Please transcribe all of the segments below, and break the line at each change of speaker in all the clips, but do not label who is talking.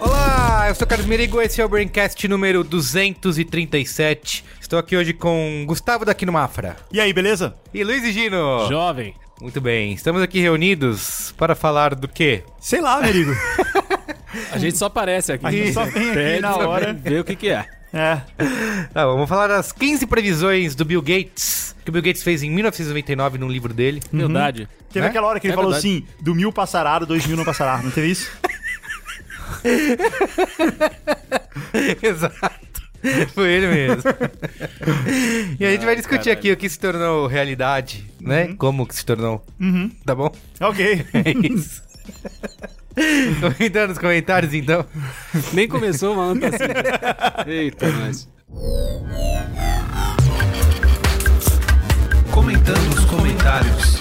Olá, eu sou Carlos Merigo, esse é o Braincast número 237. Estou aqui hoje com Gustavo Daquino Mafra
E aí, beleza?
e Luiz e Gino.
Jovem.
Muito bem, estamos aqui reunidos para falar do quê?
Sei lá, Merigo.
A gente só aparece aqui.
A gente só vem aqui
Pede
na
pra
hora.
Ver o que que é.
é.
Ah, vamos falar das 15 previsões do Bill Gates, que o Bill Gates fez em 1999 num livro dele.
Verdade.
Teve
Né?
aquela hora que ele
É
falou
verdade.
assim: do mil passará, do dois mil não passará. Não teve isso?
Exato. Foi ele mesmo. e a gente vai discutir
caralho.
aqui o que se tornou realidade, né? Como que se tornou. Tá bom?
ok.
É isso. Comentando nos comentários, então.
Nem começou, mano. Tá assim. Eita, nós.
Comentando os comentários.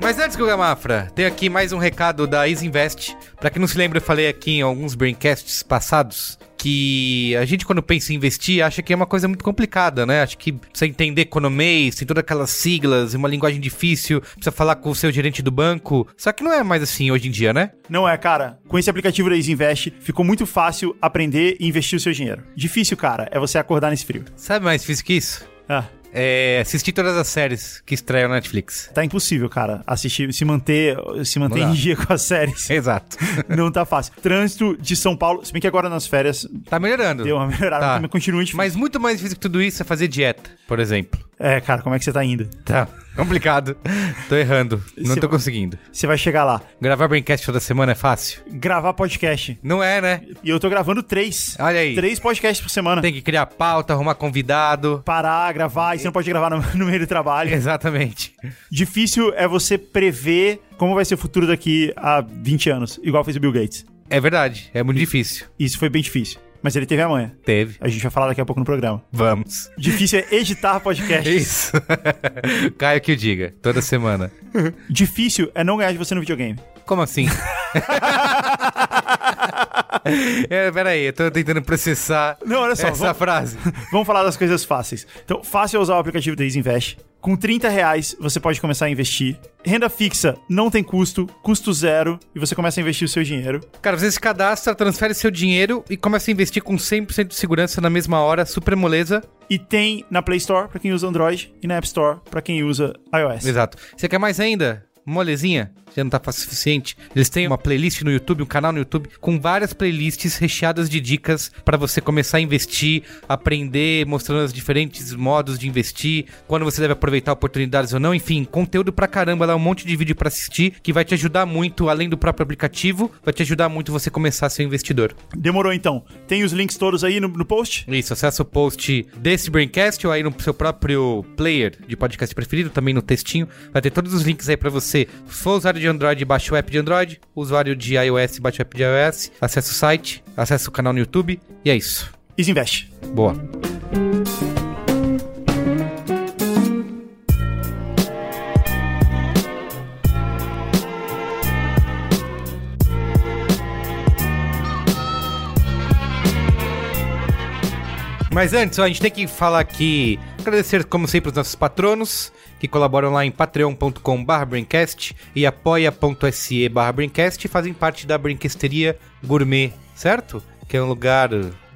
Mas antes, Guga Mafra, tem aqui mais um recado da Isinvest. Pra quem não se lembra, eu falei aqui em alguns braincasts passados que a gente, quando pensa em investir, acha que é uma coisa muito complicada, né? Acha que precisa entender economês, tem todas aquelas siglas, uma linguagem difícil, precisa falar com o seu gerente do banco. Só que não é mais assim hoje em dia, né?
Não é, cara. Com esse aplicativo da Invest, ficou muito fácil aprender e investir o seu dinheiro. Difícil, cara, é você acordar nesse frio.
Sabe mais difícil que isso?
Ah,
É assistir todas as séries que estreiam na Netflix.
tá impossível, cara, assistir, se manter, se manter
Não
em
dá.
dia com as séries.
Exato.
Não tá fácil. Trânsito de São Paulo, se bem que agora nas férias
Tá melhorando.
deu uma melhorada,
Tá.
mas continua difícil.
Mas muito mais difícil que tudo isso é fazer dieta, por exemplo.
É, cara, como é que você tá indo?
Tá, complicado. Tô errando. Não
Esse-
tô conseguindo.
Você vai chegar lá.
Gravar Braincast toda semana é fácil?
Gravar podcast.
Não é, né?
E eu tô gravando três.
Olha aí.
Três podcasts por semana.
Tem que criar pauta, arrumar convidado.
parar, gravar, e você não pode gravar no, no meio do trabalho.
Exatamente.
Difícil é você prever como vai ser o futuro daqui a 20 anos, igual fez o Bill Gates.
É verdade, é muito difícil.
Isso foi bem difícil. Mas ele teve amanhã.
Teve.
A gente vai falar daqui a pouco no programa.
Vamos.
Difícil é editar podcast.
Isso. Caio que o diga, toda semana.
Difícil é não ganhar de você no videogame.
Como assim? é, peraí, eu tô tentando processar
Não, olha só,
essa
vamos-
frase.
Vamos falar das coisas fáceis. Então, fácil é usar o aplicativo da Invest. Com 30 reais, você pode começar a investir. Renda fixa não tem custo, custo zero, e você começa a investir o seu dinheiro.
Cara, você se cadastra, transfere seu dinheiro e começa a investir com 100% de segurança na mesma hora, super moleza.
E tem na Play Store pra quem usa Android e na App Store pra quem usa iOS.
Exato. Você quer mais ainda? Molezinha? Já não tá fácil o suficiente. Eles têm uma playlist no YouTube, um canal no YouTube, com várias playlists recheadas de dicas pra você começar a investir, aprender, mostrando os diferentes modos de investir, quando você deve aproveitar oportunidades ou não. Enfim, conteúdo pra caramba lá, um monte de vídeo pra assistir que vai te ajudar muito, além do próprio aplicativo, vai te ajudar muito você começar a ser um investidor.
Demorou então. Tem os links todos aí no, no post.
Isso, acessa o post desse Braincast ou aí no seu próprio player de podcast preferido, também no textinho. Vai ter todos os links aí pra você. Se for usuário de Android, baixa o app de Android. Usuário de iOS, baixa o app de iOS. Acessa o site, acessa o canal no YouTube. E é isso.
Isinvest.
Boa. Mas antes, ó, a gente tem que falar aqui, agradecer como sempre os nossos patronos que colaboram lá em patreon.com/brincast e apoia.se/brincast e fazem parte da Brinquesteria Gourmet, certo? Que é um lugar,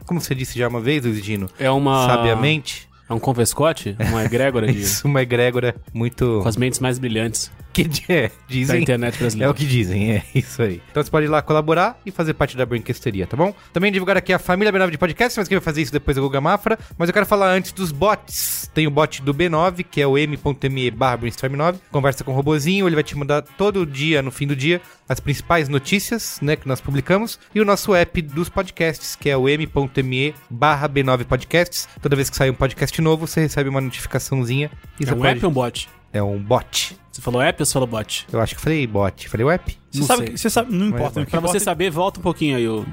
como você disse já uma vez, Luiz Dino,
É uma.
sabiamente,
É um converscote? Uma egrégora de.
isso, uma egrégora muito
Com as mentes mais brilhantes.
que di- é,
da
dizem.
internet
É
brasileira.
o que dizem, é isso aí. Então você pode ir lá colaborar e fazer parte da Brinquesteria, tá bom? Também divulgar aqui a família B9 de podcast, mas quem vai fazer isso depois é o Guga Mafra. Mas eu quero falar antes dos bots. Tem o bot do B9, que é o m.me barra brainstorm 9. Conversa com o robozinho, ele vai te mandar todo dia, no fim do dia, as principais notícias, né, que nós publicamos. E o nosso app dos podcasts, que é o m.me barra B9 podcasts. Toda vez que sair um podcast novo, você recebe uma notificaçãozinha. E
É
você
um
pode-
app ou um bot?
É um bot.
Você falou app ou você falou bot?
Eu acho que eu falei bot. Falei o app?
Você
Não
sabe,
sei. é
que- você sabe, não importa.
vai.
O que
Pra
importa,
você saber, volta um pouquinho aí. O...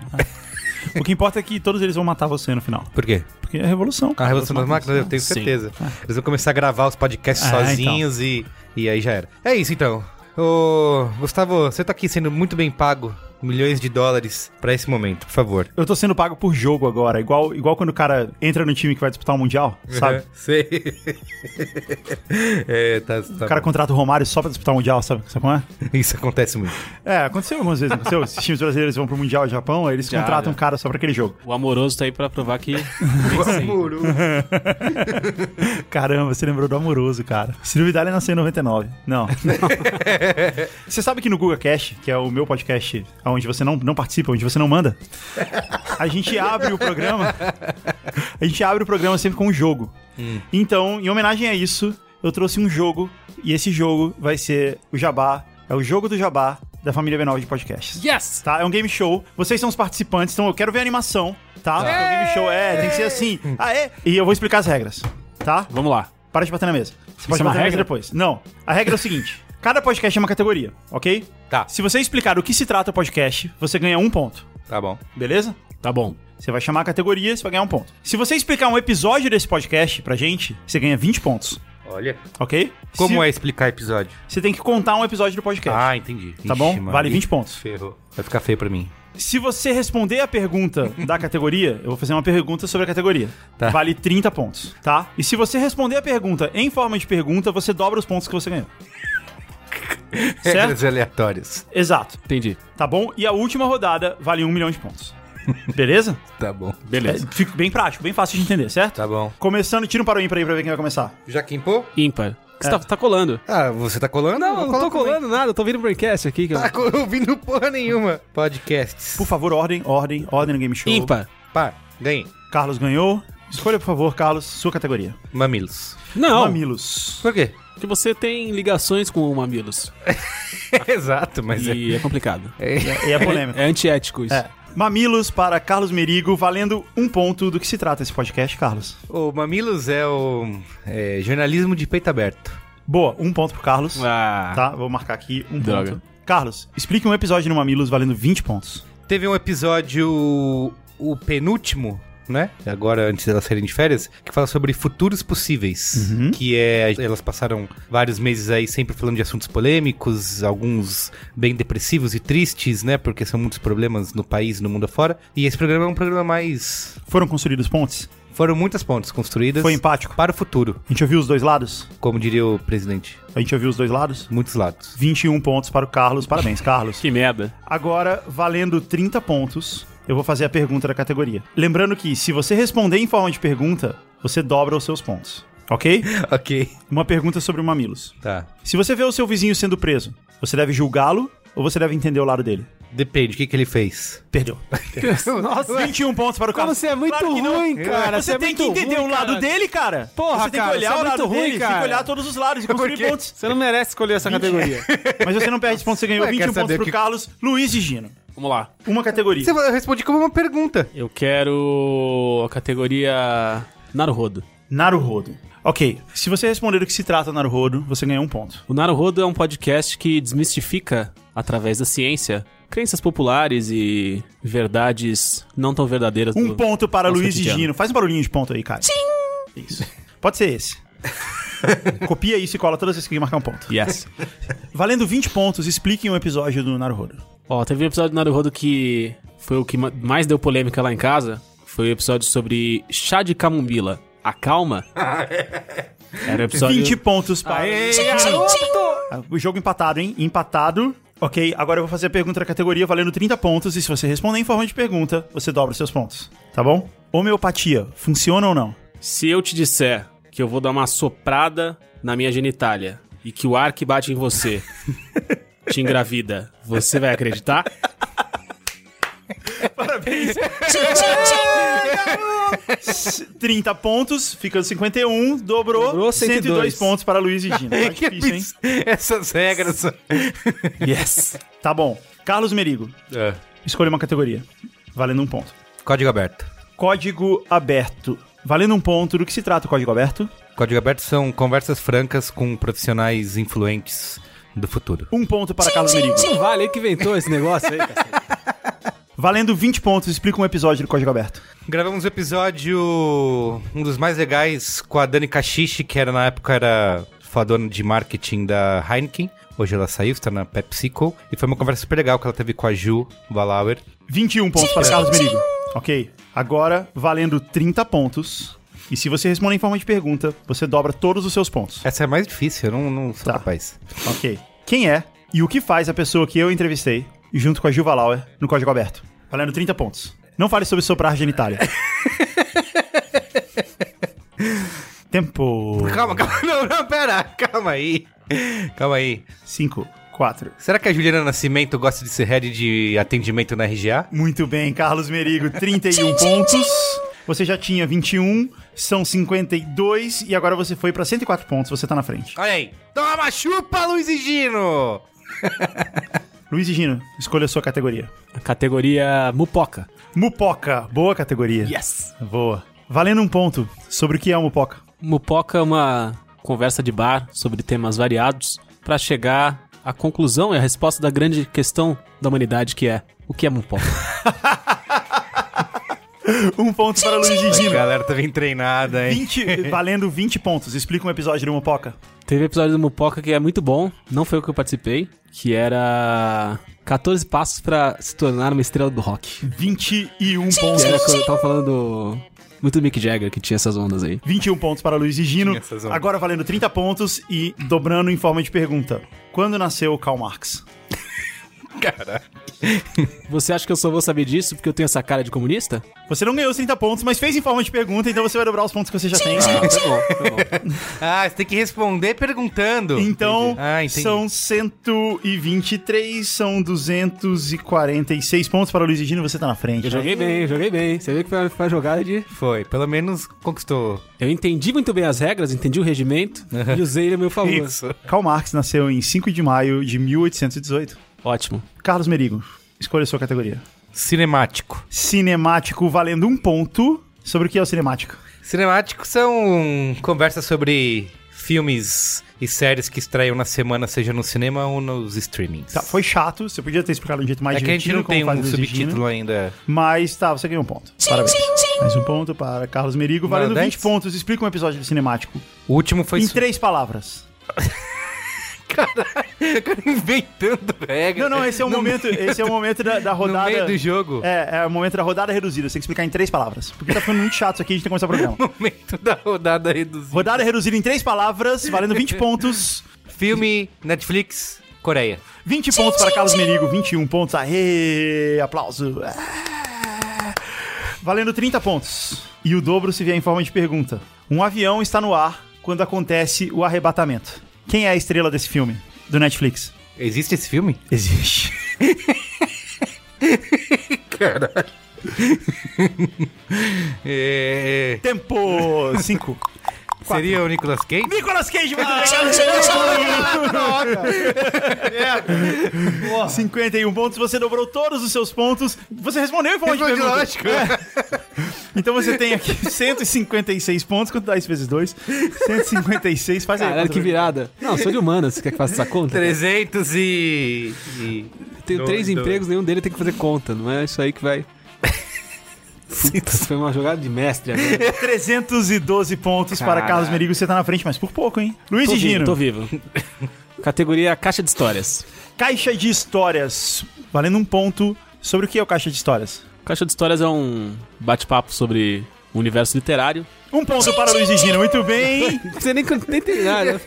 o que importa é que todos eles vão matar você no final.
Por quê?
Porque é revolução.
A
cara.
Revolução das Máquinas,
né?
eu tenho
Sim.
certeza. Eles vão começar a gravar os podcasts
Ah,
sozinhos e, e aí já era. É isso então. Ô, Gustavo, você tá aqui sendo muito bem pago, milhões de dólares, pra esse momento, por favor.
Eu tô sendo pago por jogo agora, igual, igual quando o cara entra no time que vai disputar o Mundial,
Uhum.
sabe?
Sei. é, tá, tá
O cara
bom.
contrata o Romário só pra disputar o Mundial, sabe, sabe como é?
Isso acontece muito.
É, aconteceu algumas vezes, não aconteceu? Os times brasileiros vão pro Mundial do Japão, aí eles
Já,
contratam
já.
um cara só pra aquele jogo.
O amoroso tá aí pra provar que.
Caramba, você lembrou do Amoroso, cara. Ciro Vidal nasceu em 99. Não. você sabe que no Google Cash, que é o meu podcast, onde você não, não participa, onde você não manda, a gente abre o programa. A gente abre o programa sempre com um jogo. Então, em homenagem a isso, eu trouxe um jogo, e esse jogo vai ser o Jabá. É o jogo do Jabá da família B9 de podcasts.
Yes!
tá? É um game show. Vocês são os participantes, então eu quero ver a animação, tá? Porque É um game show, é, tem que ser assim. Ah, é? E eu vou explicar as regras, tá?
Vamos lá.
Para de bater na mesa. Você pode
é uma
bater na mesa
regra?
depois. Não, a regra é o seguinte. Cada podcast é uma categoria, ok?
Tá.
Se você explicar do que se trata o podcast, você ganha um ponto,
Tá bom.
beleza?
Tá bom.
Você vai chamar a categoria, você vai ganhar um ponto. Se você explicar um episódio desse podcast pra gente, você ganha 20 pontos,
Olha.
ok?
Como
Se-
é explicar episódio?
Você tem que contar um episódio do podcast.
Ah, entendi.
Tá bom? Vale 20 pontos.
Ferrou. Vai ficar feio pra mim.
Se você responder a pergunta da categoria, eu vou fazer uma pergunta sobre a categoria.
Tá.
Vale 30 pontos, tá? E se você responder a pergunta em forma de pergunta, você dobra os pontos que você ganhou. certo?
Regras aleatórias.
Exato,
Entendi.
tá bom? E a última rodada vale 1 milhão de pontos. Beleza?
Tá bom.
É,
Beleza.
fica bem prático, bem fácil de entender, certo?
Tá bom.
Começando, tira um para o ímpar aí pra ver quem vai começar.
Já quimpou?
Ímpar. Você
É.
tá, tá colando.
Ah, você tá colando?
Não, eu não tô
Coloca o
colando nada, eu tô ouvindo o Braincast aqui. Que eu...
Tá co- ouvindo porra nenhuma. Podcasts.
Por favor, ordem, ordem, ordem no game show.
Ímpar.
Pá, ganhei.
Carlos ganhou. Escolha, por favor, Carlos, sua categoria.
Mamilos.
Não,
Mamilos.
Por quê?
porque você tem ligações com o Mamilos.
Exato, mas é.
E é complicado.
E é polêmico.
É antiético isso.
É. Mamilos para Carlos Merigo, valendo um ponto do que se trata esse podcast, Carlos.
O Mamilos é o é, jornalismo de peito aberto.
Boa, um ponto pro Carlos.
Ah,
Tá, vou marcar aqui um
Droga.
ponto. Carlos, explique um episódio no Mamilos valendo 20 pontos.
Teve um episódio, o penúltimo, né? Agora, antes delas saírem de férias, que fala sobre futuros possíveis. Que é. Elas passaram vários meses aí sempre falando de assuntos polêmicos, alguns bem depressivos e tristes, né? Porque são muitos problemas no país, no mundo afora. E esse programa é um programa mais.
Foram construídos pontes?
Foram muitas pontes construídas.
Foi empático?
Para o futuro,
A gente ouviu os dois lados?
como diria o presidente.
A gente ouviu os dois lados?
Muitos lados.
21 pontos para o Carlos, parabéns, Carlos.
que merda.
Agora, valendo 30 pontos, eu vou fazer a pergunta da categoria. Lembrando que, se você responder em forma de pergunta, você dobra os seus pontos, ok?
Ok.
Uma pergunta sobre o Mamilos.
Tá.
Se você vê o seu vizinho sendo preso, você deve julgá-lo ou você deve entender o lado dele?
Depende, o que, que ele fez?
Perdeu.
Nossa,
21 pontos para o
Cara,
Carlos.
você é muito
Claro que não.
ruim, cara. é
Você, tem que entender o lado dele, cara.
Porra,
você tem
cara,
que olhar
você é
o lado
muito ruim,
dele, tem
cara.
que olhar todos os lados e construir
quê?
pontos. um.
Você não merece escolher essa categoria.
Mas você não perde os pontos, você ganhou
Ué, quer
21 pontos
saber
pro
que-
Carlos, Luiz e Gino.
Vamos lá.
Uma categoria.
Você eu respondi como uma pergunta.
Eu quero a categoria Naruhodo.
Naruhodo. Ok, se você responder do que se trata Naruhodo, você ganhou um ponto.
O Naruhodo é um podcast que desmistifica, através da ciência, crenças populares e verdades não tão verdadeiras.
Um
do-
ponto para
nosso
Luiz
cotidiano.
e Gino. Faz um barulhinho de ponto aí, cara. Tchim! Isso. Pode ser esse. Copia isso e cola todas as vezes que marcar um ponto.
Yes.
Valendo 20 pontos, expliquem um episódio do Naruhodo.
Ó, teve um episódio do Naruhodo que foi o que ma- mais deu polêmica lá em casa. Foi o episódio sobre chá de camumbila. Acalma.
Ah, é.
Era o episódio...
20 pontos para.
garoto!
Ah, O jogo empatado, hein? Empatado. Ok, agora eu vou fazer a pergunta da categoria valendo 30 pontos. E se você responder em forma de pergunta, você dobra os seus pontos. Tá bom? Homeopatia, funciona ou não?
Se eu te disser que eu vou dar uma soprada na minha genitália
e que o ar que bate em você te engravida, você vai acreditar?
Parabéns. 30 pontos, ficando 51, dobrou,
Dobrou
102.
102
pontos para Luiz e Gino. Tá
Que
difícil, hein?
Essas regras.
Yes!
Tá bom. Carlos Merigo, escolha uma categoria, valendo um ponto.
Código aberto.
Código aberto, valendo um ponto. Do que se trata o código aberto?
Código aberto são conversas francas com profissionais influentes do futuro.
Um ponto para Carlos Merigo.
Vale, ele que inventou esse negócio aí, cacete.
Valendo 20 pontos, explica um episódio do código aberto.
Gravamos um episódio, um dos mais legais, com a Dani Cachiche, que era na época era fadona de marketing da Heineken. Hoje ela saiu, está na PepsiCo. E foi uma conversa super legal que ela teve com a Ju Valauer.
21 pontos para Carlos Merigo. Ok. Agora, valendo 30 pontos. E se você responder em forma de pergunta, você dobra todos os seus pontos.
Essa é a mais difícil, eu não, não sou
Tá.
capaz.
Ok. Quem é e o que faz a pessoa que eu entrevistei, junto com a Gilva Lauer, no Código Aberto? Valendo 30 pontos. Não fale sobre soprar genitália. Tempo.
Calma, calma, não, não, pera, calma aí. Calma aí.
5, 4.
Será que a Juliana Nascimento gosta de ser head de atendimento na RGA?
Muito bem, Carlos Merigo, 31 pontos. Você já tinha 21, são 52 e agora você foi pra 104 pontos, você tá na frente.
Olha aí. Toma, chupa, Luiz e Gino!
Luiz e Gino, escolha a sua categoria.
A categoria Mupoca.
Mupoca, boa categoria.
Yes!
Boa. Valendo um ponto sobre o que é uma mupoca.
Mupoca é uma conversa de bar sobre temas variados pra chegar à conclusão e à resposta da grande questão da humanidade que é o que é mupoca?
Um ponto para Luiz e
A
Gino. um.
galera tá bem treinada, hein?
20, valendo 20 pontos. Explica um episódio de Mupoca.
Teve episódio do Mupoca que é muito bom, não foi o que eu participei, que era 14 passos pra se tornar uma estrela do rock.
21
Que era
pontos.
quando eu tava falando do- muito do Mick Jagger que tinha essas ondas aí.
21 pontos para Luiz e Gino.
Tinha essas ondas.
Agora valendo 30 pontos e dobrando em forma de pergunta. Quando nasceu Karl Marx?
Cara.
Você acha que eu só vou saber disso porque eu tenho essa cara de comunista?
Você não ganhou os 30 pontos, mas fez em forma de pergunta, então você vai dobrar os pontos que você já tem.
Ah, tá bom, tá bom.
Ah, você tem que responder perguntando.
Então,
Entendi. Ah, entendi.
são 123, são 246 pontos para Luiz e Gino, você tá na frente.
Eu joguei bem, eu joguei bem. Você viu que foi, foi a jogada de.
Foi, pelo menos conquistou.
Eu entendi muito bem as regras, entendi o regimento e usei ele a meu favor.
Karl Marx nasceu em 5 de maio de 1818.
Ótimo.
Carlos Merigo, escolha a sua categoria.
Cinemático.
cinemático valendo um ponto. Sobre o que é o cinemático?
Cinemático são conversas sobre filmes e séries que estreiam na semana, seja no cinema ou nos streamings.
Tá, foi chato, você podia ter explicado de um jeito mais
É que a gente
divertido.
não tem
como faz
um
Luiz e Gino,
subtítulo ainda.
Mas tá, você ganhou um ponto. Parabéns. Mais um ponto para Carlos Merigo,
Mano,
valendo 20
dez?
pontos. Explica um episódio do cinemático.
O último foi.
em três palavras.
O cara inventando regra.
Não, não, esse é o momento, esse é o momento da, da rodada.
No meio do jogo.
É, é o momento da rodada reduzida. Você tem que explicar em três palavras. Porque tá ficando muito chato isso aqui, a gente tem que começar o programa.
Momento da rodada reduzida.
Rodada reduzida em três palavras, valendo 20 pontos.
Filme, Netflix, Coreia.
20 pontos para Carlos Merigo, 21 pontos. Aê! Aplauso. Ah. Valendo 30 pontos. E o dobro se vier em forma de pergunta. Um avião está no ar quando acontece o arrebatamento. Quem é a estrela desse filme? Do Netflix?
Existe esse filme?
Existe.
É,
Tempo 5.
seria o Nicolas Cage?
Nicolas Cage, muito obrigado. 51 pontos, você dobrou todos os seus pontos. Você respondeu em forma de pergunta. Então você tem aqui 156 pontos. Quanto dá isso vezes 2? 156, faz aí.
Caralho, que virada. Não, sou de humanas. Você quer que faça essa conta?
300 e... e-
Tenho
Dois,
três
dois.
empregos, nenhum dele tem que fazer conta. Não é isso aí que vai. Puta, foi uma jogada de mestre agora.
312 pontos para
Caralho.
Carlos Merigo. Você tá na frente, mas por pouco, hein? Luiz
Tô
e Gino,
vivo, tô vivo. Categoria Caixa de Histórias.
Caixa de Histórias. Valendo um ponto. Sobre o que é o Caixa de Histórias?
Caixa de Histórias é um bate-papo sobre o universo literário.
Um ponto para Luiz e Gino, muito bem.
Não precisa nem, nem terminar, né?
O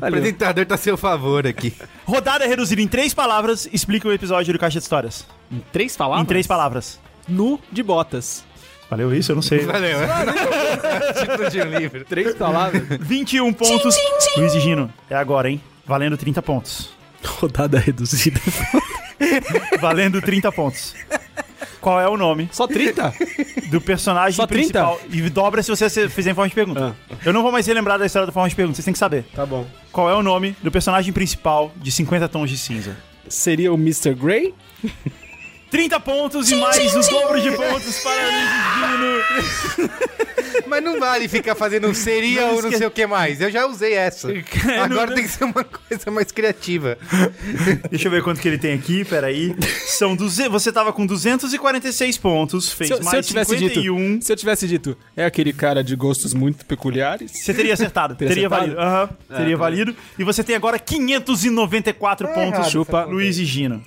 Valeu.
apresentador tá a seu favor aqui.
Rodada reduzida em três palavras. Explica o episódio do Caixa de Histórias.
Em três palavras?
Em três palavras.
Nu de botas.
Valeu isso? Eu não sei.
Valeu. Título de um livro.
Três palavras?
21 pontos. Luiz e Gino, é agora, hein? valendo 30 pontos.
Rodada reduzida.
Valendo 30 pontos. Qual é o nome
Só 30?
do personagem
Só 30?
principal? E dobra se você se- fizer em forma de pergunta. Eu não vou mais relembrar da história da forma de pergunta, vocês têm que saber.
Tá bom.
Qual é o nome do personagem principal de 50 tons de cinza?
Seria o Mr. Grey?
30 pontos e mais o dobro de pontos para o Digno.
Mas não vale ficar fazendo um seria ou não sei o que mais. Eu já usei essa. Agora tem que ser uma coisa mais criativa.
Deixa eu ver quanto que ele tem aqui, peraí. São 200, você tava com 246 pontos, fez
Se, eu- se eu
mais
tivesse
51.
dito. Se eu tivesse dito, é aquele cara de gostos muito peculiares.
Você teria acertado, teria,
Teria acertado?
valido. Aham, teria valido. E você tem agora 594 pontos,
Chupa.
Luiz e Gino.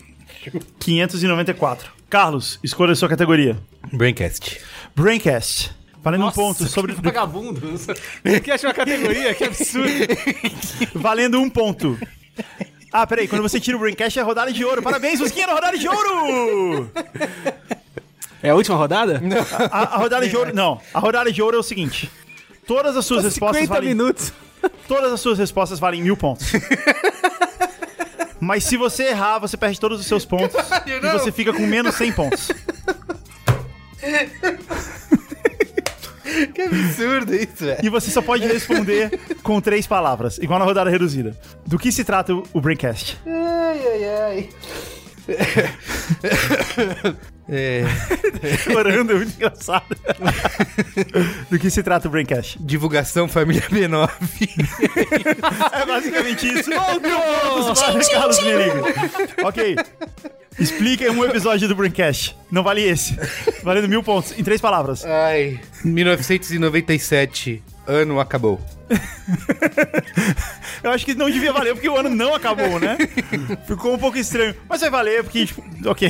594. Carlos, escolha a sua categoria.
Braincast.
Braincast. Valendo um ponto sobre.
vagabundo. Que acha uma categoria? Que absurdo.
Valendo um ponto. Ah, peraí, quando você tira o Braincast é rodada de ouro. Parabéns, Rusquinha, na rodada de ouro!
É a última rodada? Não,
A, a rodada de ouro. Não, a rodada de ouro é o seguinte: todas as suas respostas
50
valem.
minutos.
Todas as suas respostas valem mil pontos. Mas se você errar, você perde todos os seus pontos e você fica com menos 100 pontos.
Que absurdo isso, velho.
E você só pode responder com três palavras, igual na rodada reduzida. Do que se trata o Braincast?
É,
Chorando, é muito engraçado. Do que se trata o Braincast?
divulgação Família B9.
É basicamente isso. Pontos para Carlos Merigo. Ok. Explica um episódio do Braincast. Não vale esse. Valendo mil pontos, em três palavras.
Ai. 1997. Ano acabou.
Eu acho que não devia valer porque o ano não acabou, né? Ficou um pouco estranho. Mas vai valer porque, tipo, ok.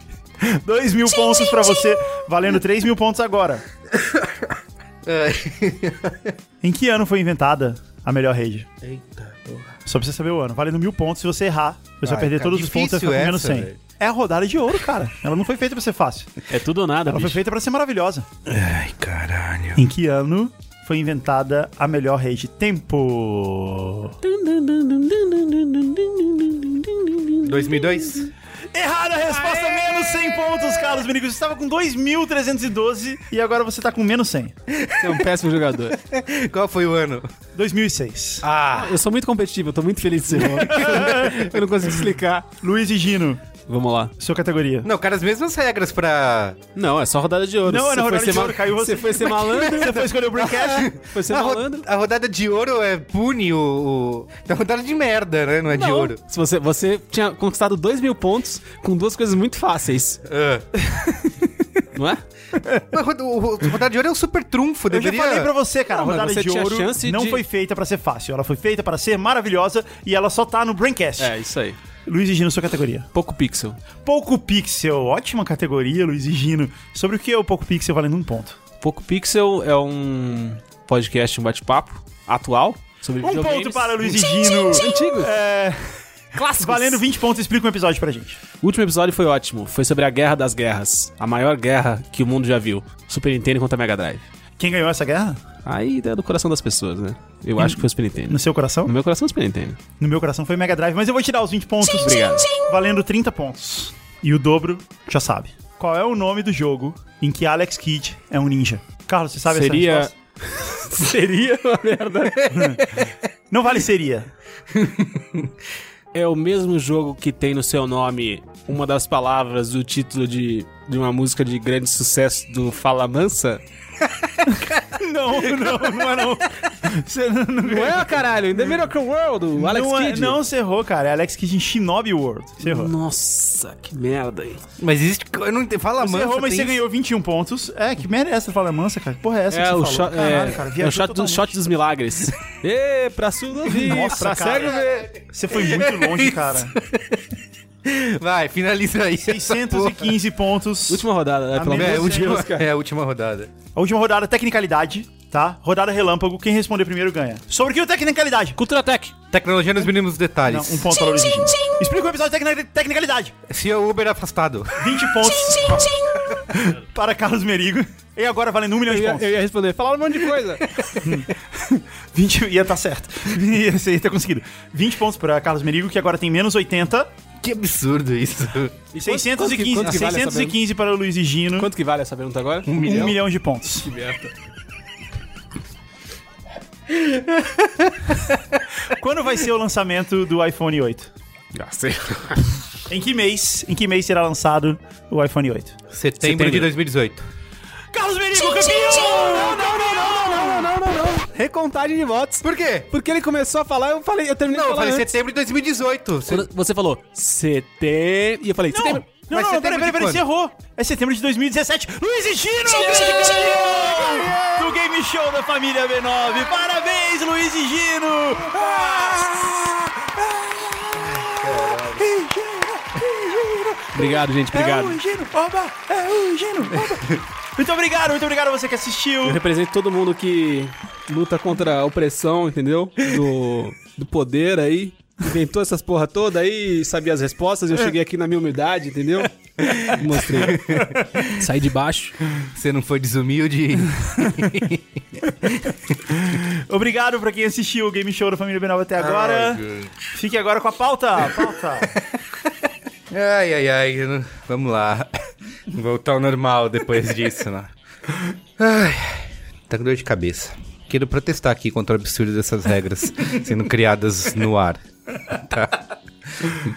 Dois mil pontos pra você, valendo três mil pontos agora.
Ai.
Em que ano foi inventada a melhor rede?
Eita porra.
Só pra você saber o ano. Valendo mil pontos, se você errar,
Ai,
você vai perder
tá
todos os
difícil
pontos e vai ficar com menos
essa,
100.
velho. Tá
É a rodada de ouro, cara. Ela não foi feita pra ser fácil.
É tudo ou nada,
Ela foi
bicho.
feita pra ser maravilhosa.
Ai, caralho.
Em que ano foi inventada a melhor rede? Tempo.
2002?
Errada a resposta, menos 100 pontos, Carlos Benigno. Você estava com 2.312 e agora você tá com menos 100.
Você é um péssimo jogador.
Qual foi o ano?
2006.
Ah,
Eu sou muito competitivo, eu tô muito feliz de ser homem. Eu não consigo explicar.
Luiz e Gino,
Vamos lá.
sua categoria.
não, cara, as mesmas regras pra.
Não, é só rodada de ouro.
Não,
Se
era
foi
rodada
ser
de ouro, caiu você.
Você foi ser malandro,
Você foi escolher o Braincast?
foi ser
A, ro-
malandro.
a rodada de ouro é pune o. o... É rodada de merda, né? Não é de
Não.
ouro.
Se você, você tinha conquistado 2 mil pontos com duas coisas muito fáceis,
Ah.
não é?
Mas roda- o- o- rodada de ouro é um super trunfo,
Eu já
deveria.
falei pra você, cara,
Não,
a
mas
rodada
você
de
tinha
ouro
chance
não
de-
foi feita pra ser fácil. Ela foi feita para ser maravilhosa e ela só tá no Braincast.
É, isso aí.
Luiz e Gino, sua categoria.
Pouco pixel.
Pouco Pixel, ótima categoria, Luiz e Gino. Sobre o que é o Pouco Pixel valendo um ponto?
Pouco pixel é um podcast, um bate-papo atual sobre
Um ponto para Luiz e
Luizinho.
Gino.
Antigos.
É,
Clássicos.
valendo 20 pontos, explica um episódio pra gente.
O último episódio foi ótimo. Foi sobre a Guerra das Guerras. A maior guerra que o mundo já viu. Super Nintendo contra Mega Drive.
Quem ganhou essa guerra?
Aí é do coração das pessoas, né? Eu acho que foi o Super Nintendo.
No seu coração?
No meu coração, é Super Nintendo.
No meu coração foi Mega Drive, mas eu vou tirar os 20 pontos.
Obrigado.
Valendo 30 pontos. E o dobro, já sabe. Qual é o nome do jogo em que Alex Kidd é um ninja? Carlos, você sabe essa
Seria.
resposta?
Seria uma merda.
Não vale seria.
É o mesmo jogo que tem no seu nome uma das palavras do título de, de uma música de grande sucesso do Fala Mansa?
Não, não, não é não. Você não, não,
Não é, caralho? In the Miracle World, o Alex
não, é-
Kidd.
não, você errou, cara. É Alex Kidd em Shinobi World. Você errou.
Nossa, que merda aí.
Mas existe. Eu não entendi. Fala,
Você
mano.
errou, mas você ganhou 21 pontos. É, que merda é essa? Fala mansa, cara. Que Porra, é essa que
É
você
o,
falou?
shot,
Caralho,
é,
cara,
é
viajou
o shot, do,
totalmente.
shot dos milagres. Ê, pra surdo ouvir,
Nossa,
pra
cara.
cego ver.
Você foi muito longe, cara.
Vai, finaliza aí. essa porra.
615 pontos.
Última rodada, né?
A
Pelo amor
É,
de
a última,
Deus, cara.
é a última rodada.
A última rodada, tecnicalidade, tá? Rodada relâmpago, quem responder primeiro ganha. Sobre o que o tecnicalidade?
Cultura Tech.
Tecnologia nos mínimos
Não,
detalhes.
um ponto para o Explica o episódio de tecni- tecnicalidade.
Se é o Uber afastado.
20 pontos. para Carlos Merigo. E agora valendo um milhão
Eu
de
ia,
pontos.
eu ia responder, falaram um monte de coisa.
20 ia estar certo. Ia, você ia ter conseguido. 20 pontos para Carlos Merigo, que agora tem menos 80.
Que absurdo isso.
E 615,
quanto que vale essa
615 para o Luiz e Gino.
Quanto que vale essa pergunta agora?
Um milhão? de pontos. Quando vai ser o lançamento do iPhone 8? Em que mês? Em que mês será lançado o iPhone 8?
Setembro, Setembro de 2018.
Carlos Merigo, campeão!
Não, não, não, não, não, não, não, não. Recontagem de votos.
Por quê?
Porque ele começou a falar, eu falei, eu terminei
Não,
de
eu
falar
falei
antes.
setembro de 2018. Você-
Quando Você falou setembro. E eu falei,
Não,
setembro.
não,
Mas
não,
setembro
peraí, peraí,
de
peraí,
quando?
você errou. É setembro de 2017. Luiz e Gino! campeão Do Game Show da família B9. Parabéns, Luiz e Gino! Ah!
Obrigado, gente, obrigado.
É Gino, oba! É o Gino, Muito obrigado, muito obrigado a você que assistiu.
Eu represento todo mundo que luta contra a opressão, entendeu? Do, do poder aí. Inventou essas porra toda aí, sabia as respostas. Eu cheguei aqui na minha humildade, entendeu? E Mostrei. Saí de baixo.
Você não foi desumilde.
Obrigado pra quem assistiu o Game Show da Família B9 até agora. Fique agora com a pauta. pauta.
ai, ai, ai. eu não- Vamos lá. Voltar ao normal depois disso, né? Ai, tá com dor de cabeça. Quero protestar aqui contra o absurdo dessas regras sendo criadas no ar. Tá?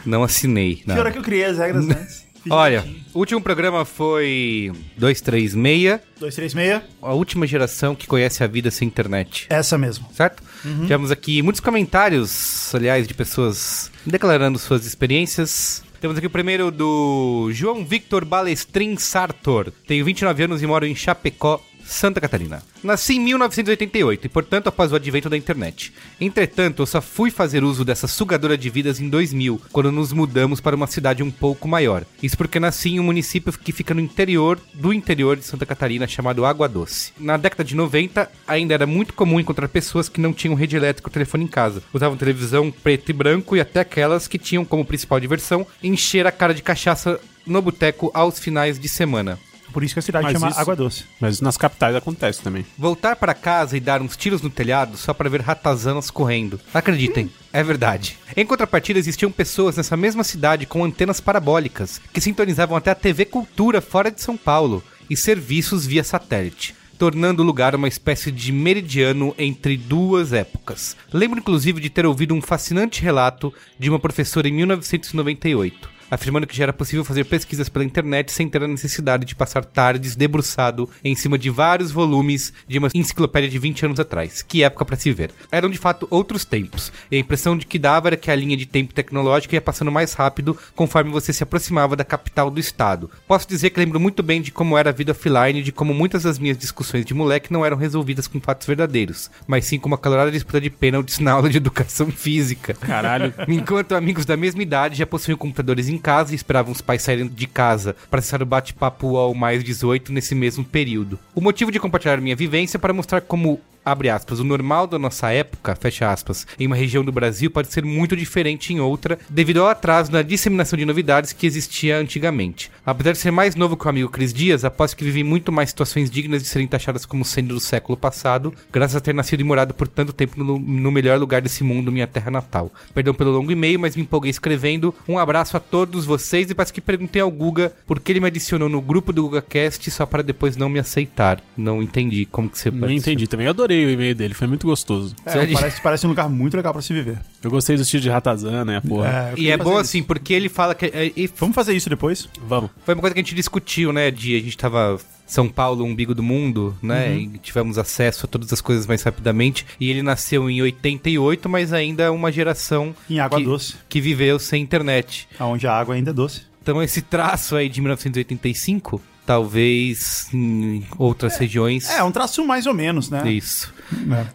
Não assinei.
Que hora
Nada.
que eu criei as regras né? antes?
Olha, o último programa foi 236,
236.
a última geração que conhece a vida sem internet.
Essa mesmo.
certo? Tivemos aqui muitos comentários, aliás, de pessoas declarando suas experiências. Temos aqui o primeiro do João Victor Balestrin Sartor. Tenho 29 anos e moro em Chapecó, Santa Catarina. Nasci em 1988 e, portanto, após o advento da internet. Entretanto, eu só fui fazer uso dessa sugadora de vidas em 2000, quando nos mudamos para uma cidade um pouco maior. Isso porque nasci em um município que fica no interior do interior de Santa Catarina, chamado Água Doce. Na década de 90, ainda era muito comum encontrar pessoas que não tinham rede elétrica ou telefone em casa. Usavam televisão preto e branco e até aquelas que tinham como principal diversão encher a cara de cachaça no boteco aos finais de semana.
Por isso que a cidade
Mas
chama
isso-
Água Doce.
Mas nas capitais acontece também.
Voltar pra casa e dar uns tiros no telhado só pra ver ratazanas correndo. Acreditem, é verdade. Em contrapartida, existiam pessoas nessa mesma cidade com antenas parabólicas, que sintonizavam até a TV Cultura fora de São Paulo, e serviços via satélite. Tornando o lugar uma espécie de meridiano entre duas épocas. Lembro inclusive de ter ouvido um fascinante relato de uma professora em 1998, afirmando que já era possível fazer pesquisas pela internet sem ter a necessidade de passar tardes debruçado em cima de vários volumes de uma enciclopédia de 20 anos atrás. Que época pra se ver. Eram de fato outros tempos, e a impressão de que dava era que a linha de tempo tecnológica ia passando mais rápido conforme você se aproximava da capital do estado. Posso dizer que lembro muito bem de como era a vida offline e de como muitas das minhas discussões de moleque não eram resolvidas com fatos verdadeiros, mas sim com uma calorada disputa de pênaltis na aula de educação física.
Caralho.
Enquanto amigos da mesma idade já possuíam computadores em casa e esperavam os pais saírem de casa para acessar o bate-papo ao mais 18 nesse mesmo período. O motivo de compartilhar minha vivência é para mostrar como abre aspas, o normal da nossa época, fecha aspas, em uma região do Brasil pode ser muito diferente em outra, devido ao atraso na disseminação de novidades que existia antigamente. Apesar de ser mais novo que o amigo Cris Dias, aposto que vivi muito mais situações dignas de serem taxadas como sendo do século passado, graças a ter nascido e morado por tanto tempo no, no melhor lugar desse mundo, minha terra natal. Perdão pelo longo e-mail, mas me empolguei escrevendo. Um abraço a todos vocês e parece que perguntei ao Guga por que ele me adicionou no grupo do GugaCast só para depois não me aceitar. Não entendi como que você
Não
pode-
entendi também. Eu adorei o e-mail dele, foi muito gostoso.
É, parece, parece um lugar muito legal pra se viver.
Eu gostei dos tiros de ratazana, né? Porra.
É, eu
E
queria
é
fazer
bom
isso.
assim, porque ele fala que. é, e
Vamos fazer isso depois?
Vamos.
foi uma coisa que a gente discutiu, né? De a gente tava. São Paulo, umbigo do mundo, né?
Uhum.
E tivemos acesso a todas as coisas mais rapidamente. E ele nasceu em 88, mas ainda é uma geração.
Em Água
que,
Doce.
Que viveu sem internet.
Onde a água ainda é doce.
Então esse traço aí de 1985, talvez em outras regiões.
É, um traço mais ou menos, né?
Isso.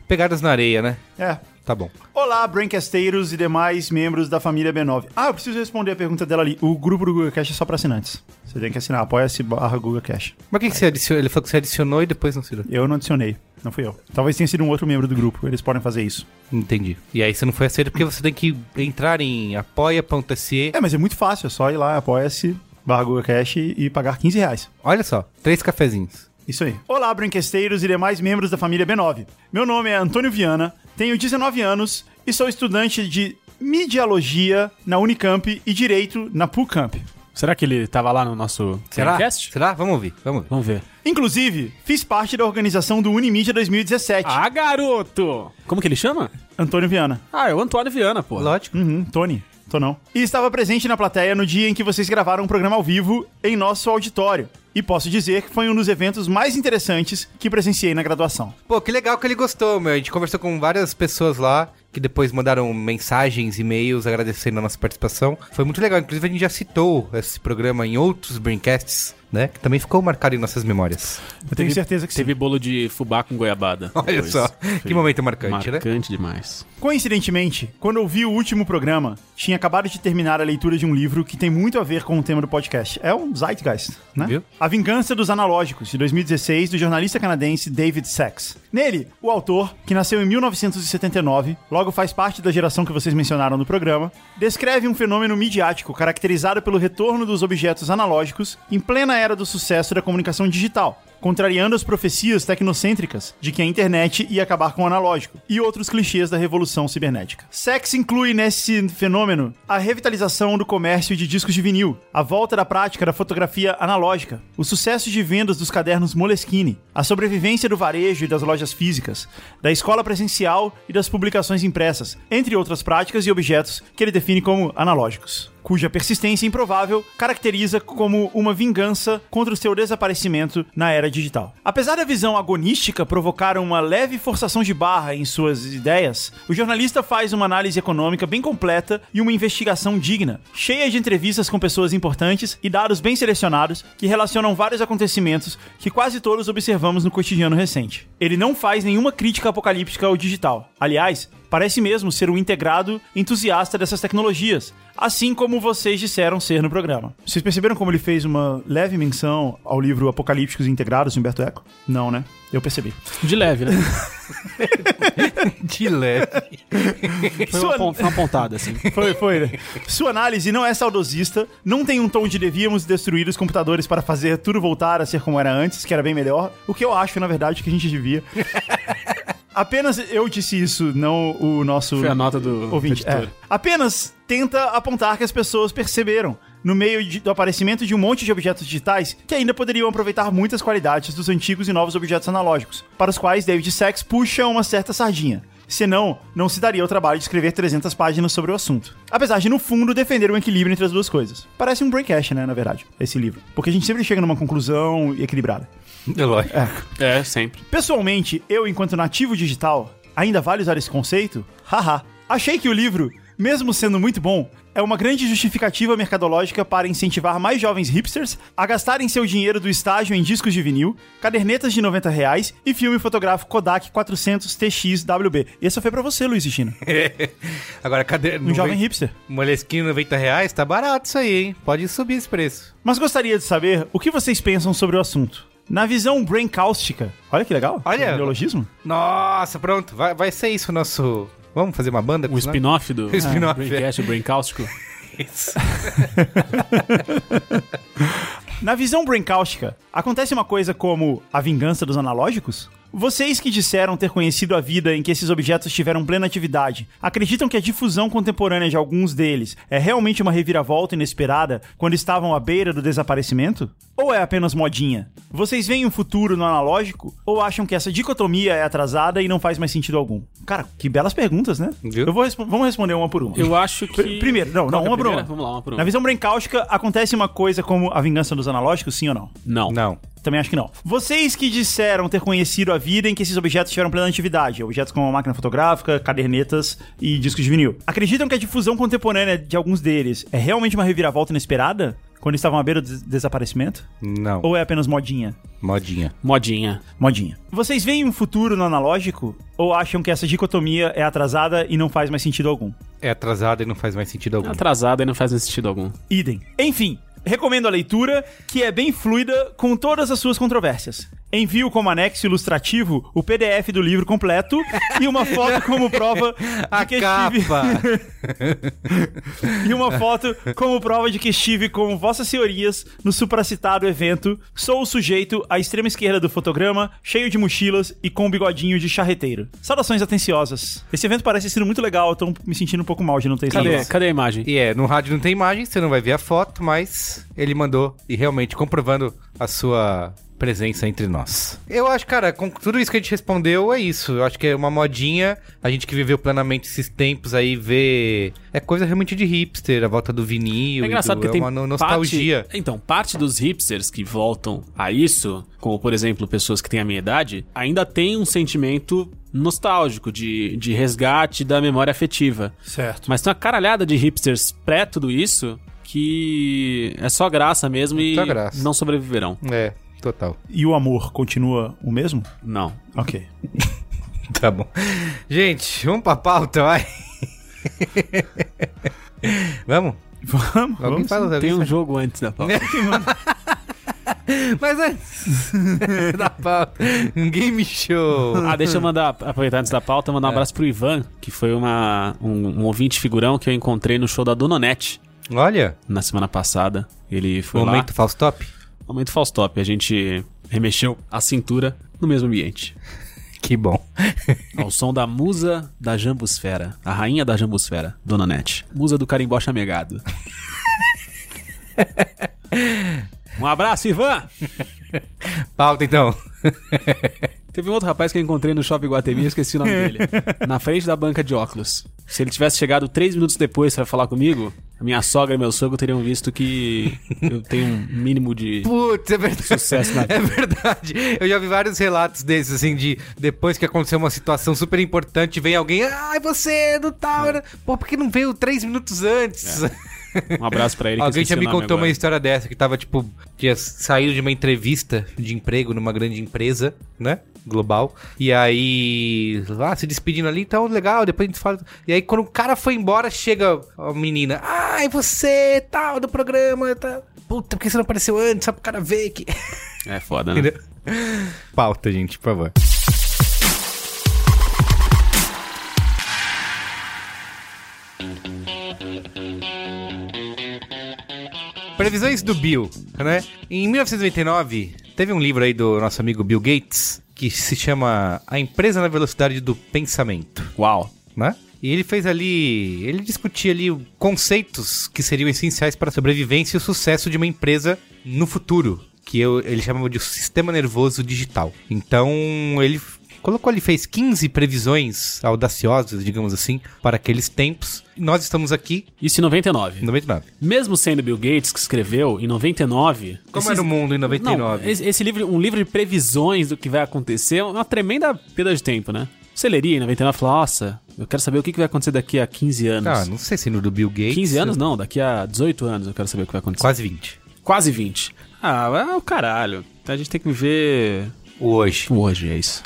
Pegadas na areia, né?
É. É.
Tá bom.
Olá, Braincasteiros e demais membros da família B9. Ah, eu preciso responder a pergunta dela ali. O grupo do GugaCast é só pra assinantes. Você tem que assinar apoia-se barra GugaCast.
Mas o que, que você adicionou? Ele falou que você adicionou e depois não se.
Eu não adicionei, não fui eu. Talvez tenha sido um outro membro do grupo, eles podem fazer isso.
Entendi. E aí você não foi aceito porque você tem que entrar em apoia.se
É, mas é muito fácil, é só ir lá, apoia-se barra GugaCast e e pagar 15 reais.
Olha só, três cafezinhos.
Isso aí. Olá, brinquesteiros e demais membros da família B9. Meu nome é Antônio Viana, tenho 19 anos e sou estudante de Medialogia na Unicamp e Direito na PUCamp.
Será que ele tava lá no nosso
Será?
podcast?
Será? Vamos ouvir, vamos ouvir.
Vamos ver.
Inclusive, fiz parte da organização do Unimídia 2017.
Ah, garoto! Como que ele chama?
Antônio Viana.
Ah, é o Antônio Viana, pô.
Lógico.
Uhum, Tony. Tô não. E estava presente na plateia no dia em que vocês gravaram um programa ao vivo em nosso auditório. E posso dizer que foi um dos eventos mais interessantes que presenciei na graduação.
Pô, que legal que ele gostou, meu. A gente conversou com várias pessoas lá que depois mandaram mensagens, e-mails agradecendo a nossa participação. Foi muito legal. Inclusive, a gente já citou esse programa em outros Braincasts, né? Que também ficou marcado em nossas memórias.
Eu tenho certeza que sim.
Teve bolo de fubá com goiabada.
Olha
Depois.
só, que
Foi
momento marcante, né?
Marcante demais.
Coincidentemente, quando eu vi o último programa, tinha acabado de terminar a leitura de um livro que tem muito a ver com o tema do podcast. É um Zeitgeist, né?
Viu?
A Vingança dos Analógicos, de 2016, do jornalista canadense David Sachs. Nele, o autor, que nasceu em 1979, logo faz parte da geração que vocês mencionaram no programa, descreve um fenômeno midiático caracterizado pelo retorno dos objetos analógicos em plena era do sucesso da comunicação digital contrariando as profecias tecnocêntricas de que a internet ia acabar com o analógico e outros clichês da revolução cibernética. Sex inclui nesse fenômeno a revitalização do comércio de discos de vinil, a volta da prática da fotografia analógica, o sucesso de vendas dos cadernos Moleskine, a sobrevivência do varejo e das lojas físicas, da escola presencial e das publicações impressas, entre outras práticas e objetos que ele define como analógicos cuja persistência improvável caracteriza como uma vingança contra o seu desaparecimento na era digital. Apesar da visão agonística provocar uma leve forçação de barra em suas ideias, o jornalista faz uma análise econômica bem completa e uma investigação digna, cheia de entrevistas com pessoas importantes e dados bem selecionados que relacionam vários acontecimentos que quase todos observamos no cotidiano recente. Ele não faz nenhuma crítica apocalíptica ao digital. Aliás, parece mesmo ser um integrado entusiasta dessas tecnologias, assim como vocês disseram ser no programa. Vocês perceberam como ele fez uma leve menção ao livro Apocalípticos Integrados, de Humberto Eco? Não, né? Eu percebi.
De leve, né?
De leve.
Foi
é
uma, pon- foi uma pontada, assim.
Foi, foi. né? Sua análise não é saudosista, não tem um tom de devíamos destruir os computadores para fazer tudo voltar a ser como era antes, que era bem melhor, o que eu acho, na verdade, que a gente devia. Apenas eu disse isso, não o nosso
Foi a nota do
ouvinte.
editor.
é. Apenas tenta apontar que as pessoas perceberam, no meio de- do aparecimento de um monte de objetos digitais, que ainda poderiam aproveitar muitas qualidades dos antigos e novos objetos analógicos, para os quais David Sachs puxa uma certa sardinha. Senão, não se daria o trabalho de escrever 300 páginas sobre o assunto. Apesar de, no fundo, defender um equilíbrio entre as duas coisas. Parece um breakcast, né, na verdade, esse livro. Porque a gente sempre chega numa conclusão equilibrada.
Lógico.
É, sempre.
Pessoalmente, eu, enquanto nativo digital, ainda vale usar esse conceito? Haha. Achei que o livro, mesmo sendo muito bom, é uma grande justificativa mercadológica para incentivar mais jovens hipsters a gastarem seu dinheiro do estágio em discos de vinil, cadernetas de 90 reais e filme fotográfico Kodak 400 TXWB. Essa foi pra você, Luiz e China.
Agora, cadê?
Um
Noven-
jovem hipster.
Moleskine 90 reais, tá barato isso aí, hein? Pode subir esse preço.
Mas gostaria de saber o que vocês pensam sobre o assunto. Na visão braincáustica. Olha que legal.
Olha.
Um neologismo.
Nossa, pronto. Vai, vai ser isso o nosso. Vamos fazer uma banda? com
Um
isso, né?
spin-off do Ah,
spin-off, é.
Braincast, o Braincáustico.
Na visão braincáustica, acontece uma coisa como a vingança dos analógicos? Vocês que disseram ter conhecido a vida em que esses objetos tiveram plena atividade, acreditam que a difusão contemporânea de alguns deles é realmente uma reviravolta inesperada quando estavam à beira do desaparecimento? Ou é apenas modinha? Vocês veem um futuro no analógico ou acham que essa dicotomia é atrasada e não faz mais sentido algum? Cara, que belas perguntas, né?
Viu?
Eu vou respon- vamos responder uma por uma.
Eu acho que...
Pr- Primeiro, não, não,
Qual que é a
uma por uma.
primeira? Vamos lá, uma por uma.
Na visão brancáustica, acontece uma coisa como a vingança dos analógicos, sim ou não?
Não.
Não.
Também acho que não. Vocês que disseram ter conhecido a vida em que esses objetos tiveram plena atividade, objetos como máquina fotográfica, cadernetas e discos de vinil, acreditam que a difusão contemporânea de alguns deles é realmente uma reviravolta inesperada? Quando estavam à beira do des- desaparecimento?
Não.
Ou é apenas modinha?
Modinha.
Modinha.
Modinha. Vocês veem um futuro no analógico? Ou acham que essa dicotomia é atrasada e não faz mais sentido algum?
É atrasada e não faz mais sentido algum.
Atrasada e não faz sentido algum.
Idem. Enfim, recomendo a leitura, que é bem fluida com todas as suas controvérsias. Envio como anexo ilustrativo o PDF do livro completo e uma foto como prova
A
de
é
que estive...
capa.
e uma foto como prova de que estive com vossas senhorias no supracitado evento. Sou o sujeito à extrema esquerda do fotograma, cheio de mochilas e com um bigodinho de charreteiro. Saudações atenciosas. Esse evento parece ter sido muito legal, eu tô me sentindo um pouco mal de não ter estado
Cadê,
lá.
cadê a imagem?
E é, no rádio não tem imagem, você não vai ver a foto, mas ele mandou e realmente comprovando a sua presença entre nós. Eu acho, cara, com tudo isso que a gente respondeu, é isso. Eu acho que é uma modinha. A gente que viveu plenamente esses tempos aí vê. É coisa realmente de hipster, a volta do vinil.
É engraçado
e do...
porque tem
é uma no- nostalgia.
Parte, então, parte dos hipsters que voltam a isso, como por exemplo pessoas que têm a minha idade, ainda tem um sentimento nostálgico de, de resgate da memória afetiva.
Certo.
Mas tem uma caralhada de hipsters pré tudo isso que é só graça mesmo e
Só graça.
não sobreviverão.
É, total.
E o amor continua o mesmo?
Não.
Ok.
Tá bom. Gente, vamos pra pauta, vai. vamos?
Vamos,
Alguém
vamos.
fala alguém
Tem um
fala.
jogo antes da pauta.
Mas antes da pauta, um game show.
Ah, deixa eu mandar, aproveitar antes da pauta,
É.
mandar um abraço pro Ivan, que foi uma, um, um ouvinte figurão que eu encontrei no show da Dononete
Olha,
na semana passada. Ele foi lá.
momento Faustop.
Momento Faustop, a gente remexeu a cintura no mesmo ambiente.
Que bom.
Ao som da musa da Jambusfera, a rainha da Jambusfera, Dona Nete. Musa do carimbó chamegado. um abraço, Ivan!
Pauta então.
Teve um outro rapaz que eu encontrei no Shopping Guatemi, eu esqueci o nome dele. Na frente da banca de óculos. Se ele tivesse chegado três minutos depois pra falar comigo, a minha sogra e meu sogro teriam visto que eu tenho um mínimo de
Putz, é verdade.
sucesso na vida.
É verdade. Eu já vi vários relatos desses, assim, de depois que aconteceu uma situação super importante, vem alguém, ai, você do
É.
tal. né? Pô, por que não veio três minutos antes?
Um abraço pra ele. que eu
Alguém
esqueci
já
o
me
nome
contou
agora.
uma história dessa que tava, tipo, tinha saído de uma entrevista de emprego numa grande empresa, né? Global. E aí, lá se despedindo ali, então legal, depois a gente fala. E aí, quando o cara foi embora, chega a menina. Ai, você, tal, do programa, tal. Puta, por que você não apareceu antes? Só pro cara ver que.
É foda, né?
Entendeu? Pauta, gente, por favor. Previsões do Bill, né? Em 1999, teve um livro aí do nosso amigo Bill Gates que se chama A Empresa na Velocidade do Pensamento
Uau.
né? E ele fez ali, ele discutia ali conceitos que seriam essenciais para a sobrevivência e o sucesso de uma empresa no futuro, que eu, ele chamava de sistema nervoso digital. Então, ele f- colocou ali, fez 15 previsões audaciosas, digamos assim, para aqueles tempos. E nós estamos aqui
Isso em 99.
em 99.
Mesmo sendo Bill Gates que escreveu em 99.
Como
esses-
era o mundo em
Não,
99?
esse, esse livro, um livro de previsões do que vai acontecer, é uma tremenda perda de tempo, né? Você leria em 99 e fala, nossa, eu quero saber o que que vai acontecer daqui a 15
ah,
anos.
não sei se no do Bill Gates.
15 anos não, daqui a 18 anos eu quero saber o que vai acontecer.
Quase 20.
Quase 20. Ah, é o caralho. A gente tem que viver
Hoje.
hoje, é isso.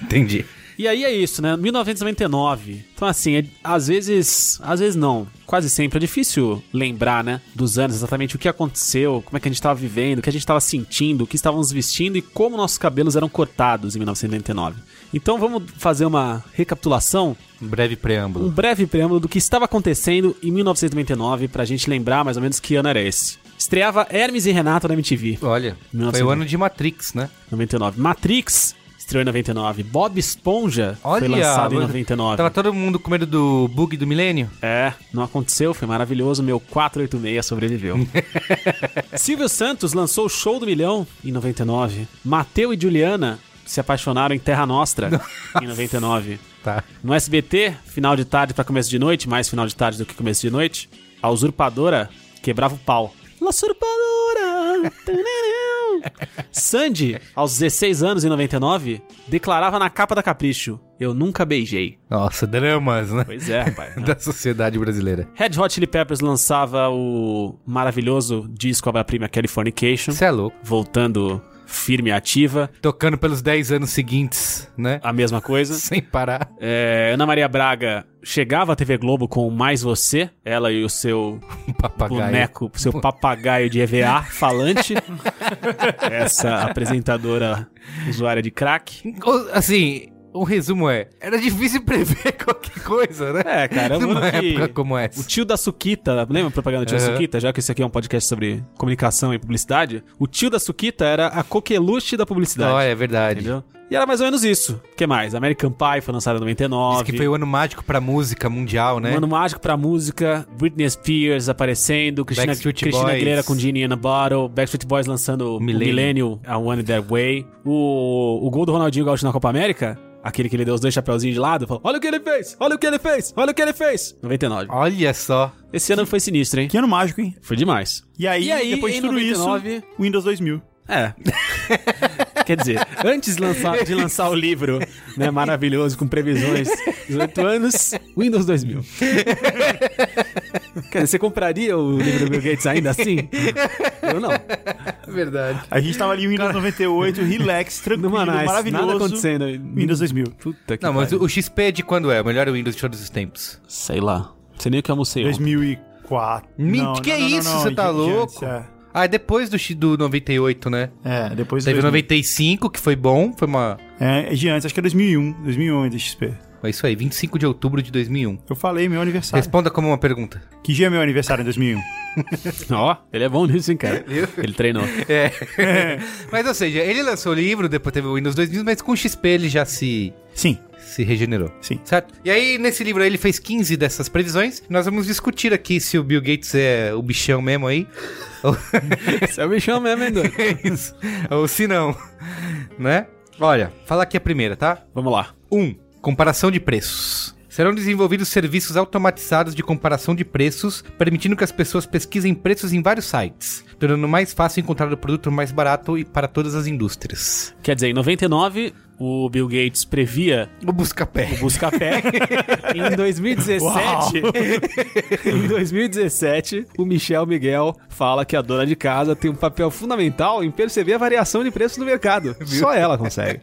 Entendi.
E aí é isso, né? 1999. Então, assim, é- às vezes. Às vezes não. Quase sempre. É difícil lembrar, né? Dos anos, exatamente o que aconteceu, como é que a gente tava vivendo, o que a gente tava sentindo, o que estávamos vestindo e como nossos cabelos eram cortados em 1999. Então vamos fazer uma recapitulação,
Um breve
um
preâmbulo.
breve preâmbulo do que estava acontecendo em 1999, pra gente lembrar mais ou menos que ano era esse. Estreava Hermes e Renato na MTV.
Olha, foi
1900.
o ano de Matrix, né?
99. Matrix estreou em 99. Bob Esponja foi lançado em 99.
Tava todo mundo com medo do bug do milênio?
É, não aconteceu, foi maravilhoso. Meu 486 sobreviveu. Silvio Santos lançou o Show do Milhão em 99. Mateu e Juliana se apaixonaram em Terra Nostra em 99.
Tá.
No SBT, final de tarde pra começo de noite, mais final de tarde do que começo de noite, a usurpadora quebrava o pau. La usurpadora! tananã. Sandy, aos 16 anos em 99, declarava na capa da Capricho: Eu nunca beijei.
Nossa, dramas, né?
Pois é, rapaz.
Da sociedade brasileira.
Red Hot Chili Peppers lançava o maravilhoso disco obra-prima Californication,
Você é louco.
voltando firme e ativa,
Tocando pelos 10 anos seguintes, né?
a mesma coisa.
Sem parar.
É, Ana Maria Braga chegava à TV Globo com Mais Você, ela e o seu
Um papagaio.
boneco, seu papagaio de EVA falante. Essa apresentadora usuária de crack.
O- Assim, o resumo é: era difícil prever qualquer coisa, né?
É, cara, eu
Numa
lembro que-
época como essa.
O tio da Suquita, lembra a propaganda do tio da
Aham.
Suquita? Já que esse aqui é um podcast sobre comunicação e publicidade, o tio da Suquita era a coqueluche da publicidade.
Ó, é verdade.
Entendeu? E era mais ou menos isso. O que mais? American Pie foi lançada em
Diz
99.
que foi o ano mágico pra música mundial, né?
Um ano mágico pra música, Britney Spears aparecendo, Cristina,
Backstreet
Cristina
Boys.
Aguilera com Genie in a Bottle, Backstreet Boys lançando o
Millennium.
Millennium, A One That Way, o, o gol do Ronaldinho Gaúcho na Copa América, aquele que ele deu os dois chapeuzinhos de lado, falou, olha o que ele fez, olha o que ele fez, olha o que ele fez, 99.
Olha só.
Esse ano foi sinistro, hein?
Que ano mágico, hein?
Foi demais.
E aí,
E aí,
depois de
em
tudo
99,
isso, Windows 2000.
É. Quer dizer, antes de lançar, de lançar o livro, né, maravilhoso, com previsões 18 anos, Windows 2000. Cara, você compraria o livro do Bill Gates ainda assim? Eu não.
É Verdade.
A gente tava ali em Windows 98, relax, tranquilo,
Numa nice,
maravilhoso.
nada acontecendo.
Windows 2000.
Puta que
Não, mas
pariu.
o o XP é de quando é? O melhor Windows de todos os tempos.
Sei lá. Não sei nem o que eu almocei ontem.
2004.
Mint-
Não,
que
não, não,
isso?
não,
Você
de-
tá
de
louco?
antes,
Ah, é depois do, X- do 98, né?
É, É, depois do
Teve o
2000.
95, que foi bom. Foi uma.
É, de antes, acho que é 2001, 2001 de XP.
É isso aí, 25 de outubro de 2001.
Eu falei meu aniversário.
Responda como uma pergunta.
Que dia é meu aniversário em 2001?
Ó, ele é bom nisso, hein, cara. Ele treinou.
É. mas, ou seja, ele lançou o livro, depois teve o Windows 2000, mas com o XP ele já se,
Sim,
se regenerou.
sim.
Certo? E aí, nesse livro aí, ele fez 15 dessas previsões. Nós vamos discutir aqui se o Bill Gates é o bichão mesmo aí. ou,
Você é o bichão mesmo, hein, doido?
ou se não. Né? Olha, fala aqui a primeira, tá?
Vamos lá.
1. Comparação de preços. Serão desenvolvidos serviços automatizados de comparação de preços, permitindo que as pessoas pesquisem preços em vários sites, tornando mais fácil encontrar o produto mais barato e para todas as indústrias.
Quer dizer, em 99, o Bill Gates previa
O Buscapé.
Buscapé. em 2017, em 2017, o Michel Miguel fala que a dona de casa tem um papel fundamental em perceber a variação de preço do mercado. Só ela consegue.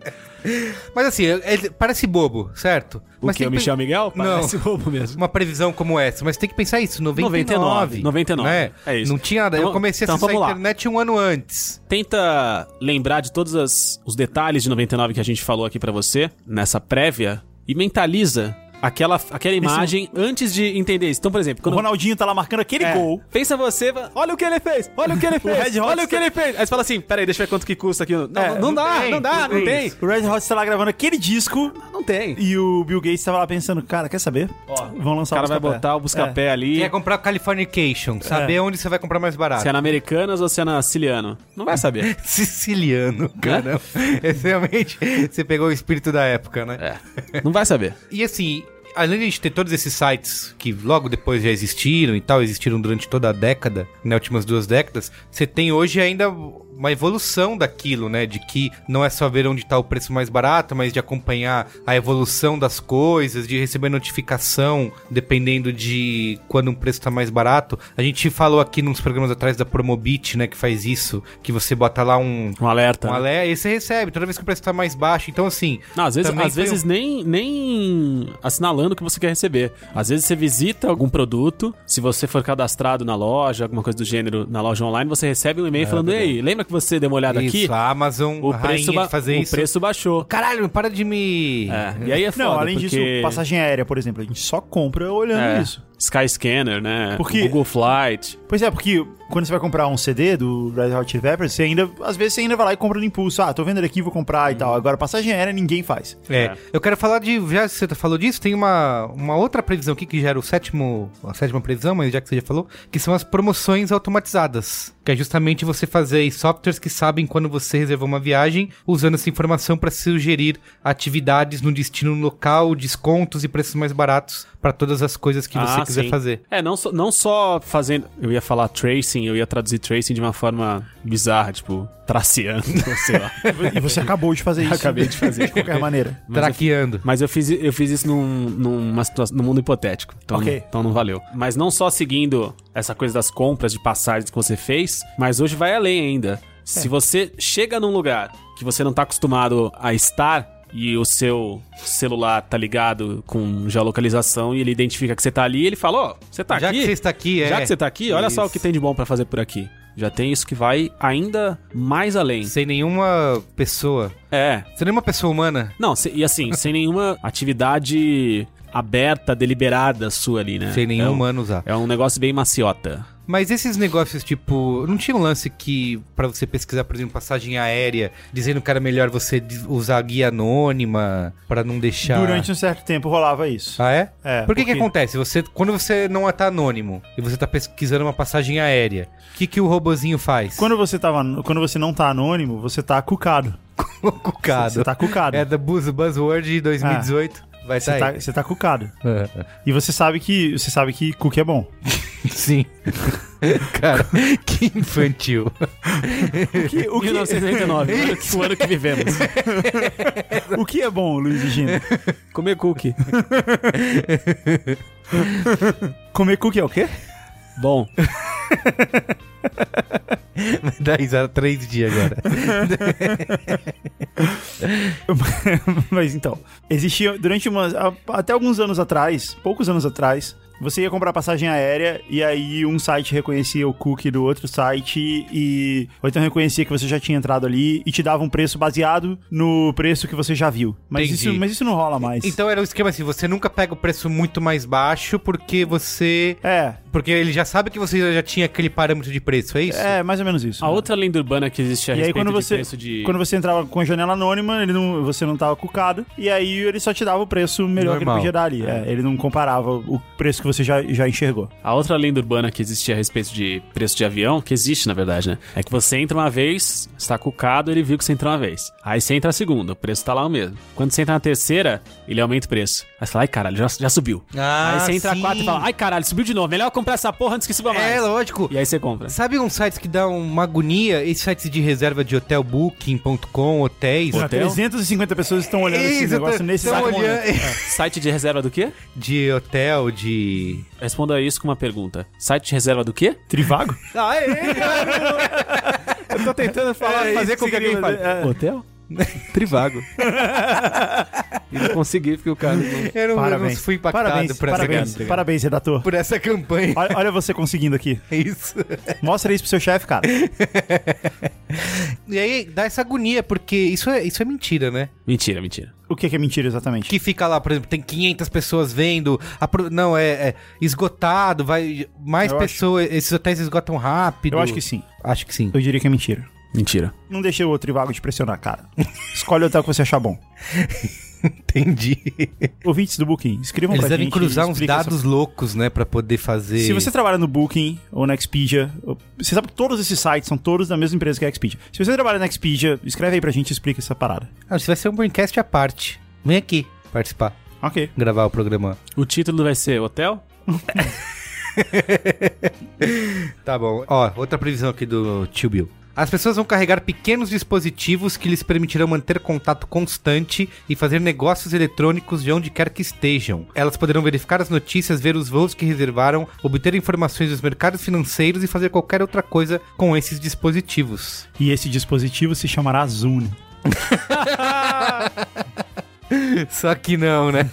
Mas assim, ele parece bobo, certo?
O
Mas
que
tem
o
que
Michel
pe-
Miguel?
Não.
Parece roubo mesmo.
Uma previsão como essa, mas tem que pensar isso, 99.
99, 99,
Né?
é isso.
Não tinha nada. Eu
Então-
comecei a
então
acessar
vamos
a
lá.
internet um ano antes.
Tenta lembrar de todos as- os detalhes de 99 que a gente falou aqui pra você nessa prévia e mentaliza aquela, aquela imagem antes de entender isso. Então, por exemplo,
O
quando
Ronaldinho tá lá marcando aquele
É.
gol.
Pensa você, fala, olha o que ele fez, olha o que ele fez,
Red Hot
olha o que ele fez. Aí você fala assim, peraí, deixa eu ver quanto que custa aqui. Não,
É,
não, não dá, não dá, não tem.
O Red Hot tá lá gravando aquele disco
Não tem.
e o Bill Gates tava lá pensando, cara, quer saber? Vão
O
lançar
cara vai
Buscapé.
botar o
É.
buscapé ali.
Quer comprar o Californication, saber onde você vai comprar mais barato.
É. Se é na Americanas ou se é na Ciliano. Não vai saber.
Siciliano, caramba. Esse Realmente, você pegou o espírito da época, né?
É. Não vai saber.
E assim, além de a gente ter todos esses sites que logo depois já existiram e tal, existiram durante toda a década, nas últimas duas décadas, você tem hoje ainda uma evolução daquilo, né? De que não é só ver onde está o preço mais barato, mas de acompanhar a evolução das coisas, de receber notificação dependendo de quando um preço está mais barato. A gente falou aqui nos programas atrás da Promobit, né? Que faz isso, que você bota lá um,
Um alerta.
um
né?
alé, e você recebe, toda vez que o preço tá mais baixo. Então, assim.
Não, às vezes,
também
às
foi
vezes
um-
nem, nem assinalando o que você quer receber. Às vezes você visita algum produto, se você for cadastrado na loja, alguma coisa do gênero, na loja online, você recebe um e-mail falando, ei, lembra que você deu uma olhada aqui?
É, Isso, a Amazon,
O
a
preço,
rainha
ba-
de fazer
o
isso.
preço baixou.
Caralho, para de me.
É, e aí é foda,
Não, além
porque...
disso, passagem aérea, por exemplo, a gente só compra olhando
É,
isso.
Sky Scanner, né?
Porque-
Google Flight.
Pois é, porque quando você vai comprar um CD do Red Hot Chili Peppers, você ainda, às vezes você ainda vai lá e compra no impulso. Ah, tô vendo ele aqui, vou comprar e
Uhum.
tal. Agora passagem aérea ninguém faz.
É, eu quero falar de. Já que você falou disso, tem uma, uma outra previsão aqui que já era o sétimo, a sétima previsão, mas já que você já falou, que são as promoções automatizadas. Que é justamente você fazer aí softwares que sabem quando você reservou uma viagem, usando essa informação para sugerir atividades no destino local, descontos e preços mais baratos para todas as coisas que você
Ah,
quiser
sim.
fazer.
É, não só, não só fazendo. Eu ia falar tracing, eu ia traduzir tracing de uma forma bizarra, tipo, traceando, sei lá.
E você acabou de fazer isso.
Acabei de fazer.
De qualquer maneira.
Mas eu-
Traqueando.
Mas eu fiz, eu fiz isso num, numa situação, num mundo hipotético. Então,
Ok.
não, então não valeu.
É.
Mas não só seguindo essa coisa das compras de passagens que você fez, mas hoje vai além ainda. Se você chega num lugar que você não tá acostumado a estar e o seu celular tá ligado com geolocalização e ele identifica que você tá ali, ele fala: Ó, você tá
Já
aqui.
que você está aqui, é.
Já que você tá aqui, olha só o que tem de bom pra fazer por aqui. Já tem isso que vai ainda mais além.
Sem nenhuma pessoa.
É.
Sem nenhuma pessoa humana.
Não, se- e assim, sem nenhuma atividade aberta, deliberada sua ali, né?
Sem nenhum
É um-
humano usar.
É um negócio bem maciota.
Mas esses negócios, tipo, não tinha um lance que, pra você pesquisar, por exemplo, passagem aérea, dizendo que era melhor você de- usar guia anônima pra não deixar.
Durante um certo tempo rolava isso.
Ah, é?
É,
Por que que
porque-
acontece? Você, quando você não tá anônimo e você tá pesquisando uma passagem aérea, o que que o robozinho faz?
Quando você, tava, quando você não tá anônimo, você tá cucado.
o cucado.
Você tá cucado.
É da Buzz, Buzzword de 2018.
Ah,
Vai
Você
sair. É.
tá, você tá cucado. E você sabe que você sabe que cuca é bom.
Sim. Cara, que infantil.
Que- o, que,
1999, o ano que- o ano que vivemos.
o que é bom, Luiz Gino?
Comer cookie.
Comer cookie é o quê?
Bom,
Dá risada três dias agora.
Mas então, existia durante umas. a- Até alguns anos atrás, poucos anos atrás, você ia comprar passagem aérea e aí um site reconhecia o cookie do outro site e. Ou então reconhecia que você já tinha entrado ali e te dava um preço baseado no preço que você já viu. Mas,
Entendi.
isso, mas isso não rola
É
mais.
Então era o esquema assim, você nunca pega o preço muito mais baixo porque você...
É,
Porque ele já sabe que você já tinha aquele parâmetro de preço, é isso?
é mais ou menos isso.
a outra lenda urbana que existe
E
a
aí
respeito
quando
de
você,
preço de...
quando você entrava com a janela anônima, ele não, você não tava cucado, e aí ele só te dava o preço melhor que ele
Normal.
podia dar ali. É, ele não comparava o preço que você já, já enxergou.
A outra lenda urbana que existe a respeito de preço de avião, que existe na verdade, né? É que você entra uma vez, está cucado, ele viu que você entrou uma vez. Aí você entra a segunda, o preço tá lá o mesmo. Quando você entra na terceira, ele aumenta o preço. Aí você fala, ai caralho, já, já subiu.
Ah,
aí você entra
sim.
a quatro e fala, ai caralho, subiu de novo, melhor comprar essa porra antes que suba mais.
É, lógico.
E aí você compra.
Sabe uns sites que dá uma agonia? Esses sites de reserva de hotel, booking.com, hotéis...
Porra, 350 pessoas estão olhando esse
Isso,
negócio
tão-
nesse É.
tão
exato
olhando.
momento.
Site de reserva do quê?
De hotel, de...
Responda isso com uma pergunta. Site de reserva do quê?
Trivago?
Ah, é?
Eu tô tentando falar,
É,
fazer com que alguém fale.
é.
É,
Hotel? Trivago. e não consegui, porque o cara... não-
Eu não, eu não
Parabéns.
fui um impactado
parabéns,
por,
parabéns,
essa,
parabéns, redator.
por essa campanha.
Olha, olha você conseguindo aqui.
É isso.
Mostra isso pro seu chefe, cara.
E aí dá essa agonia, porque isso é, isso é mentira, né?
Mentira, mentira.
O que que é mentira exatamente?
que fica lá, por exemplo, tem 500 pessoas vendo, a pro- não, é, é esgotado, vai mais
Eu acho-
pessoas, esses hotéis esgotam rápido.
Eu acho que sim.
Acho que sim.
Eu diria que é mentira.
Mentira.
Não deixa o Trivago te pressionar, cara. Escolhe o hotel que você achar bom.
Entendi.
Ouvintes do Booking, escrevam
Eles
pra
devem
gente,
cruzar uns
explica essa
dados loucos, né, Pra poder fazer.
Se você trabalha no Booking ou na Expedia, ou- você sabe que todos esses sites são todos da mesma empresa que a Expedia. Se você trabalha na Expedia, escreve aí pra gente e explica essa parada.
Ah, isso vai ser um podcast à parte. Vem aqui participar,
Ok.
gravar o programa.
O título vai ser Hotel?
Tá bom. Ó, outra previsão aqui do Tio Bill. As pessoas vão carregar pequenos dispositivos que lhes permitirão manter contato constante e fazer negócios eletrônicos de onde quer que estejam. Elas poderão verificar as notícias, ver os voos que reservaram, obter informações dos mercados financeiros e fazer qualquer outra coisa com esses dispositivos.
E esse dispositivo se chamará Zune.
Só que não, né?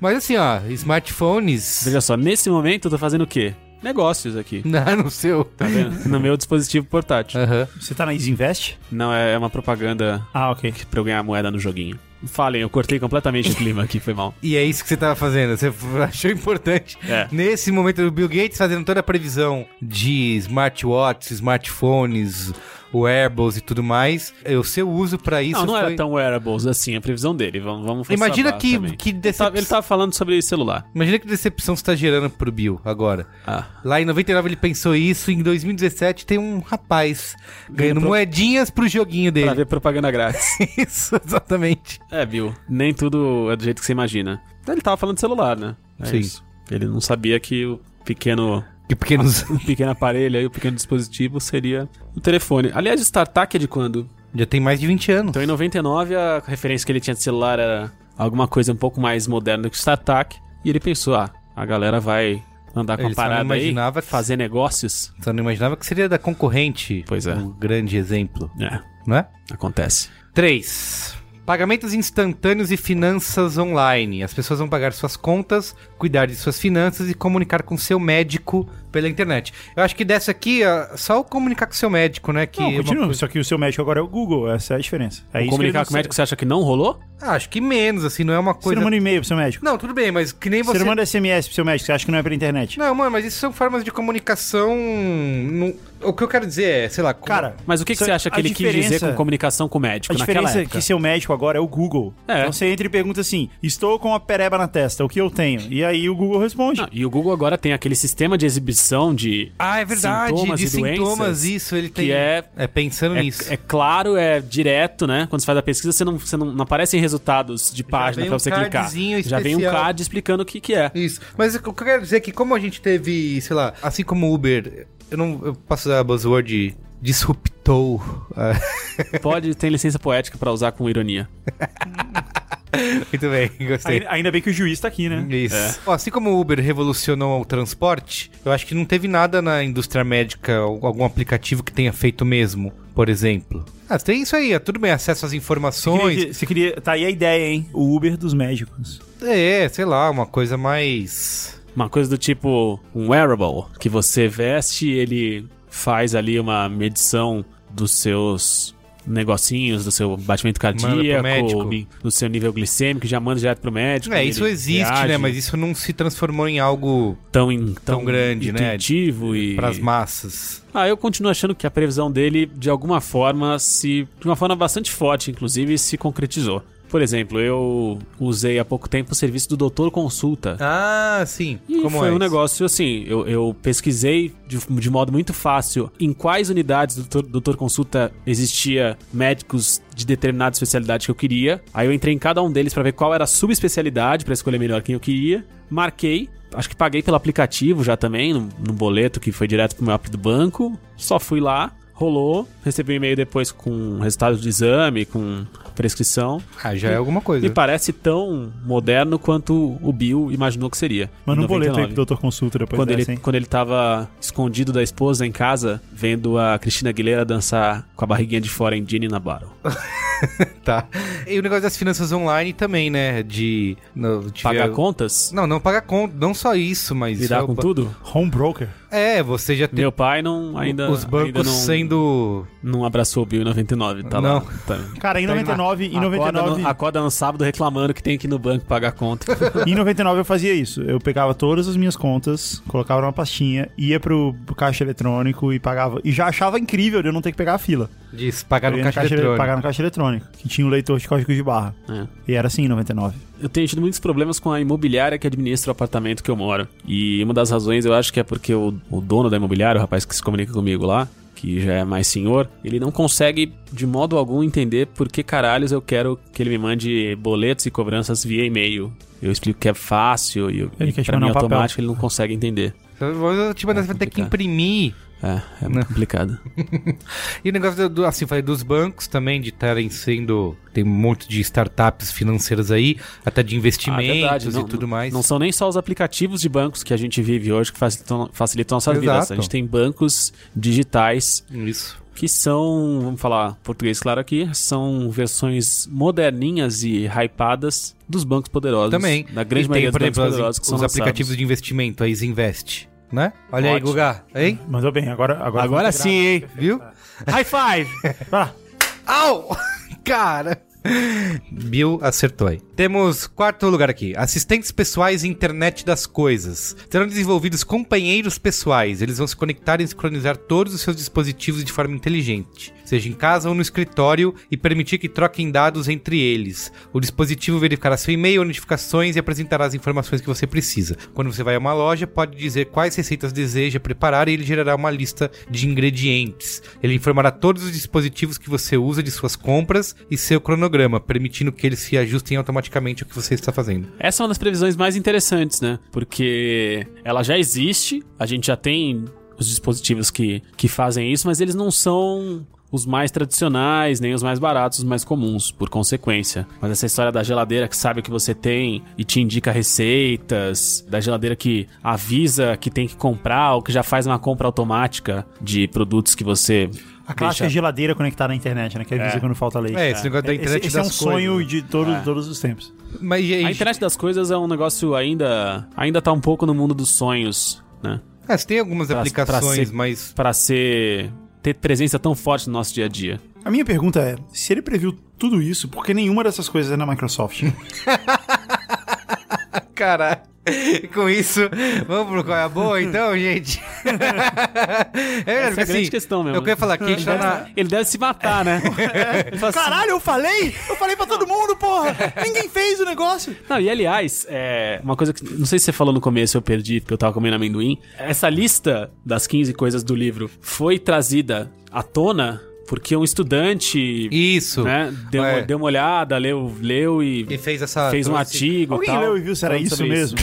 Mas assim, ó, smartphones.
Veja só, nesse momento eu tô fazendo o quê? Negócios aqui.
Ah, no seu.
Tá vendo? no meu dispositivo portátil.
Aham.
Você tá na Easy Invest?
Não, é é uma propaganda
Ah, ok.
pra eu ganhar moeda no joguinho. Falem, eu cortei completamente o clima aqui, foi mal.
E é isso que você tava fazendo. Você achou importante.
É.
Nesse momento, o Bill Gates fazendo toda a previsão de smartwatches, smartphones, wearables e tudo mais. É, O seu uso pra isso
não, não
foi...
era tão wearables assim a previsão dele. Vamos, vamos
Imagina
forçar a barra
que,
também.
que
Ele
decepção...
tava, ele tava falando sobre celular.
Imagina que decepção você tá gerando pro Bill agora.
Ah.
Lá em 99 ele pensou isso, em 2017 tem um rapaz ganhando moedinhas pro joguinho
Pra
dele.
ver propaganda grátis.
Isso, exatamente.
É, Bill, nem tudo é do jeito que você imagina. Ele tava falando de celular, né? É
Sim.
isso. Ele não sabia que o pequeno
Que pequenos...
o pequeno aparelho aí, o pequeno dispositivo seria o telefone. Aliás, o StarTAC é de quando?
Já tem mais de 20 anos.
Então em 99 a referência que ele tinha de celular era alguma coisa um pouco mais moderna que o StarTAC. E ele pensou, ah, a galera vai Andar com
Ele
a
só não
parada aí,
imaginava que-
fazer negócios.
Só não imaginava que seria da concorrente.
Pois é.
Um grande exemplo,
É,
não é?
acontece.
3. Pagamentos instantâneos e finanças online. As pessoas vão pagar suas contas, cuidar de suas finanças e comunicar com seu médico pela internet. Eu acho que dessa aqui, ah, só o comunicar com seu médico, né? Que é
Não,
uma
continua.
coisa-
Só que o seu médico agora é o Google, essa é a diferença. É isso que
Comunicar
ele-
com o médico, você acha que não rolou?
Ah, acho que menos, assim, não é uma
Você
coisa.
não manda um e-mail pro seu médico.
Não, tudo bem, mas que nem
Você
você.
não manda SMS pro seu médico, você acha que não é pela internet.
Não, mano, mas isso são formas de comunicação. não- O que eu quero dizer é, sei lá. como-
Cara,
Mas o que, que
Só-
você acha que
a
ele quis dizer
diferença-
com comunicação com
a
o médico Tipo, naquela
diferença é
época?
que seu médico agora é o Google.
É.
Então você entra e pergunta assim: estou com a pereba na testa, o que eu tenho? E aí o Google responde.
Não, e o Google agora tem aquele sistema de exibição de
Ah, é verdade,
Sintomas
de
e doenças,
sintomas, isso, ele tem.
que é-
é pensando nisso.
É, é claro, é direto, né? Quando você faz a pesquisa, você não, você não, não aparecem resultados de página
vem
pra
um
você clicar.
cardzinho
Já vem um
especial.
card explicando o que, que é.
Isso. Mas o que eu quero dizer é que como a gente teve, sei lá, assim como o Uber, eu não eu posso usar a buzzword de disruptou. ah,
Pode ter licença poética pra usar com ironia.
Muito bem, gostei.
Ainda, ainda bem que o juiz tá aqui,
Hum,
né?
Isso.
é.
Ó, Assim como o Uber revolucionou o transporte, eu acho que não teve nada na indústria médica, al- algum aplicativo que tenha feito mesmo, por exemplo. Ah, tem isso aí, é tudo bem, acesso às
Você queria,
informações.
que- você queria. Tá aí a ideia, hein? O Uber dos médicos.
É, sei lá, uma coisa mais.
Uma coisa do tipo um wearable que você veste e ele faz ali uma medição dos seus negocinhos, do seu batimento
pro médico.
cardíaco, do seu nível glicêmico, já manda direto pro médico.
É,
e
isso
ele
existe,
reage
né? Mas isso não se transformou em algo
tão, in-
tão
tão,
grande, né?
intuitivo e
pras massas.
Ah, eu continuo achando que a previsão dele, de alguma forma, se. De uma forma bastante forte, inclusive, se concretizou. Por exemplo, eu usei há pouco tempo o serviço do Doutor Consulta.
Ah, sim.
E
Como
foi
é
um
isso?
negócio assim, eu, eu pesquisei de, de modo muito fácil em quais unidades do doutor, doutor consulta existia médicos de determinada especialidade que eu queria. Aí eu entrei em cada um deles pra ver qual era a subespecialidade pra escolher melhor quem eu queria. Marquei, acho que paguei pelo aplicativo já também, num, num boleto que foi direto pro meu app do banco. Só fui lá, rolou, recebi um e-mail depois com resultado do exame, com prescrição.
Ah, já é alguma coisa.
Me parece tão moderno quanto o Bill imaginou que seria.
Manda
em
um boleto aí
99
pro doutor consulta depois
quando,
dessa,
ele,
hein?
quando ele tava escondido da esposa em casa, vendo a Cristina Aguilera dançar com a barriguinha de fora em Dini na Barro.
Tá. E o negócio das finanças online também, né? De. no- de
Pagar
ver-
contas?
Não, não pagar conta. Não só isso, mas.
Lidar com
Opa.
tudo?
Home broker.
É, você já tem.
Meu pai não ainda.
os bancos
ainda não,
sendo.
Não abraçou o Bill em 99, tá
Não.
lá. Tá.
Cara, em 99, em
Acorda
99,
no, acorda no sábado reclamando que tem que ir no banco pagar conta.
em 99 eu fazia isso. Eu pegava todas as minhas contas, colocava numa pastinha, ia pro caixa eletrônico e pagava. E já achava incrível de eu não ter que pegar a fila.
De se pagar
Eu
no
ia
um caixa eletrônico.
pagar no caixa eletrônico, que tinha o leitor de código de barra.
É.
E era assim em 99.
Eu tenho tido muitos problemas com a imobiliária que administra o apartamento que eu moro. E uma das razões eu acho que é porque o, o dono da imobiliária, o rapaz que se comunica comigo lá, que já é mais senhor, ele não consegue de modo algum entender por que caralhos eu quero que ele me mande boletos e cobranças via e-mail. Eu explico que é fácil e, eu,
Ele
e
quer te
pra mim
mandar um papel.
automático ele não consegue entender.
Então, Tipo, você vai ter que imprimir.
É, é muito complicado.
E o negócio, do, do- assim, falei dos bancos também, de estarem sendo. Tem um monte de startups financeiras aí, até de investimentos
Ah, verdade,
e tudo mais.
Não são nem só os aplicativos de bancos que a gente vive hoje que facilitam, facilitam nossas
Exato.
vidas. A gente tem bancos digitais
Isso.
que são, vamos falar português claro aqui, são versões moderninhas e hypadas dos bancos poderosos.
Também.
Da grande
E tem,
maioria
por
dos bancos
exemplo, as-
poderosos que são
os
lançados.
aplicativos de investimento, a Isinvest, né? Olha aí,
Ótimo.
Guga. Hein?
Mandou bem, agora. Agora,
Agora sim, hein?
Viu?
High five!
Vai lá.
Au! Cara! Bill acertou aí. Temos quarto lugar aqui. Assistentes pessoais e internet das coisas. Serão desenvolvidos companheiros pessoais. Eles vão se conectar e sincronizar todos os seus dispositivos de forma inteligente, seja em casa ou no escritório, e permitir que troquem dados entre eles. O dispositivo verificará seu e-mail, notificações e apresentará as informações que você precisa. Quando você vai a uma loja, pode dizer quais receitas deseja preparar e ele gerará uma lista de ingredientes. Ele informará todos os dispositivos que você usa de suas compras e seu cronograma, permitindo que eles se ajustem automaticamente ao que você está fazendo.
Essa é uma das previsões mais interessantes, né? Porque ela já existe, a gente já tem os dispositivos que, que fazem isso, mas eles não são os mais tradicionais, nem os mais baratos, os mais comuns, por consequência. Mas essa história da geladeira que sabe o que você tem e te indica receitas, da geladeira que avisa que tem que comprar ou que já faz uma compra automática de produtos que você.
A clássica
deixa-
é geladeira conectada na internet, né? Que avisa quando falta leite.
É, esse negócio da internet
Esse, esse é um
das coisas,
sonho
né?
de todo- todos os tempos.
Mas e aí?
A internet das coisas é um negócio ainda. ainda tá um pouco no mundo dos sonhos, né?
Ah, você tem algumas
Pra- pra
aplicações,
ser-
mas.
Pra ser. ter presença tão forte no nosso dia a dia.
A minha pergunta é, se ele previu tudo isso, por que nenhuma dessas coisas é na Microsoft?
Cara, com isso, vamos pro qual é a boa então, gente? é,
Essa
porque,
é a grande questão mesmo,
Eu
né?
queria falar que a gente tá na.
Ele deve se matar, né? Ele fala assim,
Caralho, eu falei? Eu falei pra todo mundo, porra! Ninguém fez o negócio!
Não, e aliás, é, uma coisa que não sei se você falou no começo, eu perdi porque eu tava comendo amendoim. Essa lista das 15 coisas do livro foi trazida à tona porque um estudante
Isso.
né, deu,
É.
deu uma olhada, leu, leu e,
E fez essa.
fez um
trouxe-
artigo.
ah, Alguém
tal,
leu e viu se era
falando
isso
sobre
mesmo?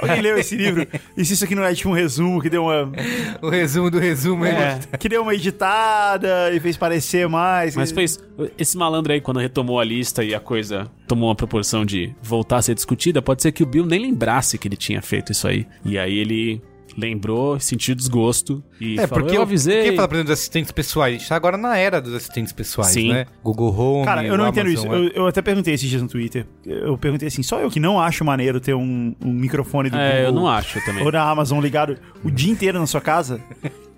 Alguém leu esse livro? E se isso aqui não é tipo um resumo que deu uma,
O resumo do resumo é.
que deu uma editada e fez parecer mais?
Mas foi isso. Esse malandro aí, quando retomou a lista e a coisa tomou uma proporção de voltar a ser discutida, pode ser que o Bill nem lembrasse que ele tinha feito isso aí. E aí ele lembrou, sentiu desgosto e
É,
falou,
porque
eu avisei.
Quem fala, por exemplo, dos assistentes pessoais? A gente tá agora na era dos assistentes pessoais,
Sim.
né? Google
é um
Home.
Cara, eu não
o
entendo
Amazon é.
isso.
Web-
Eu, eu até perguntei esses dias no Twitter. Eu perguntei assim, só eu que não acho maneiro ter um, um microfone do
É, eu
Google
não acho também.
ou da Amazon ligado o dia inteiro na sua casa.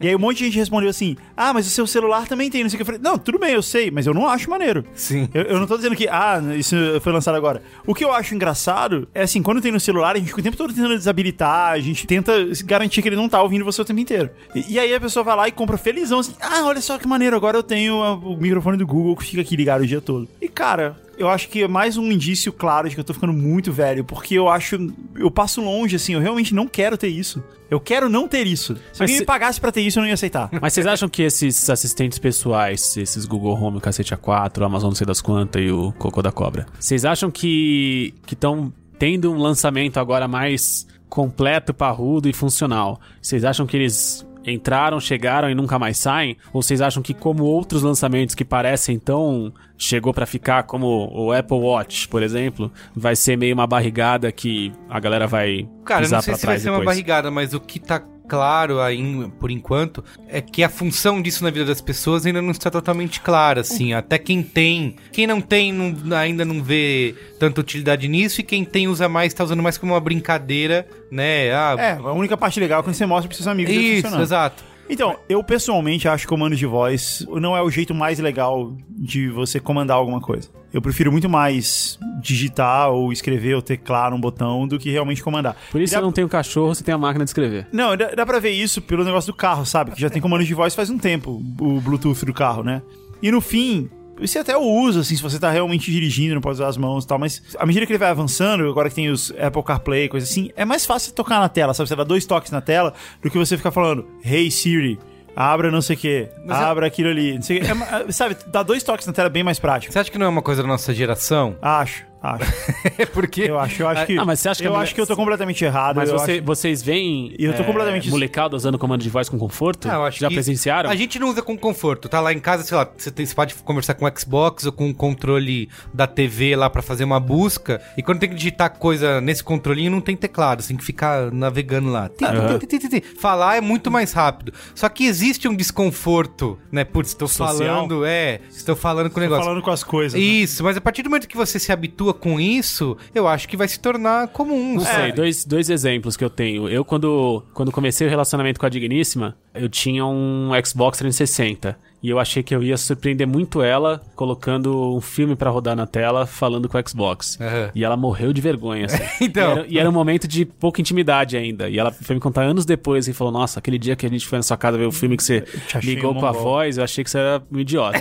E aí um monte de gente respondeu assim, ah, mas o seu celular também tem, não sei o que. Eu falei, não, tudo bem, eu sei, mas eu não acho maneiro.
Sim.
Eu, eu não tô dizendo que, ah, isso foi lançado agora. O que eu acho engraçado é assim, quando tem no celular, a gente fica o tempo todo tentando desabilitar, a gente tenta garantir que ele não tá ouvindo você o tempo inteiro. E, e aí a pessoa vai lá e compra felizão, assim, ah, olha só que maneiro, agora eu tenho a- o microfone do Google que fica aqui ligado o dia todo. E cara, eu acho que é mais um indício claro de que eu tô ficando muito velho, porque eu acho. Eu passo longe, assim, eu realmente não quero ter isso. Eu quero não ter isso. Se alguém
se-
me pagasse pra ter isso, eu não ia aceitar.
Mas vocês acham que esses assistentes pessoais, esses Google Home, o Cacete A4, o Amazon não sei das quantas e o Cocô da Cobra, vocês acham que estão tendo um lançamento agora mais completo, parrudo e funcional? Vocês acham que eles entraram, chegaram e nunca mais saem? Ou vocês acham que como outros lançamentos que parecem tão chegou pra ficar como o Apple Watch, por exemplo, vai ser meio uma barrigada que a galera vai
Cara, eu
pisar
não sei
pra
se vai
trás
ser uma
depois?
barrigada, mas o que tá claro aí, por enquanto, é que a função disso na vida das pessoas ainda não está totalmente clara, assim. Até quem tem. Quem não tem não- ainda não vê tanta utilidade nisso, e quem tem usa mais, tá usando mais como uma brincadeira, né? Ah,
É, a única parte legal é quando você mostra pros seus amigos e
isso,
funcionando.
exato.
Então, eu pessoalmente acho que comandos de voz não é o jeito mais legal de você comandar alguma coisa. Eu prefiro muito mais digitar ou escrever ou teclar um botão do que realmente comandar.
Por isso
Dá-
eu não tenho cachorro, você tem a máquina de escrever.
Não, dá, dá pra ver isso pelo negócio do carro, sabe? Que já tem comando de voz faz um tempo, o Bluetooth do carro, né? E no fim, você até usa, assim, se você tá realmente dirigindo, não pode usar as mãos e tal, mas à medida que ele vai avançando, agora que tem os Apple CarPlay, coisa assim, é mais fácil você tocar na tela, sabe? Você dá dois toques na tela do que você ficar falando, hey Siri. Abra não sei o que,
é
abra aquilo ali. Não sei o quê. É ma- sabe, dá dois toques na tela é bem mais prático.
Você acha que não é uma coisa da nossa geração?
Acho, acho.
É porque.
Eu acho, eu acho que.
Ah, mas você acha que
eu
a mulher-
acho que eu tô completamente errado.
Mas
eu
você-
acho-
vocês veem
Eu tô completamente-
molecada usando comando de voz com conforto?
Ah, eu acho
Já
que
presenciaram?
A gente não usa com conforto. Tá lá em casa, sei lá, você, tem, você pode conversar com o Xbox ou com o controle da TV lá pra fazer uma busca. E quando tem que digitar coisa nesse controlinho, não tem teclado. Você tem que ficar navegando lá. Ti, ti, ti, ti, ti, ti. Falar é muito mais rápido. Só que existe um desconforto, né? Putz, estou
Social.
falando, é. Estou falando com o negócio.
falando com as coisas. né?
Isso, mas a partir do momento que você se habitua com isso, eu acho que vai se tornar comum. É.
é.
Não
sabe?
sei, dois, dois exemplos que eu tenho. Eu, quando, quando comecei o relacionamento com a Digníssima, eu tinha um Xbox 360. E eu achei que eu ia surpreender muito ela colocando um filme pra rodar na tela falando com o Xbox.
Aham.
E ela morreu de vergonha, assim.
Então.
E era, e era um momento de pouca intimidade ainda. E ela foi me contar anos depois e falou: Nossa, aquele dia que a gente foi na sua casa ver o filme que você
te achei
ligou
um
com a
mongol."
voz, eu achei que você era um idiota.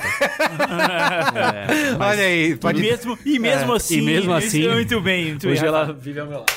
Olha aí,
E
pode
mesmo, e mesmo assim.
É. E mesmo assim,
isso é Muito bem, muito
Hoje
bem.
ela vive ao meu lado.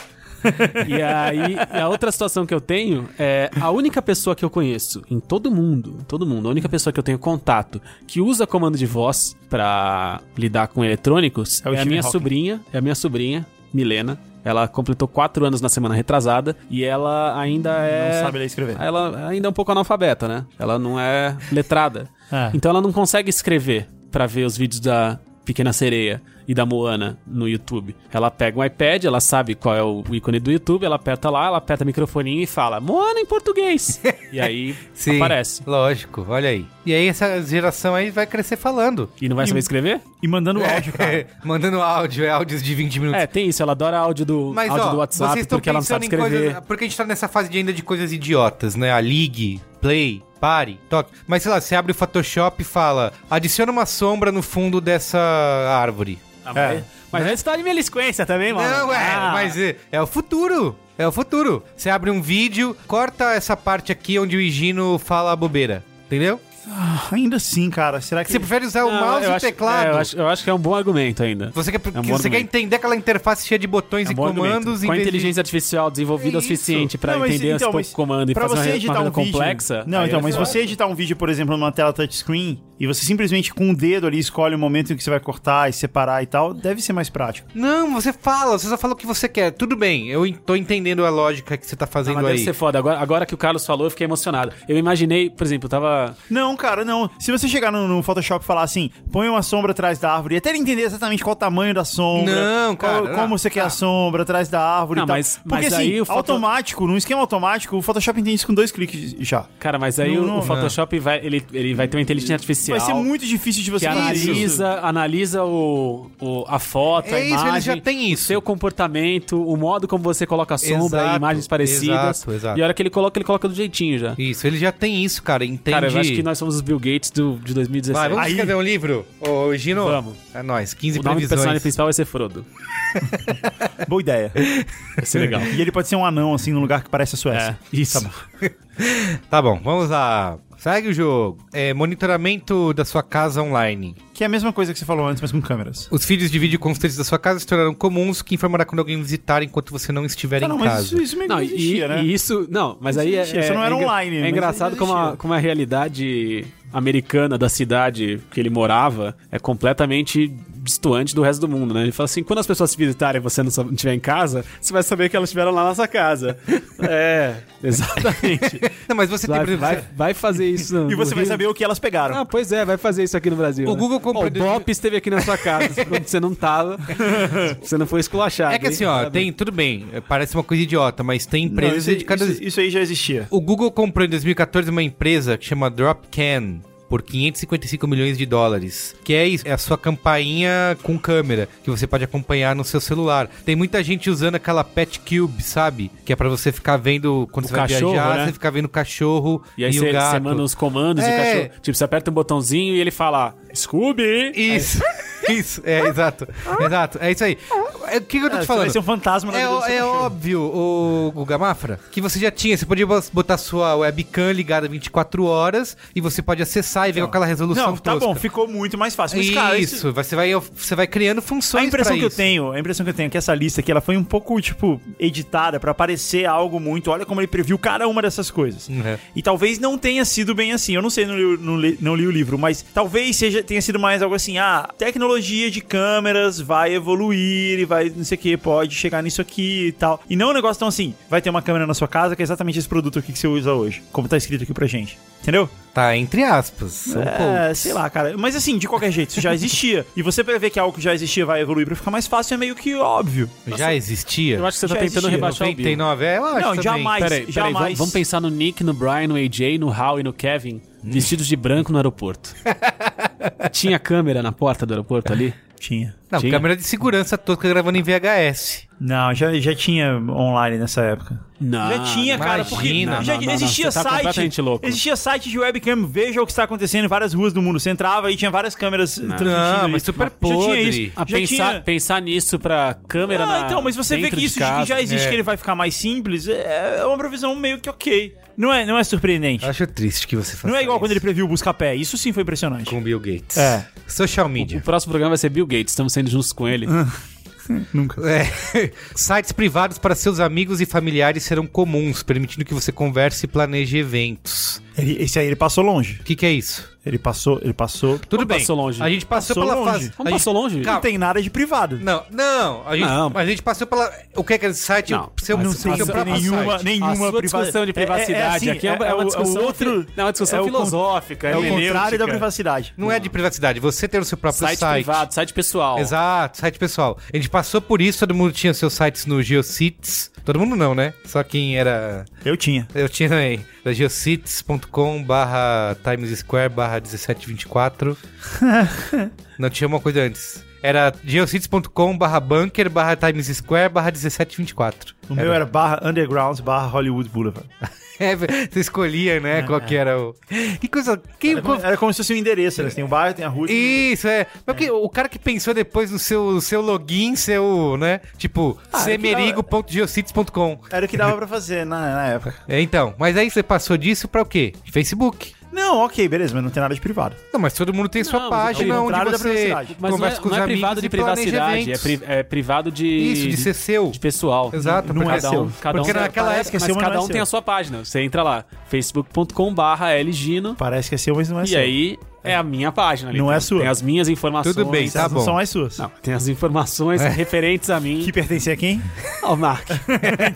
e aí, e a outra situação que eu tenho é a única pessoa que eu conheço em todo mundo, todo mundo, a única pessoa que eu tenho contato que usa comando de voz pra lidar com eletrônicos
É o
é, a
Stephen
minha
Hawking.
sobrinha, é a minha sobrinha, Milena. Ela completou quatro anos na semana retrasada e ela ainda é.
Não sabe ler e escrever.
Ela ainda é um pouco analfabeta, né? Ela não é letrada.
É.
Então ela não consegue escrever pra ver os vídeos da Pequena Sereia e da Moana no YouTube. Ela pega um iPad, ela sabe qual é o ícone do YouTube, ela aperta lá, ela aperta o microfoninho e fala Moana em português. e aí
Sim,
aparece.
Lógico, olha aí. E aí essa geração aí vai crescer falando.
E não vai
E-
saber escrever?
E mandando áudio, cara.
Mandando áudio, é áudios de 20 minutos.
É, tem isso. Ela adora áudio do,
Mas
áudio
ó,
do
vocês
WhatsApp
estão
porque ela não
pensando
sabe
em
escrever.
coisas, porque a gente tá nessa fase de ainda de coisas idiotas, né? A ligue, play, pare, toque. Mas sei lá, você abre o Photoshop e fala: "Adiciona uma sombra no fundo dessa árvore".
Ah, mas- Mas antes tá de melisquência também, mano.
Não, é,
Ah,
mas é, é o futuro. É o futuro. Você abre um vídeo, corta essa parte aqui onde o Higino fala a bobeira, entendeu?
Ainda assim, cara, será que...
Você prefere usar o
não,
mouse
eu
e o
acho-
teclado?
é, eu, acho, eu acho que é um bom argumento ainda. É
Você quer,
um bom
que- você quer
argumento.
entender aquela interface cheia de botões
É um
e
bom argumento.
comandos em
Com a
vez de-
inteligência artificial desenvolvida
É
o suficiente pra
Não, mas
entender
então,
esse
mas
pouco comando e
pra
fazer
você
uma, re- uma
editar
coisa
um vídeo,
complexa.
Não,
aí
então,
é
mas
fácil.
você editar um vídeo, por exemplo, numa tela touchscreen e você simplesmente com o dedo ali escolhe o momento em que você vai cortar e separar e tal, deve ser mais prático.
Não, você fala, você só fala o que você quer. Tudo bem, eu en- tô entendendo a lógica que você tá
Ah,
fazendo
mas deve
aí.
ser foda. Agora, agora que o Carlos falou, eu fiquei emocionado. Eu imaginei, por exemplo, eu tava.
Não, cara, não. Se você chegar no, no Photoshop e falar assim, põe uma sombra atrás da árvore, até ele entender exatamente qual o tamanho da sombra,
Não, cara,
qual-
não. Ah.
como você quer a sombra atrás da árvore
Não,
e tal.
mas-
Porque
mas
assim,
aí o foto-
automático, num esquema automático, o Photoshop entende isso com dois cliques já.
Cara, mas aí
Não,
o-
não,
o Photoshop vai, ele, ele vai ter uma inteligência artificial.
Vai ser muito difícil de
que
você
analisa, analisa o, o- a foto, a
É isso,
imagem,
eles já têm
o
isso.
seu comportamento, o modo como você coloca a sombra,
Exato,
imagens parecidas.
exato, exato.
E a hora que ele coloca, ele coloca do jeitinho já.
Isso, ele já tem isso, cara, entende?
Cara, eu acho que nós somos os Bill Gates do, de 2017.
Vai, vamos
Aí-
escrever um livro? Ô, Gino,
Vamos.
é nóis, 15
o nome
né?
do personagem é
previsões.
principal vai ser Frodo.
Boa ideia.
Vai ser é legal.
E ele pode ser um anão, assim, num lugar que parece a
É,
Suécia.
isso.
Tá bom, vamos lá. Segue o jogo. É, monitoramento da sua casa online.
Que é a mesma coisa que você falou antes, mas com câmeras.
Os feeds de vídeo constantes da sua casa se tornaram comuns, que informará quando alguém visitar enquanto você não estiver
Ah,
em
não, mas
casa.
isso, isso meio
Não,
que
e-
existia, né?
e isso. Não, mas
Isso
aí é.
existia, isso
é-
não era
é engra-
online,
É
mas
engraçado
isso
como a,
existia.
como a realidade americana da cidade que ele morava é completamente distoante do resto do mundo, né? Ele fala assim: quando as pessoas se visitarem e você não estiver em casa, você vai saber que elas estiveram lá na sua casa. é, exatamente.
Não, mas você tem,
Vai,
por exemplo,
vai,
você-
vai fazer isso. no-
E você
no
vai
Rio.
saber o que elas pegaram.
Ah, pois é, vai fazer isso aqui no Brasil.
O
né?
Google comprou-
Ó, O Bop esteve aqui na sua casa quando você não tava. Você não foi esculachado.
É que
hein?
assim, ó,
Parabéns.
tem, tudo bem, é, parece uma coisa idiota, mas tem
Não,
empresas
isso,
dedicadas...
isso- isso aí já existia.
O Google comprou em 2014 uma empresa que chama Dropcan por 555 milhões de dólares. Que é isso, é a sua campainha com câmera, que você pode acompanhar no seu celular. Tem muita gente usando aquela Pet Cube, sabe? Que é pra você ficar vendo quando
O
você vai
cachorro,
viajar,
né?
você fica vendo o cachorro e,
E aí
o
você,
gato.
você manda os comandos e o
É.
cachorro. Tipo, você aperta um botãozinho e ele fala Scooby!
Isso, isso, é, exato, exato, é isso aí. É, O que, que eu tô
Ah,
te
você vai
falando?
ser um fantasma na
É,
vida do
ó-
seu
é
cachorro.
óbvio, o Guga Mafra, que você já tinha. Você podia bos- botar sua webcam ligada 24 horas e você pode acessar e ver com aquela resolução
Não, tá
tosca.
bom, ficou muito mais fácil. Mas,
Isso,
cara, isso-
você, vai, você vai criando
a
funções
impressão
pra
que eu
isso.
tenho, a impressão que eu tenho é que essa lista aqui, ela foi um pouco, tipo, editada pra parecer algo muito. Olha como ele previu cada uma dessas coisas.
Uhum.
E talvez não tenha sido bem assim. Eu não sei, não li, o- não li- não li o livro, mas talvez seja, tenha sido mais algo assim: ah, tecnologia de câmeras vai evoluir e vai, não sei o que, pode chegar nisso aqui e tal. E não um negócio tão assim: vai ter uma câmera na sua casa que é exatamente esse produto aqui que você usa hoje, como tá escrito aqui pra gente. Entendeu?
Tá, entre aspas. são
É,
poucos.
sei lá, cara. Mas assim, de qualquer jeito, isso já existia. e você prever que algo que já existia vai evoluir pra ficar mais fácil é meio que óbvio.
Já existia?
Eu acho que você tá
Já
tentando
existia,
rebaixar o Bill.
99, é, eu acho
Não,
também.
jamais.
Peraí, peraí,
Jamais.
vamos, vamos pensar no Nick, no Brian, no AJ, no Hal e no Kevin
Hum.
vestidos de branco no aeroporto. Tinha câmera na porta do aeroporto ali?
Tinha.
Não,
Tinha.
câmera de segurança tosca gravando em VHS.
Não, já, já tinha online nessa época.
Não.
já tinha, cara, porque
imagina.
já
Ah, Não, não, não,
existia
você tá
site.
completamente louco.
Existia site de webcam, veja o que está acontecendo em várias ruas do mundo. Você entrava e tinha várias câmeras transmitindo.
Não, mas
isso.
super
Já tinha
podre.
isso.
Ah,
já
pensar,
tinha...
pensar nisso pra câmera
Ah,
na,
então, mas você vê
dentro
que
de
isso de
casa.
que já existe,
é.
que ele vai ficar mais simples, é é uma previsão meio que ok. Não é, não é surpreendente.
Eu acho triste que você faça
Não é igual
isso
quando ele previu o busca-pé. Isso sim foi impressionante.
Com o Bill Gates.
É.
Social
O
media.
próximo programa vai ser Bill Gates, estamos saindo juntos com ele.
Ah,
É. Sites privados para seus amigos e familiares serão comuns, permitindo que você converse e planeje eventos.
Ele- esse aí ele passou longe.
O que, que é isso?
Ele passou, ele passou.
Tudo
Como
bem.
passou longe?
A gente passou,
Passou
pela
longe.
fase.
Como
a
passou
gente-
longe?
Calma.
Não tem nada de privado.
Não, não. A gente,
Não.
A gente passou pela. O que é que é esse site?
Não,
seu,
mas
seu,
não
seu
tem
próprio
nenhuma,
site.
nenhuma
a sua
priva-
discussão
É-
de
é- é
privacidade
assim,
aqui é, uma- é uma
o-
discussão,
o outro,
fi- não, é uma discussão
é o con-
filosófica.
É o contrário da
hermenêutica.
privacidade.
Não é de privacidade, você ter o seu próprio
Site,
site.
privado, site pessoal.
Exato, site pessoal. A gente passou por isso, todo mundo tinha seus sites no GeoCities. Todo mundo não, né? Só quem era.
Eu tinha.
Eu tinha também. Da geocities.com barra Times Square barra 1724. Não tinha uma coisa antes. Era geocities.com barra bunker barra Times Square barra 1724.
O meu era barra underground barra Hollywood Boulevard.
É, você escolhia, né? Qual que era o. Que coisa. Quem,
Ah, é. Era como, era como se fosse um endereço, né? Você Tem o bairro, tem a rua. tem-
Isso, é. Mas que- o cara que pensou depois no seu, seu login, seu, né? Tipo,
Ah, é que dá-
semerigo.geocities.com.
Era o que dava pra fazer na, na época.
É, então, mas aí você passou disso pra o quê? Facebook.
Não, ok, beleza, mas não tem nada de privado.
Não, mas todo mundo tem
Não,
sua
mas é o
página onde
contrário da
você
privacidade.
Mas não
conversa
é,
com os
não é
amigos
privado de
e planeja
privacidade, é,
eventos.
pri- é privado de...
Isso, de ser seu.
de pessoal.
Exato,
Não é
porque-
Cada um,
seu.
cada um,
Porque
tem-
naquela
parece
época,
que é
mas
seu, mas
cada
cada
um
um
é
tem
seu.
a sua página. Você entra lá, facebook.com barra lgino,
Parece que é seu, mas não é
e
seu.
aí é a minha página. ali.
Não
Tem-
é sua.
Tem as minhas informações.
Tudo bem,
Elas
tá É.
não
bom.
são as suas.
Não, tem as informações referentes a mim.
Que pertencem a quem?
Ao Mark.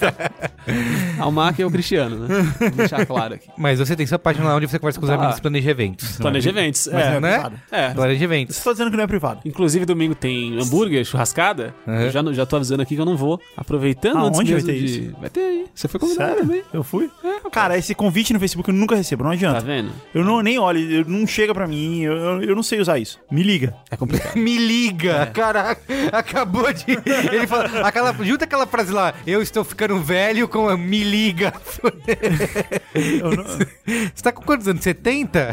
Então.
Ao Mark e ao Cristiano, né? Vou deixar claro aqui.
Mas você tem sua página lá onde você conversa com os
Tá.
amigos e planeja eventos.
Planeja eventos.
Mas
é.
não
né?
privado.
É.
Planeja eventos.
Você tá dizendo que não é privado.
Inclusive, domingo tem hambúrguer, churrascada.
Uhum.
Eu já, não- já tô avisando aqui que eu não vou. Aproveitando
Ah,
antes
onde vai
mesmo
ter
de... Vai ter aí. Você foi
é
convidado
Sério?
também.
Eu fui? Cara, esse convite no Facebook eu nunca recebo, não
Tá
adianta.
vendo?
Eu não, nem olho, eu- não chega pra mim, eu, eu, eu não sei usar isso. Me liga.
É complicado.
Me
É.
liga, caraca, acabou de. Ele fala, aquela, junta aquela frase lá, eu estou ficando velho com a me liga.
Eu não-
Você tá com quantos anos? 70?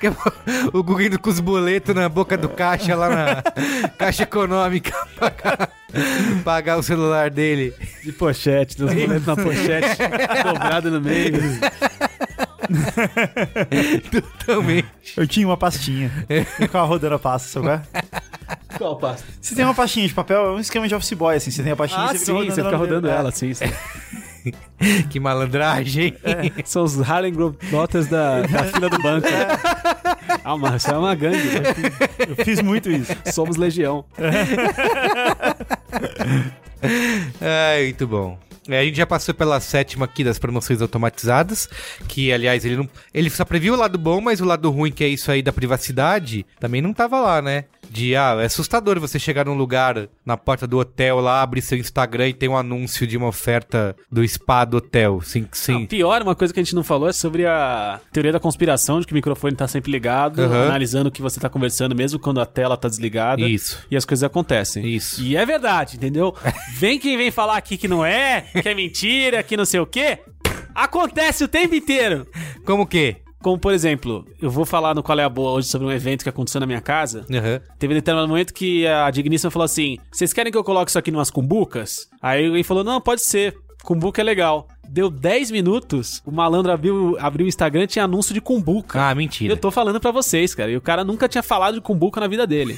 Que é o Gugu indo com os boletos na boca do caixa lá na Caixa Econômica pagar, pagar o celular dele.
De pochete, dos boletos na pochete, dobrado no meio.
Totalmente.
eu tinha uma pastinha. Eu ficava rodando a pasta, sabe? qual é?
Qual pasta?
Você tem uma pastinha de papel, é um esquema de office boy, assim. Você tem a pastinha
Ah, sim, você fica rodando
É,
ela, sim. sim.
Que malandragem.
São os Harlem Globetrotters da, da fila do banco. Ah, Márcio, é uma gangue.
Eu fiz muito isso.
Somos legião.
É, muito bom. É, a gente já passou pela sétima aqui das promoções automatizadas, que aliás ele não, ele só previu o lado bom, mas o lado ruim que é isso aí da privacidade, também não tava lá, né? De ah, é assustador você chegar num lugar na porta do hotel lá, abrir seu Instagram e tem um anúncio de uma oferta do spa do hotel, sim,
Ah,
sim.
pior, uma coisa que a gente não falou é sobre a teoria da conspiração, de que o microfone tá sempre ligado,
Aham.
analisando o que você tá conversando, mesmo quando a tela tá desligada.
Isso.
E as coisas acontecem.
Isso.
E é verdade, entendeu? Vem quem vem falar aqui que não é, que é mentira, que não sei o quê. Acontece o tempo inteiro.
Como que?
Como, por exemplo, eu vou falar no Qual é a Boa hoje sobre um evento que aconteceu na minha casa.
Aham.
Teve um determinado momento que a Digníssima falou assim: Vocês querem que eu coloque isso aqui numas cumbucas? Aí alguém falou: Não, pode ser. Cumbuca é legal. Deu 10 minutos, o malandro abriu, abriu o Instagram e tinha anúncio de cumbuca.
Ah,
eu
mentira.
tô falando pra vocês, cara. E o cara nunca tinha falado de cumbuca na vida dele.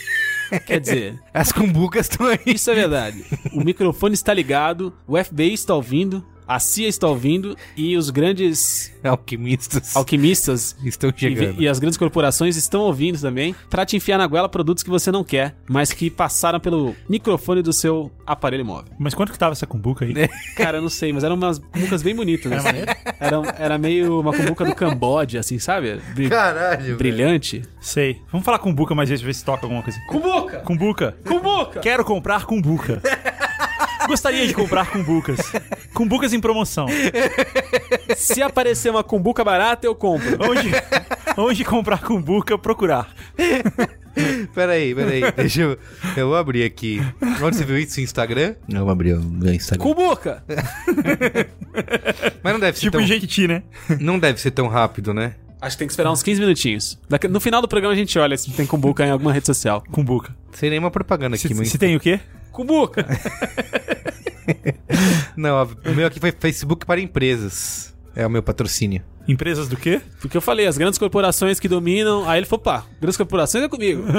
Quer dizer,
As cumbucas estão aí.
isso é verdade. O microfone está ligado, o FBI está ouvindo, a CIA está ouvindo e os grandes
Alquimistas
alquimistas
estão
e,
chegando.
vi- e as grandes corporações estão ouvindo também pra te enfiar na goela produtos que você não quer, mas que passaram pelo microfone do seu aparelho móvel.
Mas quanto que tava essa cumbuca aí?
Cara, eu não sei, mas eram umas cumbucas bem bonitas, né? Era, era meio uma cumbuca do Camboja, assim, sabe? Bri-
Caralho.
brilhante.
Sei. Vamos falar cumbuca mais vezes, ver se toca alguma coisa.
Cumbuca!
Cumbuca.
Cumbuca!
Quero comprar cumbuca. Gostaria de comprar cumbucas. Cumbucas em promoção.
Se aparecer uma cumbuca barata, eu compro.
Onde, onde comprar cumbuca, procurar.
Peraí, peraí, deixa eu. Eu vou abrir aqui. Onde você viu isso? No Instagram? Eu vou abrir o meu Instagram.
Cumbuca! Então-
Mas não deve, ser
Tipo
tão,
Jequiti, né?
não deve ser tão rápido, né?
Acho que tem que esperar uns 15 minutinhos. Daqui- no final do programa a gente olha se tem cumbuca em alguma rede social.
Cumbuca.
Sem nenhuma propaganda aqui,
Se,
meu
se tem o quê?
Cumbuca!
Não, o meu aqui foi Facebook para empresas. É o meu patrocínio.
Empresas do quê?
Porque eu falei, as grandes corporações que dominam. Aí ele falou, pá, grandes corporações é comigo.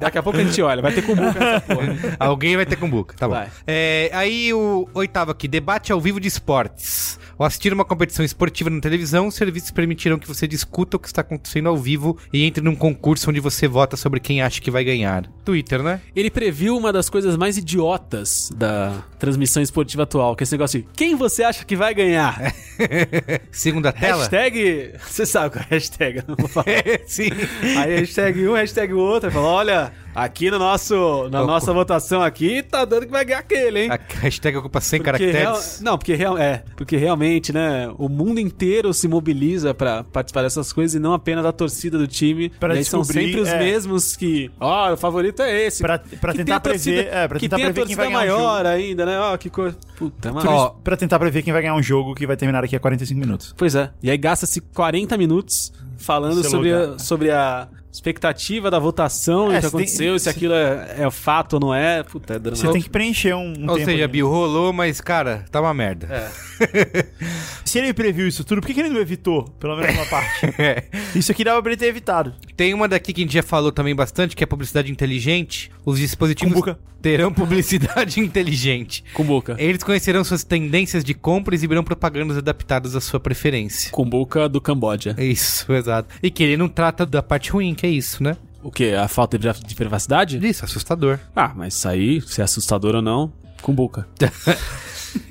Daqui a pouco a gente olha, vai ter cumbuca nessa porra.
Alguém vai ter cumbuca, tá bom.
Vai.
É, aí o oitavo aqui, debate ao vivo de esportes. Ao assistir uma competição esportiva na televisão, os serviços permitirão que você discuta o que está acontecendo ao vivo e entre num concurso onde você vota sobre quem acha que vai ganhar. Twitter, né?
Ele previu uma das coisas mais idiotas da transmissão esportiva atual, que é esse negócio de quem você acha que vai ganhar?
Segunda tela?
Hashtag. Você sabe qual é a hashtag, eu não vou falar.
Sim.
Aí hashtag um, hashtag o outro, e fala, olha, aqui no nosso, na
Ocu-
nossa votação aqui, tá dando que vai ganhar aquele, hein?
A hashtag ocupa 100
Porque
caracteres.
real- não, porque, real, é, porque realmente, né, o mundo inteiro se mobiliza pra participar dessas coisas e não apenas a torcida do time.
Pra
e aí são
descobrir,
sempre os
é.
mesmos que, ó, o favorito é esse.
Pra-
Que
pra
tem
tentar
a torcida-
prever- é, pra
que
tentar
tem a
prever quem
torcida
vai ganhar o
maior ainda, né? Ó, que coisa. Puta, mano.
Ó,
Pra tentar prever quem vai ganhar um jogo que vai terminar daqui a 45 minutos.
Pois é. E aí gasta-se 40 minutos falando
Seu
sobre a,
lugar.
sobre a expectativa da votação,
É,
o que
se tem-
aconteceu, se
se-
aquilo é, é fato ou não é. Puta, é
Você
dramático.
tem que preencher um, um
Ou
tempo.
seja,
ali.
Bill, rolou, mas, cara, tá uma merda.
Se ele previu isso tudo, por que que ele não evitou? Pelo menos uma parte.
É.
Isso aqui dava pra ele ter evitado.
Tem uma daqui que a gente já falou também bastante, que é publicidade inteligente. Os dispositivos
Cumbuca.
terão publicidade inteligente.
Cumbuca.
Eles conhecerão suas tendências de compra e exibirão propagandas adaptadas à sua preferência.
Cumbuca do Camboja.
É Isso, exato. E que ele não trata da parte ruim, que é isso, né?
O quê? A falta de de privacidade?
Isso, assustador.
Ah, mas isso aí, se é assustador ou não, cumbuca.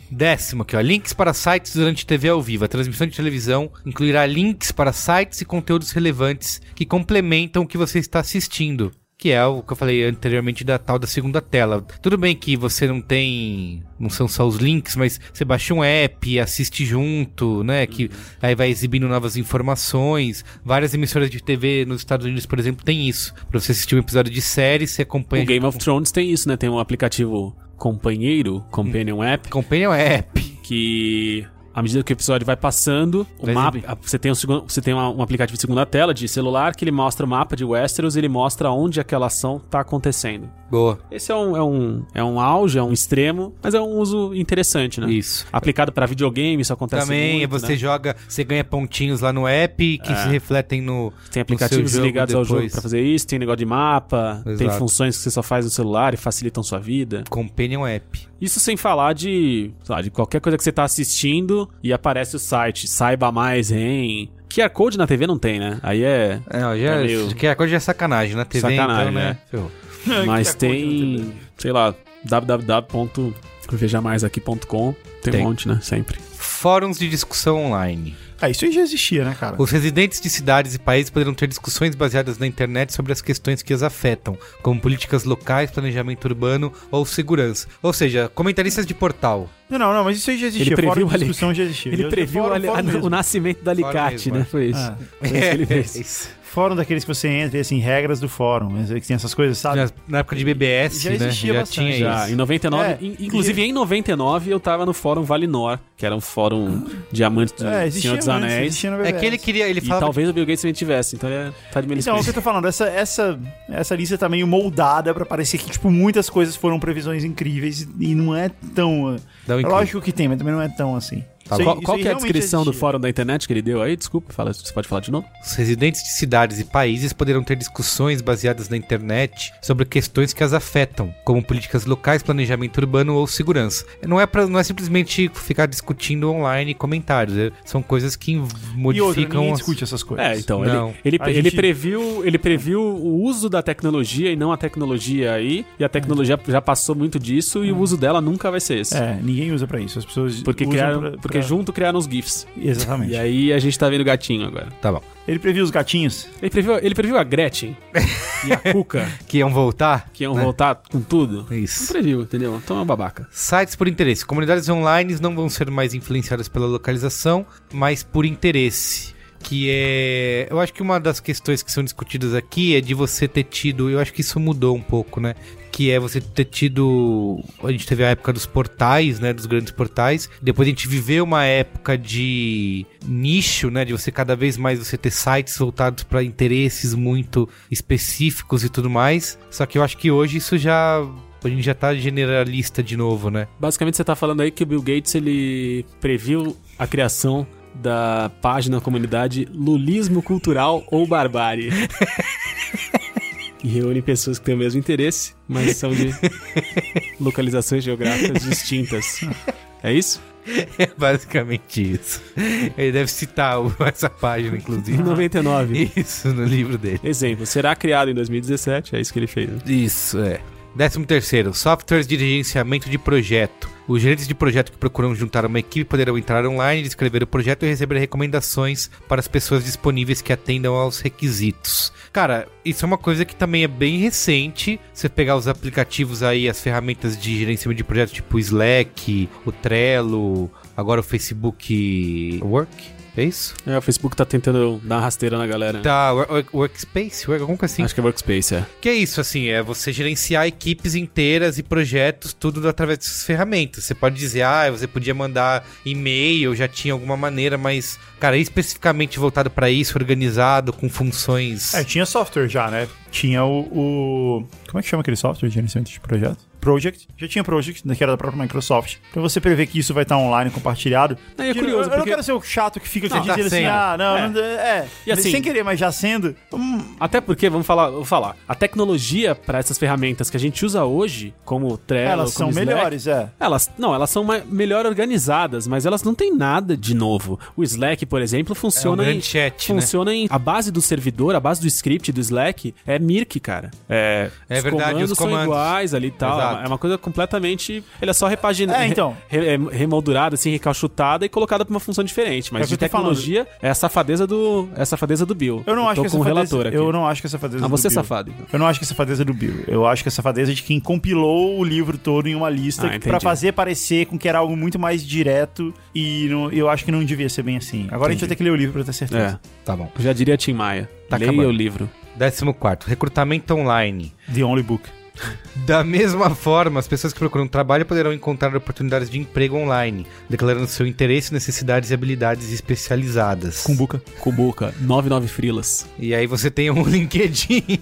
Décimo aqui, ó. Links para sites durante TV ao vivo. A transmissão de televisão incluirá links para sites e conteúdos relevantes que complementam o que você está assistindo. Que é o que eu falei anteriormente da tal da segunda tela. Tudo bem que você não tem. Não são só os links, mas você baixa um app, assiste junto, né? Que aí vai exibindo novas informações. Várias emissoras de TV nos Estados Unidos, por exemplo, tem isso. Pra você assistir um episódio de série, você acompanha.
O Game of Thrones tem isso, né? Tem um aplicativo companheiro,
Hum.
Companion App,
Acompanha o app.
que à medida que o episódio vai passando, o
Vai
mapa,
exibir.
a- você tem, um, segun- você tem uma- um aplicativo de segunda tela de celular que ele mostra o mapa de Westeros e ele mostra onde aquela ação tá acontecendo.
Boa.
Esse é um, é um, é um auge, é um extremo, mas é um uso interessante, né?
Isso.
Aplicado pra videogame, isso acontece
Também,
muito,
você
né?
joga, você ganha pontinhos lá no app que se refletem no.
Tem
no seu
aplicativos
jogo
ligados ao jogo
depois.
pra fazer isso, tem negócio de mapa, tem
Exato.
funções que você só faz no celular e facilitam sua vida.
Companion app.
Isso sem falar de, sei lá, de qualquer coisa que você tá assistindo e aparece o site, saiba mais em... QR Code na TV não tem, né? Aí é...
É, ó, já,
É meio-
que a coisa já é sacanagem na TV,
Sacanagem, é.
então, né? Ferrou.
Mas tem, sei lá, www.vejamaisaqui.com. Tem,
Tem.
um monte, né? Sempre.
Fóruns de discussão online.
Ah, isso aí já existia, né, cara?
Os residentes de cidades e países poderão ter discussões baseadas na internet sobre as questões que as afetam, como políticas locais, planejamento urbano ou segurança. Ou seja, comentaristas de portal.
Não, não, não, mas isso aí já existia.
Ele previu
Fórum de
ali-
discussão já existia.
Ele
Já-
previu
fórum,
ali-
fórum
a-
mesmo.
o nascimento da alicate,
mesmo,
né?
é.
Foi isso.
Ah.
Foi isso que ele fez.
Isso.
Fórum daqueles que você entra e, assim, regras do fórum, mas é que tem essas coisas, sabe?
Já- na época de BBS,
Já
né?
existia
Ah, já
bastante,
tinha
Já,
isso.
em 99,
É,
in- inclusive em 99 eu tava no fórum Valinor, que era um fórum diamante do
É, existia
Senhor dos
antes,
Anéis.
existia na
É
BBS.
que ele queria, ele
E
falava
talvez o Bill Gates também tivesse, então ele é-
Então, é o
tá de
que
melisquês.
eu tô falando, essa, essa, essa lista tá meio moldada pra parecer que, tipo, muitas coisas foram previsões incríveis e- e não é tão... uh,
Não,
é
um incrível.
lógico que tem, mas também não é tão assim. Isso aí-
Qual,
isso
qual
aí
que é a
realmente
descrição do
existia.
fórum da internet que ele deu aí? Desculpa, fala, você pode falar de novo?
Os residentes de cidades e países poderão ter discussões baseadas na internet sobre questões que as afetam, como políticas locais, planejamento urbano ou segurança. Não é, pra, não é simplesmente ficar discutindo online comentários, é- são coisas que inv-
E outra,
modificam.
ninguém
as-
discute essas coisas.
É, então,
Não.
ele, ele,
A
ele
gente-
previu, ele previu o uso da tecnologia e não a tecnologia aí, e a tecnologia já passou muito disso e o uso dela nunca vai ser esse.
É, ninguém usa pra isso. As pessoas
Porque,
usam
criaram,
pra-
porque
pra-
junto criaram os GIFs.
Exatamente.
E aí a gente tá vendo gatinho agora.
Tá bom.
Ele previu os gatinhos.
Ele previu, ele previu a Gretchen e a Cuca,
Que iam voltar? É
que iam voltar com tudo. Não
Né? Isso.
previu, entendeu? Então é uma babaca.
Sites por interesse. Comunidades online não vão ser mais influenciadas pela localização, mas por interesse. Que é. Eu acho que uma das questões que são discutidas aqui é de você ter tido. Eu acho que isso mudou um pouco, né? Que é você ter tido. A gente teve a época dos portais, né? Dos grandes portais. Depois a gente viveu uma época de nicho, né? De você cada vez mais você ter sites voltados para interesses muito específicos e tudo mais. Só que eu acho que hoje isso já a gente já tá generalista de novo, né?
Basicamente, você tá falando aí que o Bill Gates ele previu a criação da página comunidade Lulismo Cultural ou Barbárie. que reúne pessoas que têm o mesmo interesse, mas são de localizações geográficas distintas. É isso?
É basicamente isso. Ele deve citar o- essa página, inclusive.
Em 99.
Isso, no livro dele.
Exemplo, será criado em 2017, é isso que ele fez. né?
Isso, é. Décimo terceiro, softwares de gerenciamento de projeto. Os gerentes de projeto que procuram juntar uma equipe poderão entrar online, descrever o projeto e receber recomendações para as pessoas disponíveis que atendam aos requisitos. Cara, isso é uma coisa que também é bem recente. Você pegar os aplicativos aí, as ferramentas de gerenciamento de projeto, tipo o Slack, o Trello, agora o Facebook Work, é isso?
É, o Facebook tá tentando dar uma rasteira na galera. né?
Tá, Wor- Wor- Workspace, Work- alguma coisa assim.
Acho que é Workspace, é.
Que é isso, assim, é você gerenciar equipes inteiras e projetos, tudo através dessas ferramentas. Você pode dizer, ah, você podia mandar e-mail, já tinha alguma maneira, mas, cara, especificamente voltado pra isso, organizado, com funções.
É, tinha software já, né? Tinha o, o- Como é que chama aquele software de gerenciamento de projeto? Project. Já tinha Project, né, que era da própria Microsoft. Pra você prever que isso vai estar online, compartilhado.
Não, e é
Que-
curioso,
eu, eu não
porque-
quero ser o chato que fica
Não,
aqui
tá
dizendo assim,
sendo.
ah, não,
É.
não- é.
E assim-
Sem querer, mas já sendo. hum,
Até porque, vamos falar, vou falar, a tecnologia pra essas ferramentas que a gente usa hoje, como o Trello,
elas
como
são
o Slack,
melhores, é.
Elas, não, elas são ma- melhor organizadas, mas elas não têm nada de novo. O Slack, por exemplo, funciona
grande
em
chat, né?
funciona em a base do servidor, a base do script do Slack é Mirk, cara. É,
É verdade,
comandos
os comandos.
são iguais ali e tal.
Exato.
É uma coisa completamente, ele é só repaginada,
É, então.
remoldurada assim, recalchutada e colocada pra uma função diferente,
É
mas
o que
de
eu tô falando.
tecnologia é a safadeza do é a safadeza do Bill.
Eu não acho
tô
que essa
com o
safadeza.
relator aqui.
Eu não acho que essa safadeza
Ah,
do
você é
Bill.
safado. então.
Eu não acho que essa safadeza é do Bill. Eu acho que essa safadeza é de quem compilou o livro todo em uma lista pra
Ah, entendi.
fazer parecer com que era algo muito mais direto e não- eu acho que não devia ser bem assim. Agora a gente vai ter que ler o livro pra ter certeza.
É,
Tá bom.
eu já diria Tim Maia.
Tá
Leia
acabando.
o livro.
Décimo quarto, recrutamento online.
É.
The Only Book.
Da mesma forma, as pessoas que procuram trabalho poderão encontrar oportunidades de emprego online, declarando seu interesse, necessidades e habilidades especializadas.
Cumbuca.
Kubuka, 99 frilas.
E aí você tem um LinkedIn,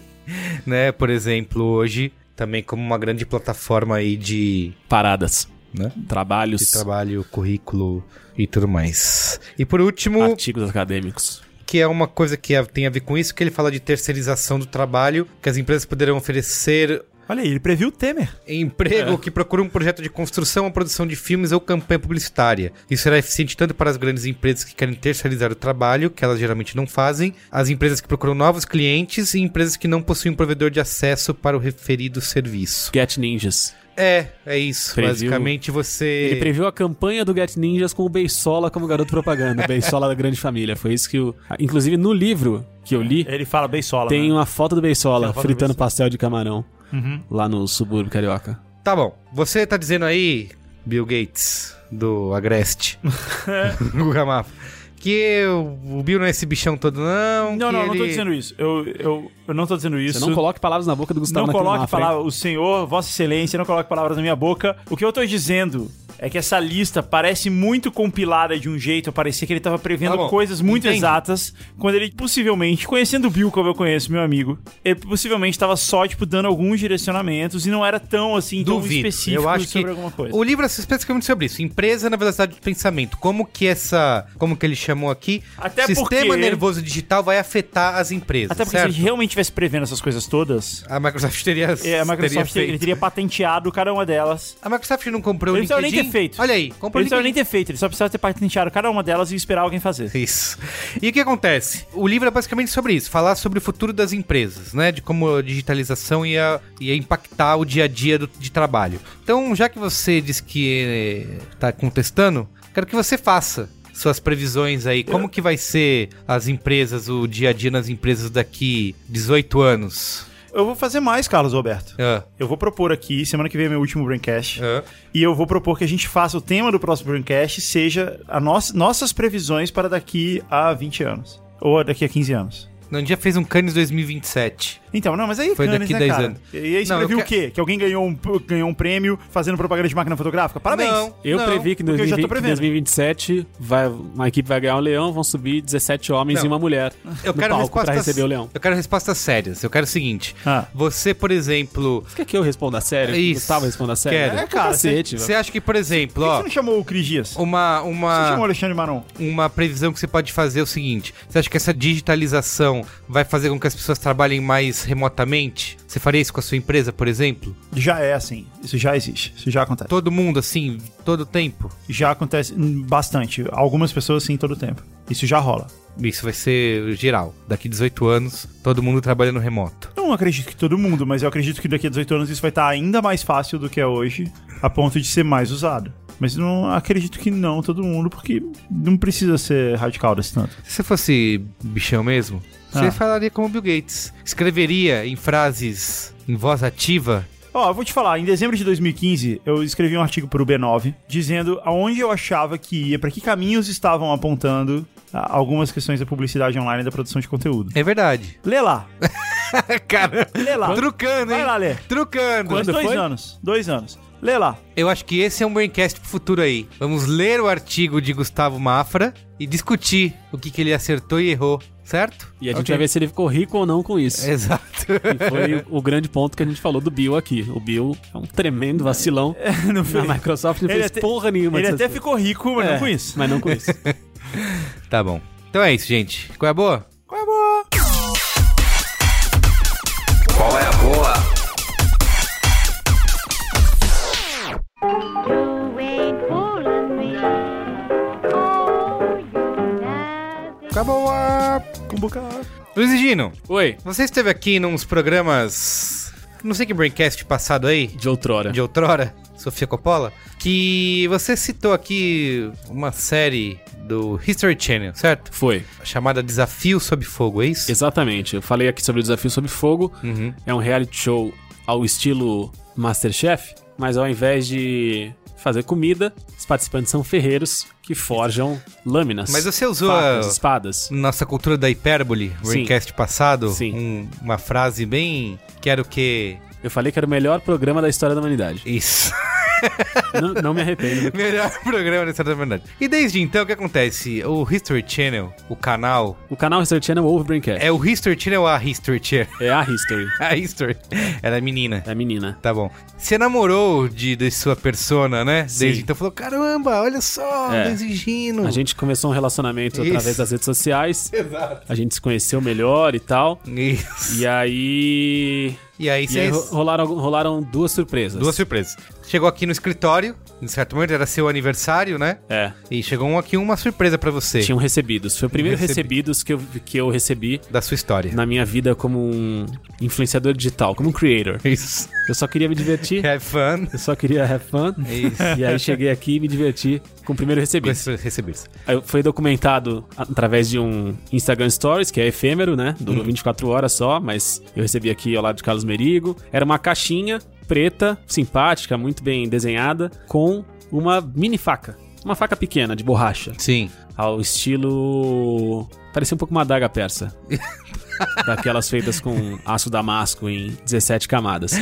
né? Por exemplo, hoje, também como uma grande plataforma aí de,
Paradas.
Né?
Trabalhos.
de trabalho, currículo e tudo mais. E por último,
Artigos acadêmicos.
que é uma coisa que é- tem a ver com isso, que ele fala de terceirização do trabalho, que as empresas poderão oferecer
Olha aí, ele previu o Temer. É.
emprego que procura um projeto de construção, a produção de filmes ou campanha publicitária. Isso será eficiente tanto para as grandes empresas que querem terceirizar o trabalho, que elas geralmente não fazem, as empresas que procuram novos clientes e empresas que não possuem um provedor de acesso para o referido serviço.
Get Ninjas.
É, é isso.
Previu-
Basicamente
Ele
você
previu a campanha do Get Ninjas com o Beisola como garoto propaganda. Beisola da grande família. Foi isso que o. Inclusive no livro que eu li,
Ele fala bem sola.
tem
né?
uma foto do
Tem
Beisola
uma foto do
fritando
Beisola.
pastel de camarão
Uhum.
lá no subúrbio carioca.
Tá bom. Você tá dizendo aí, Bill Gates, do Agreste, Guga Mafra, que o o Bill não é esse bichão todo, não. que
Não, não, eu
ele...
não tô dizendo isso. Eu, eu, eu não tô dizendo isso.
um Você não coloque palavras na boca do Gustavo
Não
naquele
coloque
mapa, hein?
palavras, o senhor, vossa excelência, não coloque palavras na minha boca. O que eu tô dizendo é que essa lista parece muito compilada de um jeito, parecia que ele tava prevendo
Tá bom,
coisas muito
entendi.
exatas, quando ele possivelmente, conhecendo o Bill como eu conheço, meu amigo, ele possivelmente tava só, tipo, dando alguns direcionamentos e não era tão, assim, tão
Duvido.
específico
Eu acho
sobre
que
alguma coisa.
o livro é especificamente sobre isso. Empresa na velocidade do pensamento. Como que essa, como que ele chamou aqui,
Até
sistema
porque-
nervoso digital vai afetar as empresas,
Até porque
certo?
se ele realmente tivesse prevendo essas coisas todas,
A Microsoft teria,
é, a Microsoft
teria
teria, ele
feito.
teria patenteado cada uma delas.
A Microsoft não comprou
Ele
o
não precisava
LinkedIn.
nem ter feito.
Olha aí,
Ele não
comprou o
precisava
LinkedIn.
nem ter feito, ele só precisava ter patenteado cada uma delas e esperar alguém fazer.
Isso. E o que acontece? O livro é basicamente sobre isso, falar sobre o futuro das empresas, né? De como a digitalização ia, ia impactar o dia a dia do- de trabalho. Então, já que você diz que está contestando, quero que você faça suas previsões aí. Como que vai ser as empresas, o dia a dia nas empresas daqui 18 anos?
Eu vou fazer mais, Carlos Roberto.
Ah,
Eu vou propor aqui, semana que vem é meu último Braincast,
ah.
e eu vou propor que a gente faça o tema do próximo Braincast seja a nossa- nossas previsões para daqui a 20 anos. Ou daqui a 15 anos.
Não, a gente já fez um Cannes 2027.
Então, não, mas aí
Foi
Cannes,
daqui
né,
10
cara?
anos.
E aí
Não,
escrevi
eu
o quê? Que alguém ganhou um, ganhou um prêmio fazendo propaganda de máquina fotográfica? Parabéns!
Não.
Eu previ que em
porque eu já tô
2020, que em
prevendo.
2027 vai, uma equipe vai ganhar um leão, vão subir 17 homens
Não.
e uma mulher
Eu
no
quero
palco pra
respostas.
receber o leão.
Eu quero respostas sérias. Eu quero o seguinte:
Ah.
você, por exemplo,
Você quer que eu responda sério?
É Isso.
Gustavo responda sério?
Quero.
É, cara, cacete,
você acha que, por exemplo,
Por que você
ó,
não chamou o Cris Dias? Por
uma
que você
uma
chamou o Alexandre Maron?
uma previsão que você pode fazer é o seguinte: você acha que essa digitalização vai fazer com que as pessoas trabalhem mais remotamente? Você faria isso com a sua empresa, por exemplo?
Já é assim. Isso já existe. Isso já acontece.
Todo mundo, assim, todo tempo?
Já acontece hum, bastante. Algumas pessoas, sim, todo tempo. Isso já rola.
Isso vai ser geral. Daqui 18 anos, todo mundo trabalhando remoto.
Não acredito que todo mundo, mas eu acredito que daqui a 18 anos isso vai estar ainda mais fácil do que é hoje, a ponto de ser mais usado. Mas não acredito que não todo mundo, porque não precisa ser radical desse tanto.
Se você fosse bichão mesmo, você
Ah.
falaria como Bill Gates. Escreveria em frases em voz ativa.
Ó, eu vou te falar, em dezembro de 2015, eu escrevi um artigo pro B9 dizendo aonde eu achava que ia, pra que caminhos estavam apontando ah, algumas questões da publicidade online e da produção de conteúdo.
É verdade.
Lê lá,
Cara,
lê lá.
trucando, hein?
Vai lá, Lê.
Trucando.
Faz dois anos, dois anos. Lê lá.
Eu acho que esse é um braincast pro futuro aí. Vamos ler o artigo de Gustavo Mafra e discutir o que, que ele acertou e errou, certo?
E a gente
Ok. É.
vai ver se ele ficou rico ou não com isso.
Exato.
E foi o- o grande ponto que a gente falou do Bill aqui. O Bill é um tremendo vacilão na Microsoft, não
Ele
fez
até-
porra nenhuma
Ele
dessas
até
coisas.
ficou rico, mas
É,
não com isso.
Mas não com isso.
tá bom. Então é isso, gente. Qual é a boa?
Qual é a boa?
ain't fooling me. Oh, you nasty.
Qual é a boa? Luiz e Gino,
Oi,
você esteve aqui nos programas. Não sei que braincast passado aí.
de outrora.
de outrora, Sofia Coppola, que você citou aqui uma série do History Channel, certo?
Foi,
Chamada Desafio Sob Fogo, é isso?
exatamente. Eu falei aqui sobre o Desafio Sob Fogo.
Uhum.
É um reality show ao estilo Masterchef, mas ao invés de fazer comida, os participantes são ferreiros que forjam lâminas.
Mas você usou
facas,
a-
espadas.
Nossa cultura da hipérbole,
Sim.
braincast passado,
Sim.
um- uma frase bem. Quero que.
Eu falei que era o melhor programa da história da humanidade.
Isso.
não, não me arrependo.
Melhor programa da história da verdade. E desde então, o que acontece? O History Channel, o canal.
O canal History Channel ouve o Braincast.
É o History Channel ou a History Channel?
É a History.
A History. Ela é menina.
É a menina.
Tá bom. Você namorou de, de sua persona, né?
Sim.
Desde então falou: caramba, olha só,
É.
é. exigindo.
A gente começou um relacionamento
Isso.
através das redes sociais. A gente se conheceu melhor e tal.
Isso.
E aí.
E aí
E
você.
aí ro- rolaram, algum- rolaram duas surpresas.
Duas surpresas. Chegou aqui no escritório, em certo momento era seu aniversário, né?
É.
E chegou um- aqui uma surpresa pra você.
Tinham recebidos. Foi o primeiro
Recebi-
recebidos que eu, que eu recebi
Da sua história.
na minha vida como um influenciador digital, como um creator.
Isso.
Eu só queria me divertir.
Have fun.
Eu só queria have fun.
Isso.
E aí cheguei aqui e me diverti com o primeiro
Com
recebido.
esses recebidos.
Aí Foi documentado através de um Instagram Stories, que é efêmero, né? Durou
Uhum.
24 horas só, mas eu recebi aqui ao lado de Carlos Merigo. Era uma caixinha preta, simpática, muito bem desenhada, com uma mini faca. Uma faca pequena, de borracha.
Sim.
Ao estilo. Parecia um pouco uma adaga persa. Daquelas feitas com aço damasco em 17 camadas.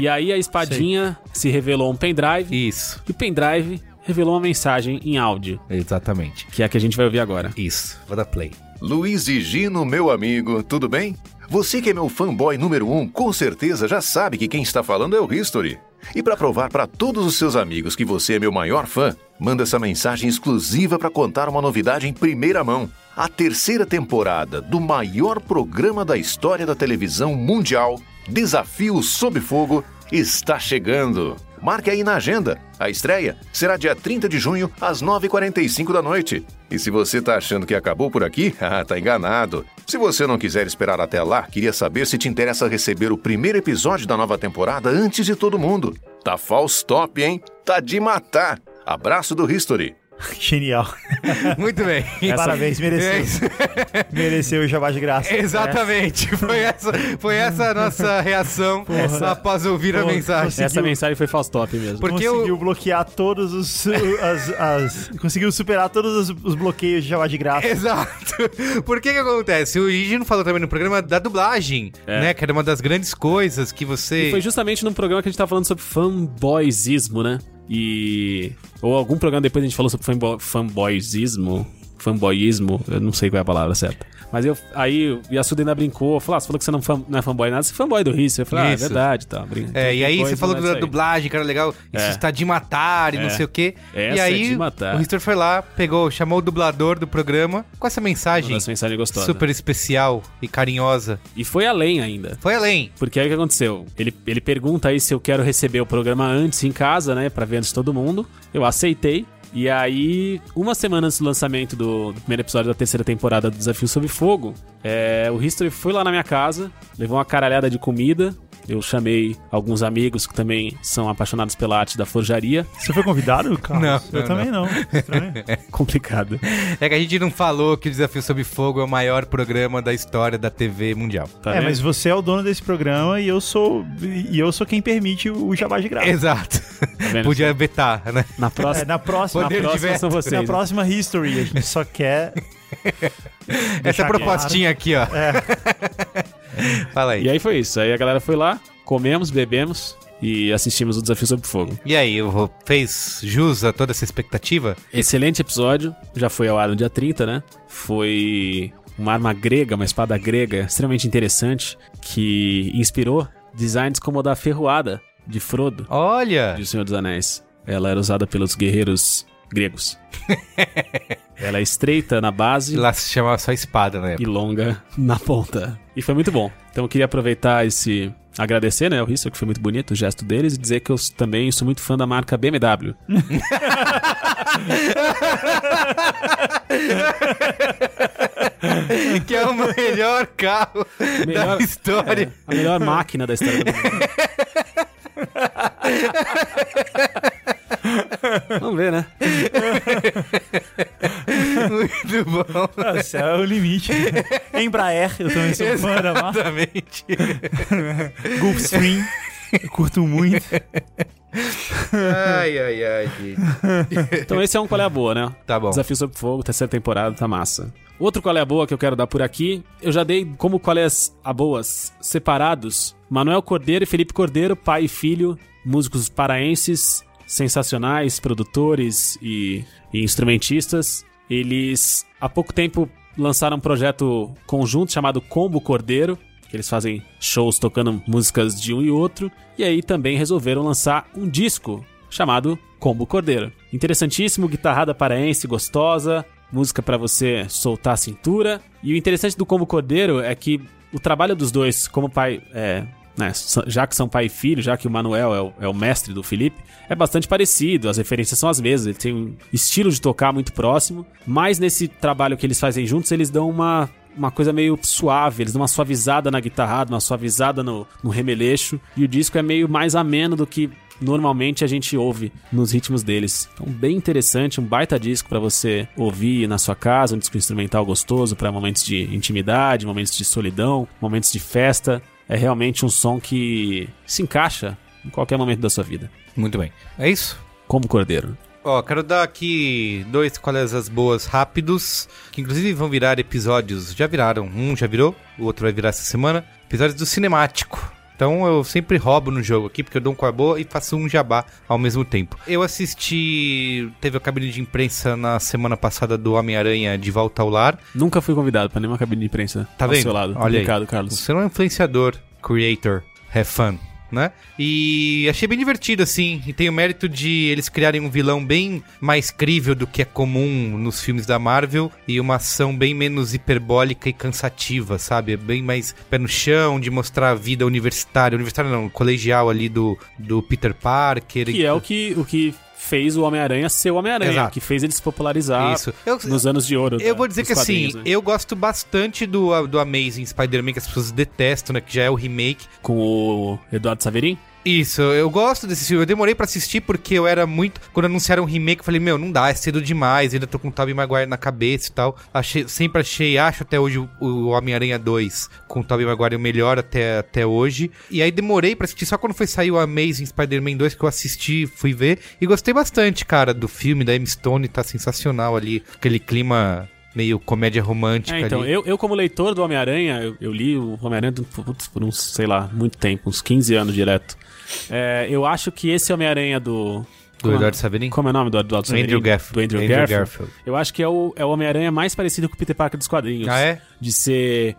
E aí a espadinha se revelou um pendrive.
Isso.
E o pendrive revelou uma mensagem em áudio,
Exatamente.
que é a que a gente vai ouvir agora.
Isso. Vou dar play.
Luiz e Gino, meu amigo, tudo bem? Você que é meu fanboy número um, com certeza já sabe que quem está falando é o History. E para provar para todos os seus amigos que você é meu maior fã, manda essa mensagem exclusiva para contar uma novidade em primeira mão. A terceira temporada do maior programa da história da televisão mundial, Desafio Sob Fogo, está chegando. Marque aí na agenda. A estreia será dia 30 de junho, às 9h45 da noite. E se você tá achando que acabou por aqui, ah, tá enganado. Se você não quiser esperar até lá, queria saber se te interessa receber o primeiro episódio da nova temporada antes de todo mundo. Tá false top, hein? Tá de matar. Abraço do History.
Genial.
Muito bem.
Parabéns, mereceu.
É isso.
Mereceu o jabá de graça.
Exatamente. Foi essa, foi essa a nossa reação após ouvir a
Porra.
mensagem.
Essa mensagem foi Faustop mesmo.
Porque
conseguiu
eu-
bloquear todos os. as- as- conseguiu superar todos os, os bloqueios de jabá de graça.
É. Exato. Por que que acontece? O Igi não falou também no programa da dublagem, né? Que era uma das grandes coisas que você...
E foi justamente num programa que a gente tava falando sobre fanboysismo, né? E. Ou algum programa depois a gente falou sobre fanbo... fanboysismo. Fanboyismo, eu não sei qual é a palavra certa. Mas eu. Aí o Yasuda ainda brincou, falou: ah, você falou que você não, fan- não é fanboy nada, você é fanboy do Riz. Eu falei, ah, é
Isso.
verdade, tá. Brinca.
É, e aí você
Depois
falou
não é
da
isso aí.
dublagem, cara, legal, isso
É.
está de matar e não
É.
sei o quê.
Essa
e
é
aí
de matar.
o Richter foi lá, pegou, chamou o dublador do programa com essa
Uma
mensagem
das mensagens gostosas.
super especial e carinhosa.
E foi além ainda.
Foi além.
Porque aí o que aconteceu? Ele, ele pergunta aí se eu quero receber o programa antes em casa, né? Pra ver antes de todo mundo. Eu aceitei. E aí, uma semana antes do lançamento do, do primeiro episódio da terceira temporada do Desafio Sob Fogo, é, o History foi lá na minha casa, levou uma caralhada de comida. Eu chamei alguns amigos que também são apaixonados pela arte da forjaria.
Você foi convidado, Carlos?
Não,
Eu
não,
também não. Estranho.
Complicado.
É que a gente não falou que o Desafio Sob Fogo é o maior programa da história da TV mundial.
Tá
é,
vendo?
mas você é o dono desse programa e eu sou. E eu sou quem permite o jabá de graça.
Exato.
Tá vendo?
Podia vetar, né?
Na
É,
próxima,
na próxima.
Poder
na
de
próxima
veto.
são vocês.
Na
né?
próxima history, a gente só quer.
Essa
Deixar
propostinha aqui, ó.
é,
Fala aí.
E aí foi isso. Aí a galera foi lá, comemos, bebemos e assistimos o Desafio Sob Fogo.
E aí, eu vou- fez jus a toda essa expectativa?
Excelente episódio, já foi ao ar no dia 30, né? Foi uma arma grega, uma espada grega extremamente interessante que inspirou designs como a da ferroada de Frodo,
Olha!
de O Senhor dos Anéis. Ela era usada pelos guerreiros gregos. Ela é estreita na base
Lá se chamava só espada, né?
e longa na ponta. E foi muito bom. Então eu queria aproveitar esse. Agradecer, né, o Risso, que foi muito bonito o gesto deles, e dizer que eu também sou muito fã da marca BMW.
Que é o melhor carro
Melhor-
da história.
A melhor máquina da história do mundo. Vamos ver, né?
É.
Muito bom.
Esse é o limite. Embraer, eu também sou fã da marca.
Exatamente.
Gulfstream, eu curto muito.
Ai, ai, ai, gente.
Então esse é um qual é a boa, né?
Tá bom.
Desafio Sob Fogo, terceira temporada, tá massa. Outro qual é a boa que eu quero dar por aqui, eu já dei como qual é as a boas separados. Manuel Cordeiro e Felipe Cordeiro, pai e filho, músicos paraenses, sensacionais, produtores e, e instrumentistas. Eles há pouco tempo lançaram um projeto conjunto chamado Combo Cordeiro, que eles fazem shows tocando músicas de um e outro, e aí também resolveram lançar um disco chamado Combo Cordeiro. Interessantíssimo, guitarrada paraense gostosa, música pra você soltar a cintura. E o interessante do Combo Cordeiro é que o trabalho dos dois, como pai, é, né, sa- já que são pai e filho, já que o Manuel é o, é o mestre do Felipe, é bastante parecido, as referências são as mesmas, ele tem um estilo de tocar muito próximo, mas nesse trabalho que eles fazem juntos, eles dão uma uma coisa meio suave, eles dão uma suavizada na guitarrada, uma suavizada no, no remeleixo, e o disco é meio mais ameno do que normalmente a gente ouve nos ritmos deles. Então, bem interessante, um baita disco pra você ouvir na sua casa, um disco instrumental gostoso pra momentos de intimidade, momentos de solidão, momentos de festa. É realmente um som que se encaixa em qualquer momento da sua vida.
Muito bem. É isso?
Como um cordeiro.
Ó, quero dar aqui dois colhas as boas rápidos, que inclusive vão virar episódios. Já viraram, um já virou, o outro vai virar essa semana. Episódios do cinemático. Então eu sempre roubo no jogo aqui, porque eu dou um com a boa e faço um jabá ao mesmo tempo. Eu assisti. Teve a cabine de imprensa na semana passada do Homem-Aranha de Volta ao Lar.
Nunca fui convidado pra nenhuma cabine de imprensa
Tá
ao
vendo?
seu lado.
Olha aí.
Obrigado, Carlos.
Você é um influenciador, creator, have fun, né? E achei bem divertido, assim. E tem o mérito de eles criarem um vilão bem mais crível do que é comum nos filmes da Marvel e uma ação bem menos hiperbólica e cansativa, sabe? É Bem mais pé no chão, de mostrar a vida universitária, universitária não, colegial ali do, do Peter Parker.
Que é o que, o que fez o Homem-Aranha ser o Homem-Aranha,
Exato.
que fez ele se popularizar
Isso. Eu-
nos anos de ouro.
Eu
da-
vou dizer
dos
que assim,
quadrinhos, né?
eu gosto bastante do, do Amazing Spider-Man, que as pessoas detestam, né? Que já é o remake.
Com o Eduardo Saverin?
Isso, eu gosto desse filme. Eu demorei pra assistir porque eu era muito. Quando anunciaram o remake, eu falei, meu, não dá, é cedo demais. Ainda tô com o Tobey Maguire na cabeça e tal. Achei, sempre achei, acho até hoje o, o Homem-Aranha 2 com o Tobey Maguire o melhor até, até hoje. E aí demorei pra assistir, só quando foi sair o Amazing Spider-Man 2 que eu assisti, fui ver. E gostei bastante, cara, do filme da M. Stone, tá sensacional ali. Aquele clima meio comédia romântica
É, então,
ali.
eu, eu como leitor do Homem-Aranha, eu, eu li o Homem-Aranha do- putz, por uns, sei lá, muito tempo, uns 15 anos direto. É, eu acho que esse Homem-Aranha do...
Do
como é-
Eduardo Saverin?
Como é o nome do Eduardo Saverin?
Andrew Garfield.
Do Andrew,
Andrew
Garfield.
Garfield.
Eu acho que é o, é o Homem-Aranha mais parecido com o Peter Parker dos quadrinhos.
Ah, é?
De ser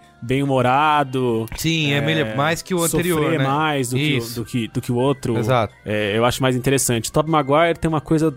bem-humorado...
Sim, é, melhor, mais que o anterior,
sofrer
né?
mais do que, o-
Isso.
do, que, do que o outro.
Exato.
É, eu acho mais interessante. Top Maguire tem uma coisa...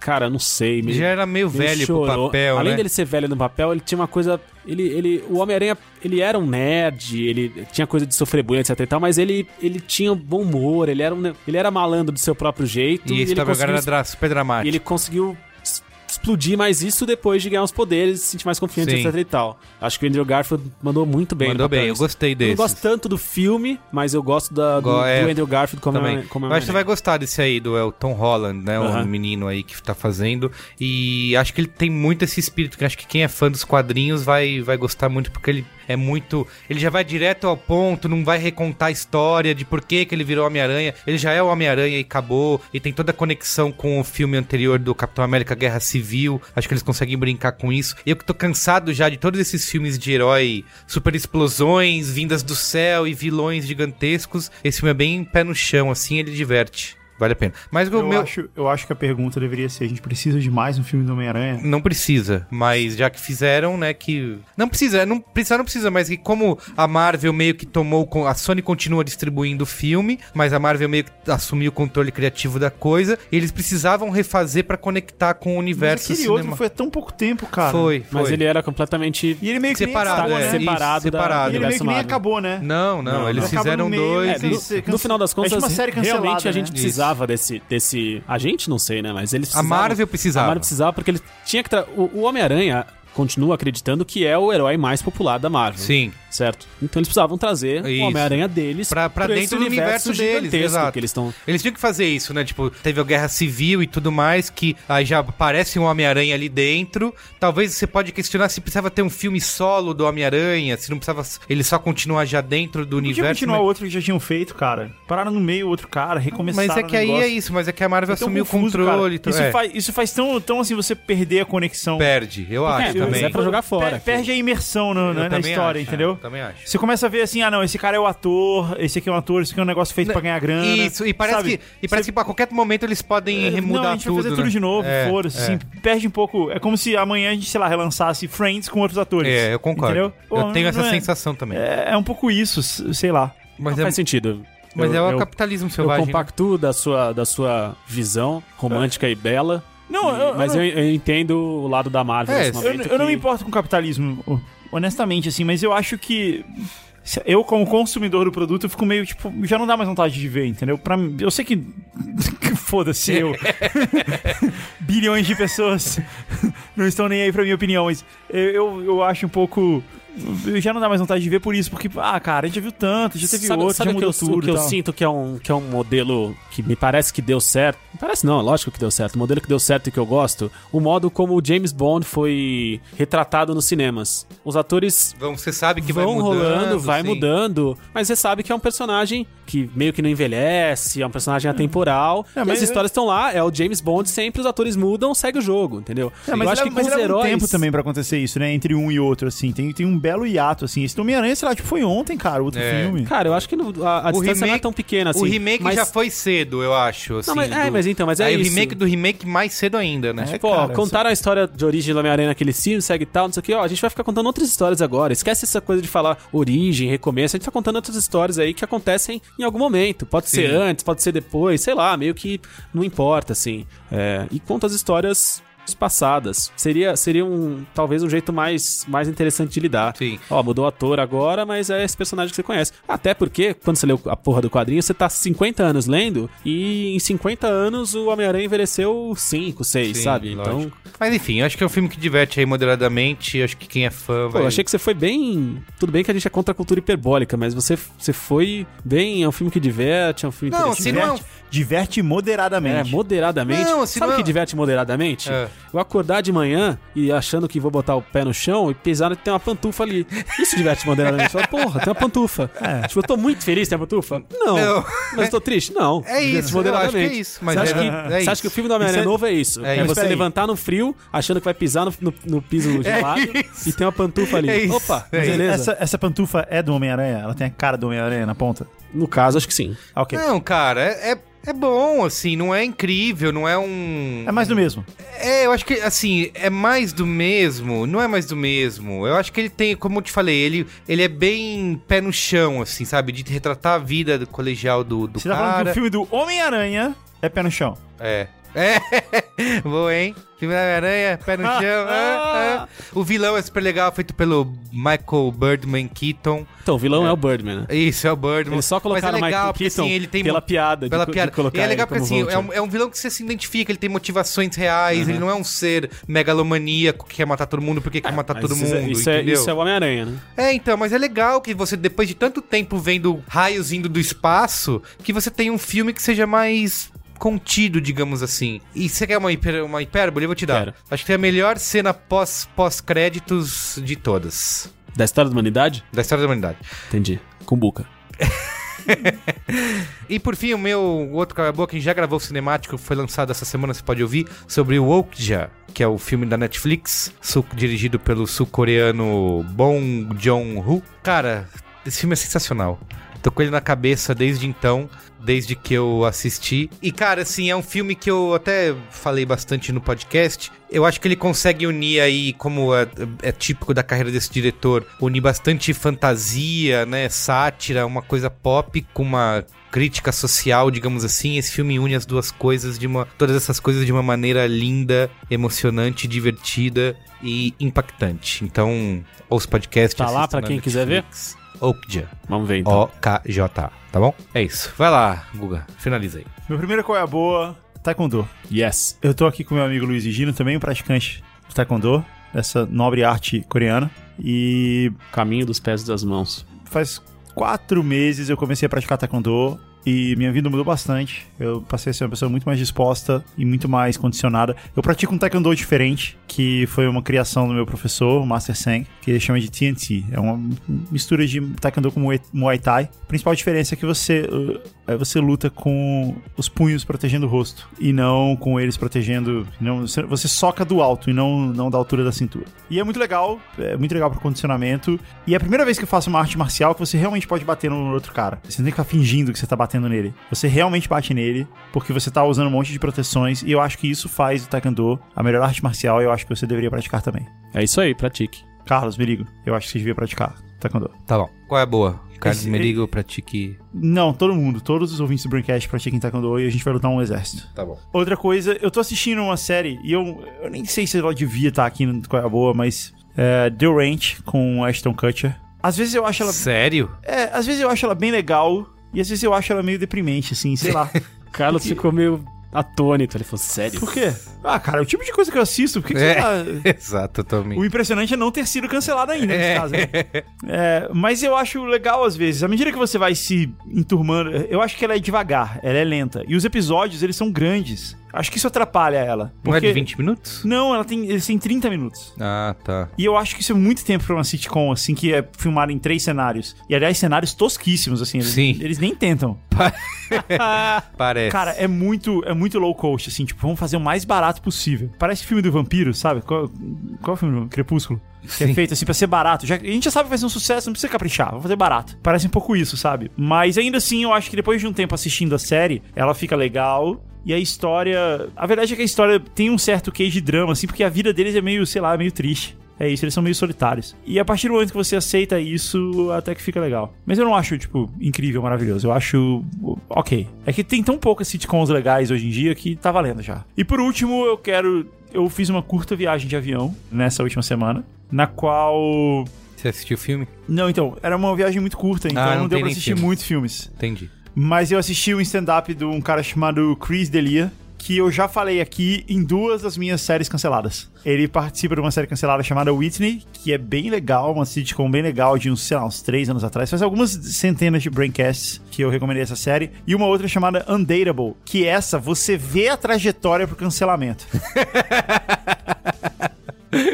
Cara, não sei. meio-
Já era meio
ele
velho pro
chorou.
papel,
Além
né?
dele ser velho no papel, ele tinha uma coisa. Ele, ele, o Homem-Aranha, ele era um nerd, ele tinha coisa de sofrer bullying, etc e tal, mas ele, ele tinha um bom humor, ele era, um, ele era malandro do seu próprio jeito.
E esse
ele
Tobey Maguire era
conseguiu,
dra- super
e
dramático.
ele conseguiu es- explodir mais isso depois de ganhar os poderes, se sentir mais confiante,
Sim.
etc e tal. Acho que o Andrew Garfield mandou muito bem.
Mandou
no papel
bem, eu
isso.
gostei
Eu
desse.
não gosto tanto do filme, mas eu gosto da- do,
Go- é,
do Andrew Garfield como
também.
Homem- como
eu acho que você vai
Homem-Aranha.
gostar desse aí, do Elton Holland, né?
Aham.
O menino aí que tá fazendo. E acho que ele tem muito esse espírito, que acho que quem é fã dos quadrinhos vai, vai gostar muito, porque ele é muito. Ele já vai direto ao ponto, não vai recontar a história de por que, que ele virou Homem-Aranha. Ele já é o Homem-Aranha e acabou. E tem toda a conexão com o filme anterior do Capitão América Guerra Civil. Acho que eles conseguem brincar com isso. Eu que tô cansado já de todos esses filmes de herói, super explosões, vindas do céu e vilões gigantescos. Esse filme é bem pé no chão, assim, ele diverte. Vale a pena. Mas o
Eu,
meu.
acho, eu acho que a pergunta deveria ser: a gente precisa de mais um filme do Homem-Aranha?
Não precisa, mas já que fizeram, né, que... Não precisa, não precisa, não precisa, mas que como a Marvel meio que tomou... con- A Sony continua distribuindo o filme, mas a Marvel meio que assumiu o controle criativo da coisa, e eles precisavam refazer pra conectar com o
Mas
universo
aquele
cinema.
outro foi há tão pouco tempo, cara.
foi, foi.
Mas ele era completamente
E ele meio que
Separado,
nem acabou,
é,
né?
isso,
separado da-
separado.
E ele meio que nem
Marvel.
acabou, né?
Não, não,
Não,
eles
não. Acaba
fizeram
no meio,
dois...
é,
e-
no- Você
No
cance-
final das contas, assim,
É tipo uma série cancelada,
realmente a
né?
gente precisava desse, desse. A gente não sei, né? Mas eles
A
precisavam.
Marvel
A
precisava.
Marvel precisava porque ele tinha que. Tra... O, o Homem-Aranha continua acreditando que é o herói mais popular da Marvel.
Sim.
Certo? Então eles precisavam trazer
Isso.
o Homem-Aranha deles
Pra, pra
pro
dentro
esse
do universo, deles,
gigantesco
exato.
que eles estão.
Eles tinham que fazer isso, né? Tipo, teve a guerra civil e tudo mais, que aí já aparece um Homem-Aranha ali dentro. Talvez você pode questionar se precisava ter um filme solo do Homem-Aranha, se não precisava ele só continuar já dentro do
Podia
universo.
continuar
mas-
outro que já tinham feito, cara. Pararam no meio, outro cara, recomeçaram
Mas é que aí é isso, mas é que a Marvel assumiu o controle. e tudo-
Cara. Isso,
é,
faz, um- isso faz tão, tão assim você perder a conexão.
Perde, eu acho
mas
também.
é pra jogar fora.
Per- perde a imersão no- né,
Eu
na, na
também
história,
acho,
entendeu?
é, também acho.
Você começa a ver assim, ah não, esse cara é o ator, esse aqui é um ator, esse aqui é um negócio feito pra ganhar grana.
Isso, e parece,
sabe?
que, e parece
Você- É,
que a qualquer momento eles podem remudar
não, a gente
tudo.
vai fazer tudo
né?
de novo,
É,
foda-se,
é.
assim, perde um pouco. É como se amanhã a gente, sei lá, relançasse Friends com outros atores.
É, eu concordo.
Entendeu? Pô,
eu tenho
não
essa
é-
sensação também.
É, é um pouco isso, s- sei lá.
Mas,
Não
é,
faz sentido.
mas é
eu,
o
eu,
capitalismo
eu
selvagem. né?
compactuo da sua, da sua visão romântica e bela.
Não,
e-
eu,
mas
eu,
eu, eu entendo o lado da Marvel
É,
nesse
eu-
eu,
momento.
eu não
que-
me importo com o capitalismo, ho- honestamente, assim, mas eu acho que. se- Eu, como consumidor do produto, eu fico meio tipo. Já não dá mais vontade de ver, entendeu? Pra, mim- eu sei que. que Foda-se eu. Bilhões de pessoas não estão nem aí pra minha opinião, mas eu, eu, eu acho um pouco. eu Já não dá mais vontade de ver por isso, porque, ah, cara, a gente já viu tanto, já teve
sabe,
outro,
sabe
já
o que eu,
mudou tudo.
o que
e
eu
tal.
sinto que é, um, que é um modelo que me parece que deu certo? Me Parece não, é lógico que deu certo. O modelo que deu certo e que eu gosto, o modo como o James Bond foi retratado nos cinemas. Os atores
Vão, você sabe que vai
vão
mudando.
rolando, vai
sim.
mudando, mas você sabe que é um personagem que meio que não envelhece, é um personagem atemporal.
É,
e
mas
as histórias estão lá, é o James Bond, sempre os atores mudam, segue o jogo, entendeu?
É, mas
eu
leva-
acho que com
mas
os
leva
heróis...
um tempo também pra acontecer isso, né? Entre um e outro, assim. Tem, tem um belo hiato, assim. Esse do Homem-Aranha, sei lá, tipo, foi ontem, cara, o outro
É.
filme.
Cara, eu acho que no- a, a distância não é
remake-
tão pequena assim.
o remake
mas-
já foi cedo, eu acho. Assim,
mas- é, mas então, mas é
Aí
isso. Tipo,
O remake do remake mais cedo ainda, né?
É,
Pô,
cara,
contaram a história de origem do Homem-Aranha naquele filme, segue e tal, não sei o que. Ó, a gente vai ficar contando outras histórias agora. Esquece essa coisa de falar origem, recomeço. A gente tá contando outras histórias aí que acontecem em algum momento. Pode ser
Sim.
antes, pode ser depois, sei lá, meio que não importa, assim. É, e conta as histórias espaçadas. Seria, seria um, talvez um jeito mais, mais interessante de lidar.
Sim.
Ó, mudou o ator agora, mas é esse personagem que você conhece. Até porque, quando você lê o- a porra do quadrinho, você tá 50 anos lendo e em 50 anos o Homem-Aranha envelheceu 5, 6,
Sim,
sabe? Então,
lógico. Mas enfim, acho que é um filme que diverte aí moderadamente. Acho que quem é fã
Pô,
vai.
eu achei que você foi bem. Tudo bem que a gente é contra a cultura hiperbólica, mas você, você foi bem. É um filme que diverte, é um filme
Não,
interessante.
assim, não é um-
Diverte
É,
moderadamente.
moderadamente.
Não, assim,
Sabe o
não é-
que diverte moderadamente?
É.
Eu acordar de manhã e achando que vou botar o pé no chão e pisar que tem uma pantufa ali. Isso diverte moderadamente. Fala, porra, tem uma pantufa. Tipo, eu tô muito feliz, tem a pantufa? Não.
Não.
Mas eu tô triste? Não.
É
Diverte
isso, eu acho que é isso. Mas
você acha,
é-
que,
é
você
isso.
acha que o filme do Homem-Aranha
Isso é-
novo é isso?
É
É,
isso.
você
Peraí.
levantar no frio, achando que vai pisar no, no, no piso gelado e tem uma pantufa ali.
É isso.
Opa,
É isso.
beleza.
Essa, essa pantufa é do Homem-Aranha? Ela tem a cara do Homem-Aranha na ponta?
No caso, acho que sim.
Ah, ok.
Não, cara, é, é, é bom, assim, não é incrível, não é um.
É mais do mesmo.
É, eu acho que, assim, é mais do mesmo, não é mais do mesmo. Eu acho que ele tem, como eu te falei, ele, ele é bem pé no chão, assim, sabe? De retratar a vida do colegial do, do
Você tá falando que
um
cara.
o filme do Homem-Aranha é pé no chão.
É. É, boa, hein? Filme da Aranha, pé no chão. ah, ah. O vilão é super legal, feito pelo Michael Birdman Keaton.
Então, o vilão é, o Birdman, né?
Isso, é o Birdman.
Eles só
Mas é
colocaram o
legal,
Michael
porque,
Keaton
assim, ele tem
pela piada. de
Pela
co- de
piada.
colocar
e é
ele
legal porque
como
assim,
Vulture.
é um, é um vilão que você se identifica, ele tem motivações reais, ele não é um ser megalomaníaco que quer matar todo mundo porque quer matar
Mas
todo
isso
mundo,
é- Isso é,
entendeu?
isso é o Homem-Aranha, né?
É, então, mas é legal que você, depois de tanto tempo vendo raios indo do espaço, que você tem um filme que seja mais contido, digamos assim. E você quer uma, hiper, uma hipérbole? Eu vou te dar.
Quero.
Acho que é a melhor cena pós- pós-créditos de todas.
Da história da humanidade?
Da história da humanidade.
Entendi. Cumbuca.
E por fim, o meu outro cala-boca, que já gravou o cinemático, foi lançado essa semana, você pode ouvir, sobre o Okja, que é o filme da Netflix, su- dirigido pelo sul-coreano Bong Joon-ho. Cara, esse filme é sensacional. Tô com ele na cabeça desde então, desde que eu assisti. E, cara, assim, é um filme que eu até falei bastante no podcast. Eu acho que ele consegue unir aí, como é, é típico da carreira desse diretor, unir bastante fantasia, né? Sátira, uma coisa pop com uma crítica social, digamos assim. Esse filme une as duas coisas de uma. Todas essas coisas de uma maneira linda, emocionante, divertida e impactante. Então, ouça o podcast.
Tá lá
assista
pra
na
quem quiser
Netflix. Okja.
Vamos ver então.
OKJ, tá bom? É isso. Vai lá, Guga, finaliza aí.
Meu primeiro qual é a boa? Taekwondo.
Yes.
Eu tô aqui com meu amigo Luiz Gino, também um praticante do Taekwondo, essa nobre arte coreana. E
Caminho dos pés e das mãos.
faz quatro meses eu comecei a praticar taekwondo e minha vida mudou bastante. Eu passei a ser uma pessoa muito mais disposta e muito mais condicionada. Eu pratico um taekwondo diferente, que foi uma criação do meu professor, o Master Seng, que ele chama de TNT. É uma mistura de taekwondo com muay- muay thai. A principal diferença é que você, uh, é você luta com os punhos protegendo o rosto e não com eles protegendo... Não, você- você soca do alto e não, não da altura da cintura. E é muito legal, é muito legal pro condicionamento. E é a primeira vez que eu faço uma arte marcial que você realmente pode bater no outro cara. Você não tem que ficar fingindo que você tá batendo nele. Você realmente bate nele, porque você tá usando um monte de proteções. E eu acho que isso faz o Taekwondo a melhor arte marcial. E eu acho que você deveria praticar também.
É isso aí, pratique.
Carlos, me liga. Eu acho que você devia praticar Taekwondo.
Tá bom. Qual é a boa? Carlos
Esse-
Merigo, pratique.
Não, todo mundo, todos os ouvintes do Braincast pratiquem Taekwondo e a gente vai lutar um exército.
Tá bom.
Outra coisa, eu tô assistindo uma série e eu, eu nem sei se ela devia estar aqui no Qual é a Boa, mas é, The Ranch com Ashton Kutcher. Às vezes eu acho ela.
Sério?
É, às vezes eu acho ela bem legal e às vezes eu acho ela meio deprimente, assim, sei lá.
O Carlos ficou meio atônito. Ele falou, sério?
Por quê? Ah, cara, é o tipo de coisa que eu assisto, por que, que você
É.
tá.
Exato, totalmente.
O impressionante é não ter sido cancelado ainda, nesse caso. né? É, mas eu acho legal às vezes. À medida que você vai se enturmando, eu acho que ela é devagar, ela é lenta. E os episódios, eles são grandes. Acho que isso atrapalha ela.
Não é de
porque-
20 minutos?
Não, ela tem, eles têm 30 minutos.
Ah, tá.
E eu acho que isso é muito tempo pra uma sitcom, assim, que é filmada em três cenários. E, aliás, cenários tosquíssimos, assim. Eles,
Sim.
eles nem tentam.
Parece.
Cara, é muito, é muito low cost, assim. Tipo, vamos fazer o mais barato possível. Parece filme do vampiro, sabe? Qual, qual é o filme do vampiro? Crepúsculo? Que é feito, assim, pra ser barato. Já, a gente já sabe que vai ser um sucesso, não precisa caprichar. Vamos fazer barato. Parece um pouco isso, sabe? Mas, ainda assim, eu acho que depois de um tempo assistindo a série, ela fica legal... E a história. A verdade é que a história tem um certo queijo de drama, assim, porque a vida deles é meio, sei lá, meio triste. É isso, eles são meio solitários. E a partir do momento que você aceita isso, até que fica legal. Mas eu não acho, tipo, incrível, maravilhoso. Eu acho. ok. É que tem tão poucas sitcoms legais hoje em dia que tá valendo já. E por último, eu quero eu fiz uma curta viagem de avião nessa última semana, na qual.
Você assistiu o filme?
Não, então, era uma viagem muito curta, então
Ah, não
não, deu
tem
pra
nem
assistir
filme.
muitos filmes.
Entendi.
Mas eu assisti um stand-up de um cara chamado Chris Delia, que eu já falei aqui em duas das minhas séries canceladas. Ele participa de uma série cancelada chamada Whitney, que é bem legal, uma sitcom bem legal de uns, sei lá, uns três anos atrás. Faz algumas centenas de braincasts que eu recomendei essa série. E uma outra chamada Undateable, que essa você vê a trajetória pro cancelamento.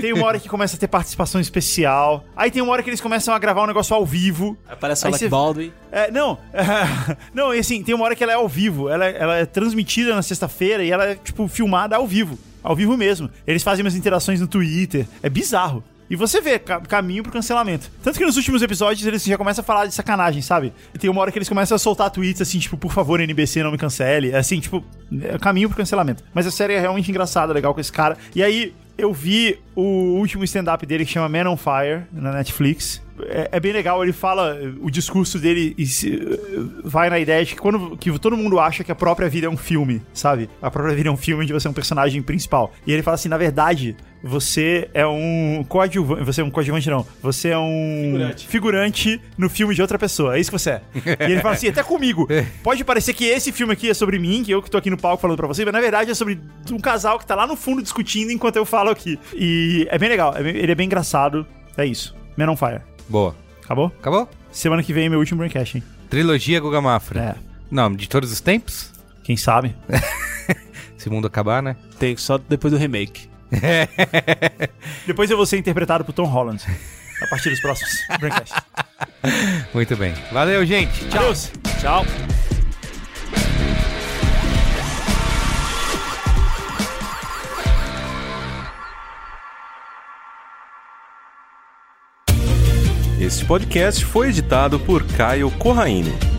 Tem uma hora que começa a ter participação especial. Aí tem uma hora que eles começam a gravar um negócio ao vivo.
Aparece
Aí
o Alec
você-
Baldwin.
É, não, não, e assim, tem uma hora que ela é ao vivo, ela, ela é transmitida na sexta-feira e ela é, tipo, filmada ao vivo, ao vivo mesmo. Eles fazem umas interações no Twitter, é bizarro. E você vê ca- caminho pro cancelamento. Tanto que nos últimos episódios eles já começam a falar de sacanagem, sabe? E tem uma hora que eles começam a soltar tweets assim, tipo, por favor, NBC, não me cancele. Assim, tipo, é caminho pro cancelamento. Mas a série é realmente engraçada, legal com esse cara. E aí, eu vi o último stand-up dele que chama Man on Fire na Netflix. É, é bem legal, ele fala o discurso dele e se- eh, vai na ideia de que, quando, que todo mundo acha que a própria vida é um filme, sabe? A própria vida é um filme onde você é um personagem principal. E ele fala assim: na verdade, você é um coadjuvante. Você é um coadjuvante, não. Você é um figurante. no filme de outra pessoa. É isso que você é. E ele fala assim: até comigo. Pode parecer que esse filme aqui é sobre mim, que eu que tô aqui no palco falando pra você, mas na verdade é sobre um casal que tá lá no fundo discutindo enquanto eu falo aqui. E é bem legal. é bem- ele é bem engraçado. É isso. Men on Fire.
Boa.
Acabou?
Acabou?
Semana que vem é meu último Braincast, hein?
Trilogia Guga Mafra.
É.
Não, de todos os tempos?
Quem sabe?
Se o mundo acabar, né?
Tem só depois do remake.
Depois eu vou ser interpretado por Tom Holland. A partir dos próximos Braincast.
Muito bem. Valeu, gente.
Tchau. Tchau.
Este podcast foi editado por Caio Corraine.